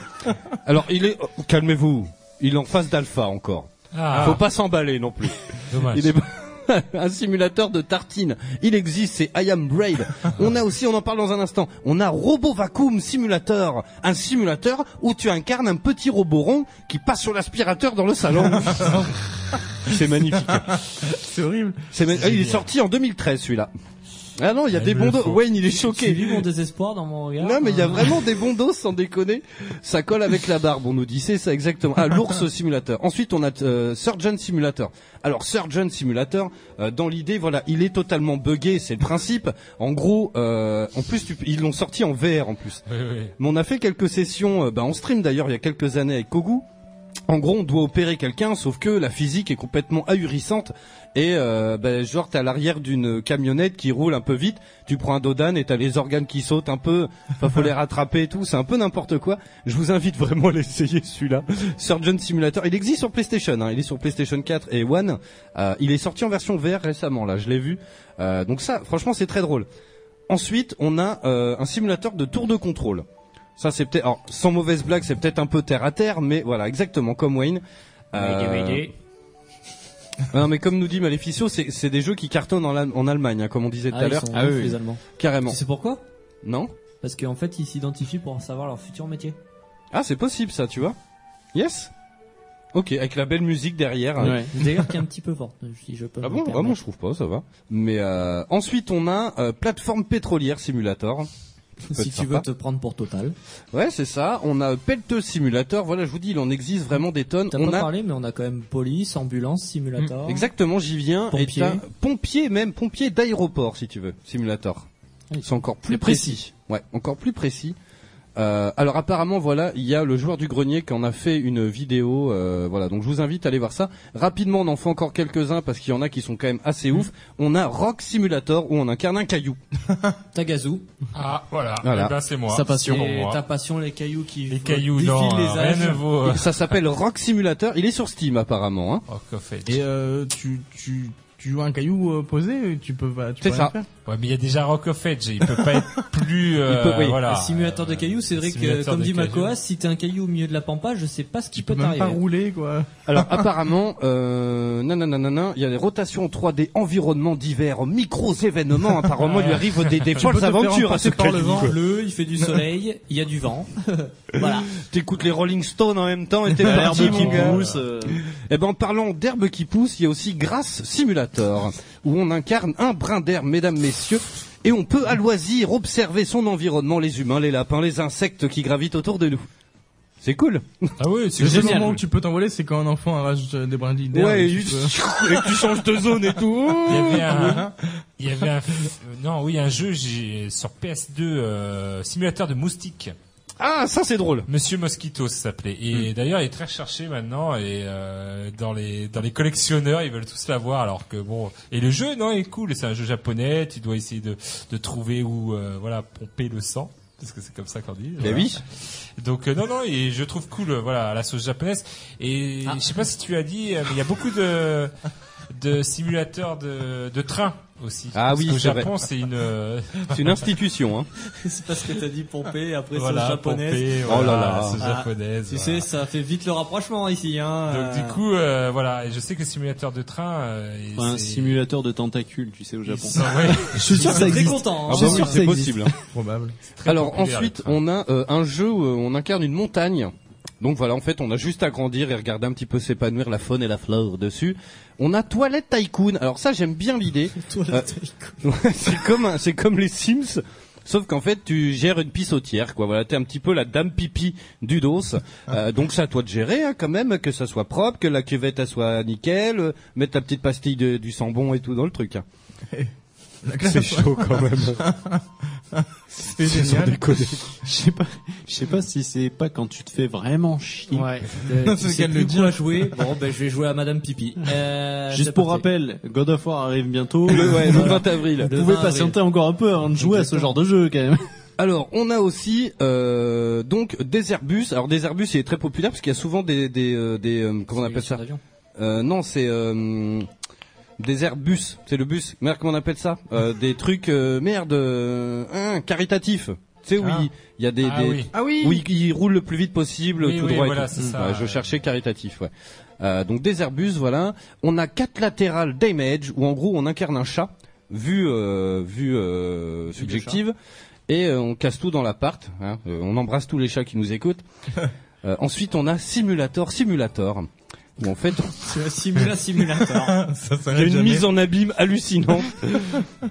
S3: Alors, il est... oh, calmez-vous, il est en face d'alpha encore.
S4: Ah,
S3: Faut pas s'emballer non plus.
S4: dommage.
S3: Il est [laughs] un simulateur de tartine. Il existe, c'est I Am
S4: [laughs]
S3: Brave. On a aussi, on en parle dans un instant, on a Robot Vacuum Simulator. Un simulateur où tu incarnes un petit robot rond qui passe sur l'aspirateur dans le salon.
S4: [laughs]
S3: c'est magnifique.
S6: C'est horrible.
S3: C'est ma-
S4: C'est
S3: Ah, il est
S4: génial.
S3: sorti en 2013 celui-là. Ah non, il y a
S4: Ah,
S3: des
S4: il me
S3: bons
S4: le
S3: dos.
S4: faut.
S3: Wayne, il est
S5: Tu vis
S3: choqué.
S5: mon désespoir dans mon regard.
S3: Non, mais il y a
S5: euh,
S3: vraiment des bons dos, sans déconner. Ça colle avec la barbe, on nous dit. C'est ça, exactement. Ah, l'ours simulateur. Ensuite, on a euh, Surgeon Simulator. Alors, Surgeon Simulator, euh, dans l'idée, voilà, il est totalement buggé, c'est le principe. En gros, euh, en plus, tu- ils l'ont sorti en VR, en plus.
S4: Oui, oui.
S3: Mais on a fait quelques sessions, euh, bah, en stream d'ailleurs, il y a quelques années avec Kogu. En gros, on doit opérer quelqu'un, sauf que la physique est complètement ahurissante. Et euh, ben, genre, t'es à l'arrière d'une camionnette qui roule un peu vite. Tu prends un dodane et t'as les organes qui sautent un peu. Enfin, faut les rattraper et tout. C'est un peu n'importe quoi. Je vous invite vraiment à l'essayer celui-là. Surgeon Simulator. Il existe sur PlayStation. hein. Il est sur PlayStation 4 et One. Euh, il est sorti en version VR récemment. Là, je l'ai vu. Euh, donc ça, franchement, c'est très drôle. Ensuite, on a euh, un simulateur de tour de contrôle. Ça, c'est peut-être. Alors, sans mauvaise blague, c'est peut-être un peu terre à terre, mais voilà, exactement comme Wayne.
S5: Ah,
S3: Euh, non, mais comme nous dit Maleficio, c'est c'est des jeux qui cartonnent en, Al- en Allemagne, hein, comme on disait tout
S5: Ah,
S3: à
S5: ils
S3: l'heure.
S5: sont
S2: Ah
S5: ouf,
S2: oui, oui.
S5: les Allemands.
S3: Carrément.
S5: Tu sais pourquoi
S3: Non
S5: Parce qu'en fait, ils s'identifient pour savoir leur futur métier.
S3: Ah, c'est possible ça, tu vois Yes Ok, avec la belle musique derrière. hein.
S2: Ouais.
S5: D'ailleurs, qui est un petit peu fort. Si je peux.
S3: Ah
S5: me
S3: bon Ah
S5: permettre.
S3: bon, je trouve pas, ça va. Mais euh, ensuite, on a euh, plateforme pétrolière simulator.
S5: si
S3: Peut-être
S5: tu veux
S3: pas.
S5: te prendre pour Total.
S3: Ouais, c'est ça. On a pelleteux simulator. Voilà, je vous dis, il en existe vraiment des tonnes.
S5: T'as
S3: on
S5: pas
S3: a
S5: parlé, mais on a quand même police, ambulance, simulator.
S3: Exactement, j'y viens.
S5: Pompier.
S3: Et t'as- pompier même, pompier d'aéroport si tu veux, simulator. C'est encore plus
S2: C'est
S3: précis.
S2: précis.
S3: Ouais, encore plus précis. Euh, alors apparemment voilà, il y a le joueur du grenier qui en a fait une vidéo. euh, voilà, donc je vous invite à aller voir ça. Rapidement, on en fait encore quelques-uns parce qu'il y en a qui sont quand même assez ouf. On a Rock Simulator où on incarne un caillou.
S5: Tagazu.
S4: Ah, voilà.
S3: Voilà.
S4: Eh ben, c'est moi.
S2: Sa passion.
S4: C'est pour
S5: Et
S4: moi.
S5: ta passion, les cailloux qui
S4: Les cailloux,
S5: défilent
S4: non,
S5: les
S4: hein,
S5: âges.
S4: rien ne vaut. [laughs] euh,
S6: euh,
S3: Ça s'appelle Rock Simulator. Il est sur Steam apparemment. Hein.
S4: Oh, qu'en fait.
S6: Et euh, tu tu tu vois un caillou euh, posé, tu peux pas. tu
S3: C'est
S6: peux rien
S3: ça.
S6: faire.
S4: Ouais, mais il y a déjà Rock of Edge, il peut pas être plus. euh,
S3: peut- oui,
S4: voilà.
S5: Un simulateur de cailloux, c'est vrai que,
S4: Simulateur
S5: comme
S4: de
S5: dit
S4: cailloux.
S5: Makoas, si t'es un caillou au milieu de la pampa, je sais pas ce qui
S6: Tu peux
S5: peut
S6: même pas
S5: t'arriver.
S6: rouler quoi.
S3: Alors [laughs] apparemment, euh, nananana, il y a des rotations 3D, environnements divers, micros [laughs] événements. Apparemment, il lui arrive des, des
S6: Tu peux te
S3: folles
S6: faire
S3: aventures à ce
S6: emporter par le
S3: Kali,
S6: vent.
S3: quoi.
S5: Bleu, il
S2: [laughs]
S5: fait du soleil, il y a du vent. voilà.
S3: T'écoutes les Rolling Stones en même temps et t'es
S2: L'herbe
S3: parti,
S2: qui
S3: mon gars.
S2: pousse, euh,
S3: Eh ben, en parlant d'herbe qui pousse, il y a aussi Grasse Simulator, où on incarne un brin d'herbe, mesdames, messieurs, et on peut à loisir observer son environnement, les humains, les lapins, les insectes qui gravitent autour de nous. C'est cool.
S4: Ah oui, c'est
S6: Le seul
S4: génial.
S6: moment où tu peux t'envoler, c'est quand un enfant arrache euh, des brindilles d'herbe.
S3: Ouais, [laughs]
S6: et
S3: et
S6: tu peux-
S3: que tu changes de zone et tout.
S4: Il y avait
S3: Ah
S4: un, il y avait un, non, oui, un jeu j'ai- sur PS2, euh, simulateur de moustique.
S3: Ah, ça c'est drôle.
S4: Monsieur Mosquito ça s'appelait.
S3: Mm.
S4: Et d'ailleurs, il est très recherché maintenant et euh, dans les dans les collectionneurs, ils veulent tous l'avoir. Alors que bon, et le jeu, non, est cool. C'est un jeu japonais. Tu dois essayer de de trouver où euh, voilà pomper le sang. Parce que c'est comme ça qu'on dit.
S3: Mais
S4: voilà.
S3: Eh Bah oui.
S4: Donc euh, non non et je trouve cool euh, voilà à la sauce japonaise et
S5: Ah.
S4: je sais pas si tu as dit euh, mais il y a beaucoup de de simulateurs de de train aussi.
S3: Ah
S4: Parce
S3: oui,
S4: qu'au
S3: c'est vrai.
S4: Japon c'est une
S5: [laughs]
S4: euh,
S3: C'est une institution. Hein.
S5: [laughs] c'est parce que t'as dit pomper, après
S4: voilà
S5: sauce
S4: pompée,
S5: japonaise.
S3: Oh là
S4: voilà,
S3: là.
S4: la sauce
S5: Ah.
S4: japonaise.
S5: Tu
S4: voilà.
S5: sais, ça fait vite le rapprochement ici, hein.
S4: Donc du
S5: Euh,
S4: coup, euh, voilà, et je sais que simulateur de train. euh, et
S2: enfin, un
S4: c'est-
S2: simulateur de tentacules, tu sais, au
S4: ils
S2: Japon.
S4: sont- ouais,
S2: Je suis sûr que ça
S5: Très
S2: existe.
S5: content. hein.
S2: Ah bah oui, c'est possible,
S6: Probable.
S4: très
S3: Alors
S4: populaire,
S3: ensuite,
S4: le train.
S3: on a euh, un jeu où euh, on incarne une montagne. Donc voilà, en fait, on a juste à grandir et regarder un petit peu s'épanouir la faune et la flore dessus. On a Toilette Tycoon. Alors ça, j'aime bien l'idée. [laughs]
S6: Euh,
S5: Toilette.
S3: Ouais, c'est comme un- c'est comme les Sims. Sauf qu'en fait, tu gères une pissotière, quoi. Voilà, t'es un petit peu la dame pipi du dos. Euh, donc, c'est à toi de gérer, hein, quand même, que ça soit propre, que la cuvette elle soit nickel, euh, mettre ta petite pastille de- du sambon et tout dans le truc. hein.
S6: C'est chaud quand même. c'est génial.
S2: [laughs] Je sais pas, je sais pas si c'est pas quand tu te fais vraiment chier.
S5: Ouais.
S2: [laughs]
S5: Euh,
S6: C'est
S5: tu
S6: le cas
S5: sais
S6: de
S5: plus
S6: le dire.
S5: quoi jouer. Bon, ben, je vais jouer à Madame Pipi. Euh,
S2: Juste
S5: c'est
S2: pour
S5: parti.
S2: rappel, God of War arrive bientôt.
S3: Le, ouais, le
S2: Voilà.
S3: 20 avril.
S5: Le
S2: Vous pouvez
S5: 20 avril.
S2: patienter encore un peu avant de jouer à ce genre de jeu quand même.
S3: Alors, on a aussi euh, donc des Airbus. Alors, des Airbus, il est très populaire parce qu'il y a souvent des des, euh, des euh, comment on appelle ça
S5: Simulation
S3: Euh, Non, c'est euh, des Airbus. C'est le bus. Merde, comment on appelle ça Euh, Des trucs euh, merde euh, hein, caritatifs. Tu sais où
S4: Ah.
S3: il il y a [laughs] des,
S4: Ah
S3: des-
S4: oui.
S6: Ah oui.
S3: où ils- ils roulent le plus vite possible
S4: Oui,
S3: tout
S4: oui,
S3: droit. et
S4: voilà,
S3: tout.
S4: c'est
S3: Mmh.
S4: ça.
S3: Ouais, je cherchais caritatif. Ouais. Euh, donc des Airbus, voilà. On a quatre latérales damage où en gros on incarne un chat, vue euh, vue euh, subjective, et euh, on casse tout dans l'appart. Hein. Euh, on embrasse tous les chats qui nous
S4: [laughs]
S3: écoutent. Euh, ensuite on a simulator simulator où en
S4: [laughs]
S3: fait [laughs]
S5: Simula
S3: Euh,
S5: simulator.
S6: ça
S3: il y a
S6: s'arrête
S3: une
S6: jamais.
S3: mise en abîme hallucinante.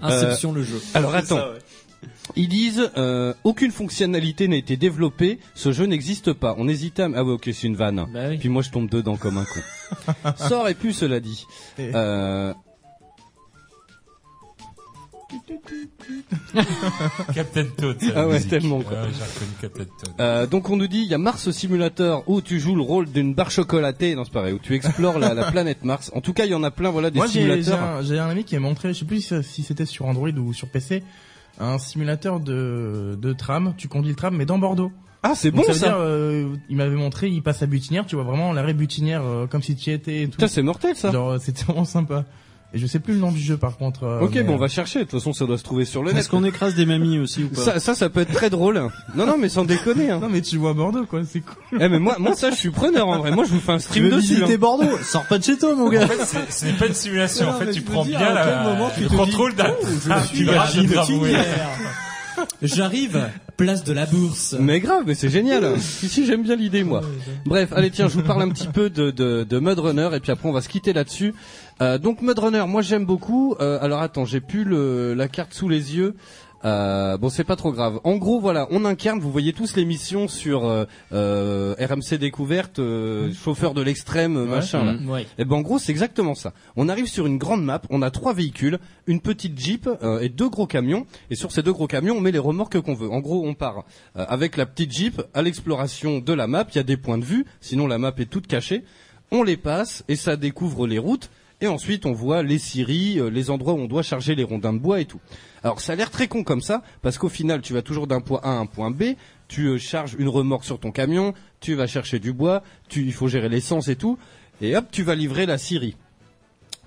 S5: Inception le jeu.
S3: Alors attends. Ils disent euh, aucune fonctionnalité n'a été développée, ce jeu n'existe pas. On hésitait à... Ah ouais, ok, c'est une vanne.
S5: Bah oui.
S3: Puis moi je tombe dedans comme un con. Ça aurait pu, cela dit. Euh,
S4: Captain Toad. c'est
S3: Ah
S4: la
S3: ouais,
S4: musique.
S3: tellement, quoi.
S4: Ouais, j'ai reconnu Captain Toad.
S3: euh, donc on nous dit, il y a Mars Simulator où tu joues le rôle d'une barre chocolatée, non c'est pareil, où tu explores la, la planète Mars. En tout cas, il y en a plein, voilà, des
S6: Moi j'ai j'ai
S3: simulateurs.
S6: un, j'ai un ami qui m'a montré, je sais plus si, si c'était sur Android ou sur PC, un simulateur de, de tram. Tu conduis le tram mais dans Bordeaux.
S3: Ah c'est bon
S6: Donc,
S3: ça,
S6: veut dire, euh, Il m'avait montré, il passe à Butinière, tu vois vraiment l'arrêt Butinière euh, comme si tu y étais et tout.
S3: Putain, c'est mortel ça
S6: Genre euh, c'était vraiment sympa. Et je sais plus le nom du jeu par contre. euh,
S3: Ok,
S6: mais,
S3: bon,
S6: euh,
S3: on va chercher, de toute façon ça doit se trouver sur le net.
S2: Est-ce qu'on écrase des mamies aussi ou pas
S3: Ça, ça, ça peut être très drôle. hein. Non, non, mais sans déconner. Hein.
S6: Non mais tu vois Bordeaux quoi, c'est cool.
S3: Eh mais moi, moi ça, je suis preneur en vrai. Moi, je vous fais un
S2: Tu
S3: stream
S2: veux
S3: dessus.
S2: visiter
S3: hein.
S2: Bordeaux Sors pas de chez
S5: [laughs]
S2: toi mon gars.
S4: En fait, c'est- ce n'est pas une simulation.
S2: Non,
S4: en fait,
S2: mais
S4: tu
S2: je veux
S4: prends
S2: dire,
S4: bien
S2: à
S4: la-
S2: quel moment tu
S4: le
S2: te oh.
S4: contrôle d'un
S3: [laughs]
S4: Ah, tu vas
S2: suis
S4: de
S2: à
S4: Dramoué.
S5: [laughs] J'arrive, place de la bourse.
S3: Mais grave, mais c'est génial. si, si, j'aime bien l'idée, moi. Bref, allez, tiens, je vous parle un petit peu de, de, de Mudrunner et puis après, on va se quitter là-dessus. Euh, donc, Mudrunner, moi, j'aime beaucoup. Euh, alors, attends, j'ai plus le, la carte sous les yeux. Euh, bon, c'est pas trop grave. En gros, voilà, on incarne. Vous voyez tous les missions sur euh, euh, RMC Découverte, euh, chauffeur de l'extrême, euh, machin. Là.
S5: Ouais. Mm.
S3: Et ben en gros, c'est exactement ça. On arrive sur une grande map, on a trois véhicules, une petite Jeep euh, et deux gros camions. Et sur ces deux gros camions, on met les remorques qu'on veut. En gros, on part euh, avec la petite Jeep à l'exploration de la map. Il y a des points de vue, sinon la map est toute cachée. On les passe et ça découvre les routes. Et ensuite, on voit les scieries, euh, les endroits où on doit charger les rondins de bois et tout. Alors, ça a l'air très con comme ça, parce qu'au final, tu vas toujours d'un point A à un point B, tu euh, charges une remorque sur ton camion, tu vas chercher du bois, tu, il faut gérer l'essence et tout, et hop, tu vas livrer la Syrie.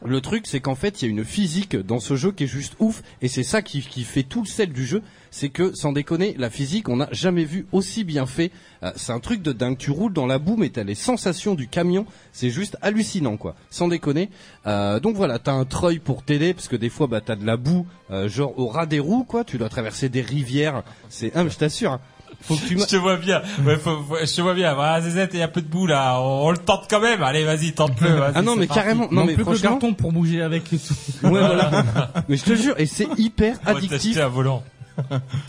S3: Le truc, c'est qu'en fait, il y a une physique dans ce jeu qui est juste ouf, et c'est ça qui, qui fait tout le sel du jeu, c'est que, sans déconner, la physique, on n'a jamais vu aussi bien fait. Euh, c'est un truc de dingue, tu roules dans la boue, mais t'as les sensations du camion, c'est juste hallucinant, quoi. Sans déconner. Euh, donc voilà, t'as un treuil pour t'aider, parce que des fois, bah, t'as de la boue, euh, genre au ras des roues, quoi, tu dois traverser des rivières, c'est... Ah, mais je t'assure, hein. faut
S6: [laughs]
S3: que tu...
S4: Je
S3: ma-
S4: te vois bien. Ouais, faut- faut- je te vois bien. Voilà, ZZ, il y a un peu de boue là. On, on le tente quand même. Allez, vas-y, tente-le. vas-y,
S3: Ah non,
S4: c'est
S3: mais
S4: parti.
S3: carrément, non,
S6: Non,
S3: mais
S6: plus que le
S3: franchement...
S6: carton pour bouger avec.
S3: Ouais, voilà. mais je te jure, et c'est hyper
S4: On va t'acheter
S3: addictif.
S4: un volant.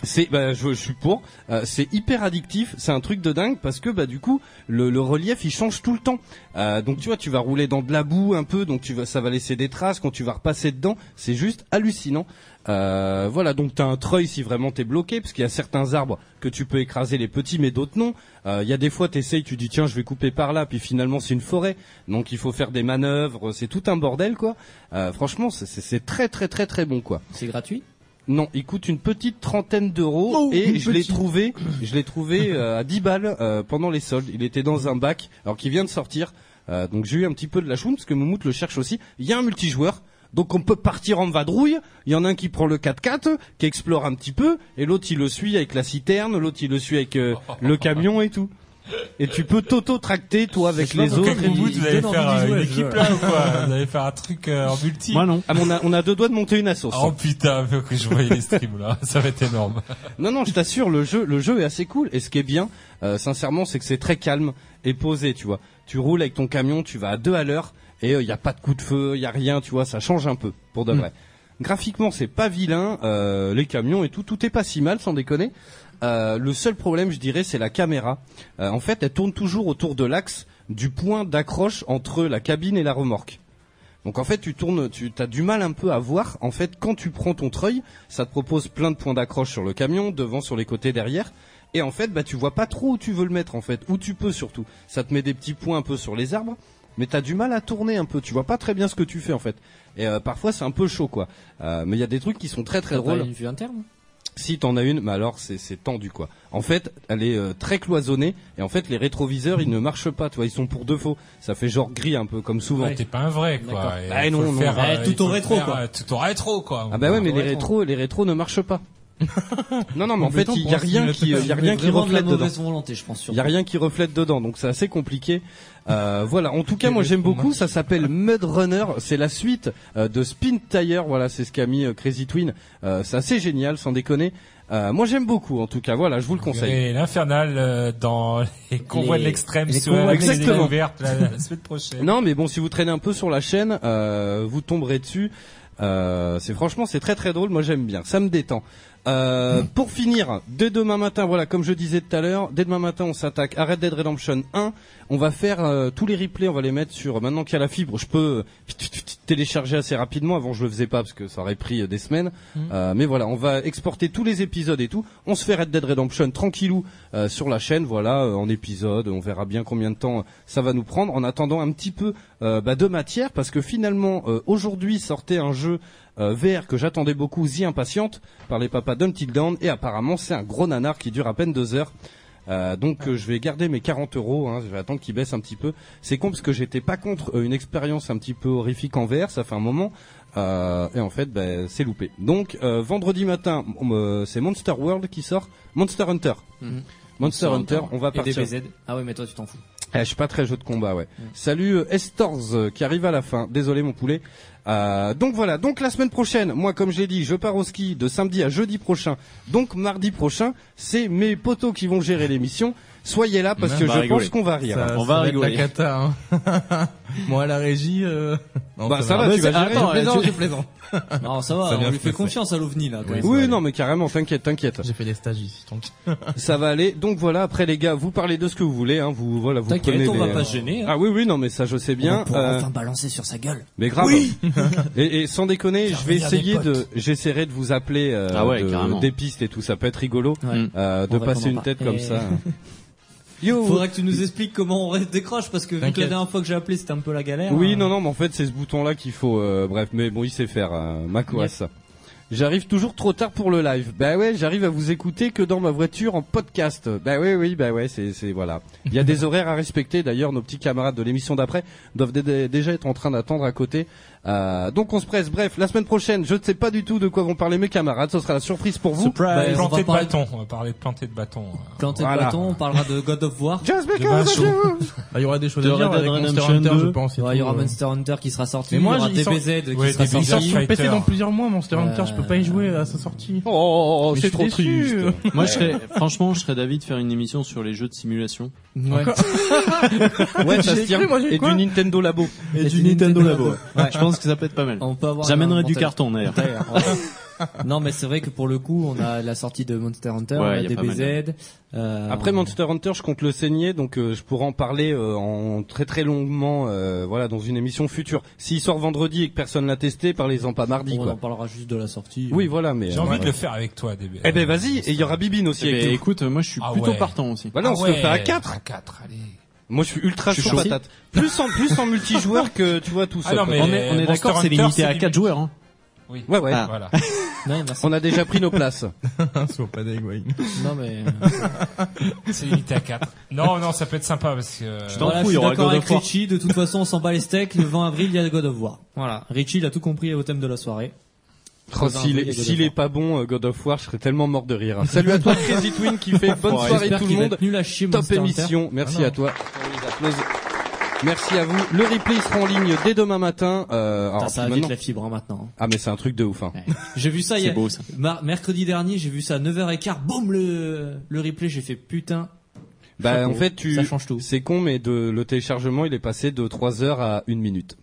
S3: C'est, bah, je, je suis pour. Euh, c'est hyper addictif. C'est un truc de dingue parce que bah du coup le, le relief il change tout le temps. Euh, donc tu vois, tu vas rouler dans de la boue un peu, donc tu vas, ça va laisser des traces quand tu vas repasser dedans. C'est juste hallucinant. Euh, voilà, donc t'as un treuil si vraiment t'es bloqué, parce qu'il y a certains arbres que tu peux écraser les petits, mais d'autres non. Euh, Il y a des fois t'essayes, tu dis tiens je vais couper par là, puis finalement c'est une forêt, donc il faut faire des manœuvres. C'est tout un bordel quoi. Euh, franchement, c'est- c'est c'est très très très très bon quoi.
S5: C'est gratuit
S3: Non, il coûte une petite trentaine d'euros et je l'ai trouvé, je l'ai trouvé euh, à 10 balles euh, pendant les soldes. Il était dans un bac alors qu'il vient de sortir. Euh, donc j'ai eu un petit peu de la choune parce que Moumout le cherche aussi. Il y a un multijoueur. Donc on peut partir en vadrouille, il y en a un qui prend le 4x4, qui explore un petit peu, et l'autre il le suit avec la citerne, l'autre il le suit avec euh, le camion et tout. Et tu peux t'auto-tracter toi avec les
S4: Donc,
S3: autres.
S4: à Greenwood,
S5: ils-
S4: vous
S5: ils
S4: allez
S5: donnent
S4: faire
S5: envie d'y
S4: euh, une
S5: jouer,
S4: équipe
S5: je-
S4: là ou quoi Vous allez faire un truc euh, en multi
S2: Moi non.
S3: Ah, mais on, a, on a deux doigts de monter une assoce.
S4: Oh putain, faut que je voyais les streams là, [laughs] ça va être énorme.
S3: Non, non, je t'assure, le jeu, le jeu est assez cool. Et ce qui est bien, euh, sincèrement, c'est que c'est très calme et posé, tu vois. Tu roules avec ton camion, tu vas à deux à l'heure, et il n'y a pas de coup de feu, il y a rien, tu vois, ça change un peu, pour de vrai. Graphiquement, c'est pas vilain, euh, les camions et tout, tout est pas si mal, sans déconner. Euh, le seul problème, je dirais, c'est la caméra. Euh, en fait, elle tourne toujours autour de l'axe du point d'accroche entre la cabine et la remorque. Donc en fait, tu tournes, tu as du mal un peu à voir. En fait, quand tu prends ton treuil, ça te propose plein de points d'accroche sur le camion, devant, sur les côtés, derrière. Et en fait, bah, tu vois pas trop où tu veux le mettre, en fait, où tu peux surtout. Ça te met des petits points un peu sur les arbres, mais t'as du mal à tourner un peu. Tu vois pas très bien ce que tu fais, en fait. Et euh, parfois, c'est un peu chaud, quoi. Euh, mais il y a des trucs qui sont très très
S5: T'as pas
S3: drôles.
S5: une vue interne
S3: Si t'en as une, mais alors c'est c'est tendu quoi. En fait, elle est euh, très cloisonnée et en fait les rétroviseurs ils ne marchent pas, tu vois, ils sont pour de faux. Ça fait genre gris un peu comme souvent.
S4: T'es pas un vrai
S5: D'accord.
S4: quoi. Et
S3: Bah,
S4: il faut
S3: non,
S4: le
S3: non.
S4: faire,
S5: Bah,
S4: euh,
S5: tout
S4: il faut
S5: au
S4: le
S5: rétro,
S4: faire,
S5: quoi.
S4: euh, Tout au rétro quoi.
S3: Ah bah ouais, mais les
S5: Ouais.
S3: rétros, les rétros ne marchent
S5: [laughs]
S3: pas. non non, mais en fait il y a rien qui il y a rien qui
S5: Vraiment de la
S3: reflète dedans.
S5: mauvaise volonté, je pense.
S3: Il
S5: surtout.
S3: y a rien qui reflète dedans, donc c'est assez compliqué.
S5: [laughs]
S3: Euh, voilà. En tout cas, moi j'aime beaucoup. Ça s'appelle Mud Runner. C'est la suite euh, de Spin Tire. Voilà, c'est ce qu'a mis euh, Crazy Twin. Euh, c'est assez génial, sans déconner. Euh, moi j'aime beaucoup. En tout cas, voilà, je vous le conseille.
S4: Et l'infernal euh, dans [laughs] les convois de
S5: Les-
S4: l'extrême
S5: les
S4: sur
S5: convois
S4: la
S3: de l'extrême.
S4: ouverte la, la semaine prochaine.
S3: Non, mais bon, si vous traînez un peu sur la chaîne, euh, vous tomberez dessus. Euh, c'est franchement, c'est très très drôle. Moi, j'aime bien. Ça me détend. Euh, pour finir, dès demain matin, voilà, comme je disais tout à l'heure, dès demain matin, on s'attaque à Red Dead Redemption 1. On va faire euh, tous les replays, on va les mettre sur. Maintenant qu'il y a la fibre, je peux [laughs] euh, télécharger assez rapidement. Avant, je le faisais pas parce que ça aurait pris euh, des semaines. Euh, mais voilà, on va exporter tous les épisodes et tout. On se fait Red Dead Redemption tranquillou euh, sur la chaîne, voilà, euh, en épisode. On verra bien combien de temps euh, ça va nous prendre. En attendant un petit peu euh, bah, de matière, parce que finalement, euh, aujourd'hui sortait un jeu euh, VR que j'attendais beaucoup, The Impatiente, par les papas d'Until Down, et apparemment c'est un gros nanar qui dure à peine deux heures. Euh, donc euh, je vais garder mes 40 euros, hein, je vais attendre qu'il baisse un petit peu. C'est con parce que j'étais pas contre euh, une expérience un petit peu horrifique en VR, ça fait un moment, euh, et en fait bah, c'est loupé. Donc euh, vendredi matin, on me- c'est Monster World qui sort, Monster Hunter.
S5: Mhm.
S3: Monster Hunter, on va
S5: Et
S3: partir.
S5: DBZ. Ah ouais, mais toi, tu t'en fous.
S3: Eh, je suis pas très jeu de combat, ouais. Salut euh, Estors euh, qui arrive à la fin. Désolé mon poulet. Euh, donc voilà. Donc la semaine prochaine, moi comme j'ai dit, je pars au ski de samedi à jeudi prochain. Donc mardi prochain, c'est mes potos qui vont gérer l'émission. Soyez là parce
S2: On
S3: que
S2: va
S3: je
S2: rigoler.
S3: pense qu'on va rire.
S6: Ça-
S2: On
S6: ça
S2: va
S6: être
S2: rigoler.
S6: La cata, hein. [laughs] Moi, à la régie. euh, [laughs] non,
S3: Bah, ça va,
S2: Ah,
S3: tu
S2: mais
S3: vas
S2: c'est-
S3: gérer.
S2: attends,
S6: Je plaisante,
S2: tu-
S6: je plaisante.
S3: Ah,
S5: Non, ça va,
S6: Ça vient
S5: on lui fait
S6: passer.
S5: confiance à l'OVNI, là. quand
S6: Oui,
S5: même.
S3: Oui,
S6: va
S3: non mais carrément, t'inquiète,
S5: [laughs]
S3: t'inquiète.
S6: [laughs] J'ai fait des stages ici, donc.
S3: Ça va aller. Donc voilà. Après les gars, vous parlez de ce que vous voulez. Hein, vous voilà, vous prenez
S5: T'inquiète, on va
S3: les-
S5: pas se gêner. hein.
S3: Ah oui, oui, non mais ça je sais
S5: On
S3: bien.
S5: pourra
S3: Euh,
S5: enfin balancer sur sa gueule.
S3: Mais grave. [laughs] et, et sans déconner,
S5: Faire
S3: je vais
S5: venir des
S3: essayer
S5: potes.
S3: de, j'essaierai de vous appeler euh,
S2: Ah ouais,
S3: de-
S2: carrément.
S3: des pistes et tout. Ça peut être rigolo
S5: Ouais.
S2: Mm.
S3: euh, de
S5: On
S3: passer
S5: répondra
S3: une
S5: pas.
S3: tête comme
S5: Et- [laughs]
S3: ça. Yo.
S5: Faudra que tu nous expliques comment on [laughs] ré- décroche parce que vu que
S6: T'inquiète.
S5: la dernière fois que j'ai appelé c'était un peu la galère.
S3: Oui,
S5: euh,
S3: non, non, mais en fait c'est ce bouton-là qu'il faut. euh, bref, mais bon, il sait faire. Euh, Mac OS. J'arrive toujours trop tard pour le live. Bah ouais, j'arrive à vous écouter que dans ma voiture en podcast. Bah oui, oui, bah ouais, c'est, c'est voilà. Il y a
S6: [laughs]
S3: des horaires à respecter. D'ailleurs, nos petits camarades de l'émission d'après doivent dé- dé- déjà être en train d'attendre à côté. Euh, donc on se presse. Bref, la semaine prochaine, je ne sais pas du tout de quoi vont parler mes camarades. Ce sera la surprise pour vous.
S5: Surprise. on
S4: Bah, Planter
S5: va
S4: de
S5: parler-
S4: bâton, on va parler de planter de bâton. euh.
S5: planter
S3: Voilà.
S5: de bâton, on parlera de God of
S3: [laughs]
S5: War.
S3: Just
S4: De bâton.
S6: Bah, il y aura des choses
S2: De
S6: à dire
S2: Red
S6: avec
S2: Dead
S6: Monster
S2: Redemption
S6: Hunter, je
S2: 2.
S6: pense. et
S5: Ouais, il y aura
S6: tout, euh.
S5: Monster Hunter qui sera sorti,
S6: Mais
S5: il y
S6: moi,
S5: aura
S6: j'y sens-
S5: DBZ qui
S4: Ouais,
S5: sera
S4: DBZ.
S6: Il sort
S5: sorti.
S6: sur
S4: Fighter.
S6: PC dans plusieurs mois, Monster Hunter. Je peux pas y jouer à sa sortie.
S3: Oh, oh, oh, c'est
S6: Mais je suis
S3: trop
S6: déçu.
S3: triste.
S2: Moi, je serais, franchement, je serais d'avis de faire une émission sur les jeux de simulation.
S5: Ouais. [laughs]
S3: Ouais, ça se
S6: [laughs] J'ai
S3: tient.
S6: cru, moi, j'ai
S3: Et
S6: quoi
S3: du Nintendo Labo.
S5: Et du Nintendo Labo. Ouais.
S2: Je pense que ça peut être pas mal.
S5: On peut avoir un
S2: J'amènerai du
S5: montage.
S2: carton, d'ailleurs.
S5: D'ailleurs, ouais. [laughs] non, mais c'est vrai que pour le coup, on a la sortie de Monster Hunter,
S2: Ouais,
S5: on a
S2: y a pas
S5: DBZ. euh,
S3: Après Monster Hunter, je compte le saigner, donc euh, je pourrais en parler euh, en très très longuement, euh, voilà, dans une émission future. S'il sort vendredi et que personne l'a testé, parlez-en pas mardi,
S5: on en
S3: quoi.
S5: parlera juste de la sortie.
S3: Oui, voilà, mais.
S4: J'ai
S3: euh,
S4: envie
S3: voilà.
S4: de le faire avec toi, DB.
S3: Eh ben vas-y, et il y aura Bibine aussi.
S2: Eh
S3: avec
S2: ben,
S3: nous.
S2: écoute, moi, je suis
S4: Ah
S2: plutôt
S4: ouais.
S2: partant aussi.
S3: Voilà, on
S4: Ah
S3: se le
S4: ouais,
S3: fait à 4
S4: À 4, allez.
S3: Moi, je suis ultra
S2: Je suis
S3: chaud
S2: chaud.
S3: patate. Plus en plus en multijoueur que tu vois tout
S4: Ah
S3: seul.
S4: non,
S3: quoi.
S4: mais-
S2: on est, on est
S4: Monster
S2: d'accord, c'est
S4: Hunter,
S2: limité
S4: c'est
S2: à
S4: limité.
S2: 4 joueurs. Hein.
S4: Oui.
S3: Ouais, ouais.
S2: Ah.
S4: Voilà.
S5: Ouais,
S3: [laughs]
S5: merci.
S3: On a déjà pris nos
S5: [laughs]
S3: places.
S6: [laughs] Sois pas dingue, ouais.
S5: Non, mais.
S4: C'est limité à 4. Non, non, ça peut être sympa parce que. euh,
S2: Je t'en
S5: Voilà,
S2: fous, il
S5: je
S2: y
S5: suis
S2: aura
S5: d'accord
S2: God
S5: avec
S2: of War.
S5: Richie. De toute façon, on s'en bat les steaks. Le 20 avril, il y a God of War. Voilà. Richie, il a tout compris au thème de la soirée.
S3: Oh,
S5: Faudra
S3: S'il
S5: envoyer
S3: est,
S5: God of
S3: s'il
S5: War.
S3: est pas bon, euh, God of War, je serais tellement mort de rire. Salut à
S5: [laughs]
S3: toi, Crazy Twin, qui fait bonne soirée
S5: J'espère
S3: tout le
S5: qu'il va
S3: monde.
S5: être nul à chier,
S3: Top
S5: Monster Hunter.
S3: émission.
S5: Ah
S3: Merci à toi. On les applaudit. Merci à vous. Le replay sera en ligne dès demain matin. Euh,
S2: Ah,
S5: Putain,
S3: alors,
S5: ça va vite
S3: maintenant-
S5: la fibre hein, maintenant.
S3: Ah mais c'est un truc de ouf. Hein.
S5: J'ai vu ça
S2: C'est
S5: hier.
S2: beau, ça.
S5: Mar- mercredi dernier, j'ai vu ça à 9h15. Boum, le, le replay. J'ai fait putain.
S3: Bah
S5: Chapeau.
S3: en fait tu,
S5: Ça change tout.
S3: c'est con mais de le téléchargement il est passé de 3 heures à 1 minute.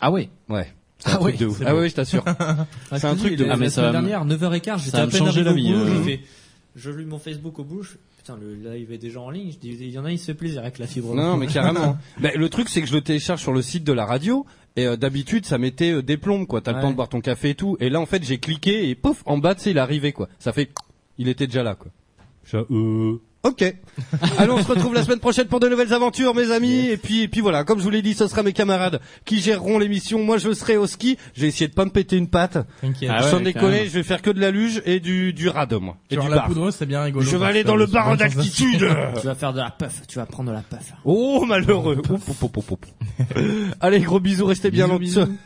S2: Ah ouais.
S3: Ouais. C'est un
S5: Ah
S3: truc
S5: oui,
S3: de ouf.
S6: c'est
S3: Ah
S6: beau.
S3: oui, je t'assure.
S5: Ah,
S3: C'est un
S5: je te
S3: truc
S5: dis,
S3: de-
S5: la-
S2: Ah, mais
S5: la
S2: ça
S5: semaine
S2: va me-
S5: dernière, 9h15, j'étais
S2: va
S5: à
S2: me
S5: peine
S2: changer
S5: arrivé
S2: la
S5: au
S2: vie,
S5: boulot,
S2: euh.
S5: j'ai fait- je lis mon Facebook au bout, je fais, putain, le live est déjà en ligne, je dis, il y en a, il se fait plaisir avec la fibre.
S3: non mais carrément. Bah, le truc c'est que je le télécharge sur le site de la radio et euh, d'habitude ça mettait euh, des plombes quoi. T'as le
S5: Ouais.
S3: temps de boire ton café et tout. Et là en fait j'ai cliqué et pouf en bas tu sais il est arrivé quoi. Ça fait il était déjà là quoi. Je- euh, [laughs] Ok. Allez, on se retrouve la semaine prochaine pour de nouvelles aventures, mes amis. Et puis, et puis voilà. Comme je vous l'ai dit, ce sera mes camarades qui géreront l'émission. Moi, je serai au ski. J'ai essayé de pas me péter une patte.
S6: T'inquiète.
S2: Ah ouais,
S3: Sans
S2: quand
S3: déconner,
S2: même.
S3: je vais faire que de la luge et du, du rade, moi. Et
S6: Genre
S3: du
S6: la
S3: bar.
S6: poudreuse, c'est bien rigolo.
S3: Je vais aller
S6: Enfin,
S3: dans le
S6: c'est
S3: bar en
S6: une bonne sensation.
S3: altitude.
S5: [laughs] Tu vas faire de la puff, tu vas prendre de la puff.
S3: Oh, malheureux. Oup, oup, oup, oup, oup. [laughs] Allez, gros bisous. Restez bien l'antenne.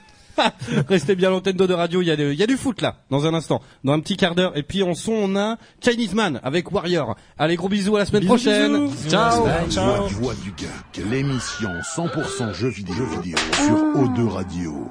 S3: [laughs] Restez bien à l'antenne de radio. Il y, a de- il y a du foot, là. Dans un instant. Dans un petit quart d'heure. Et puis, en son, on a Chinese Man avec Warrior. Allez, gros bisous. À la semaine prochaine.
S1: Oh.
S3: Ciao.
S1: La Oh. voix du geek, l'émission 100% jeux vidéo, jeux vidéo sur O2 Radio.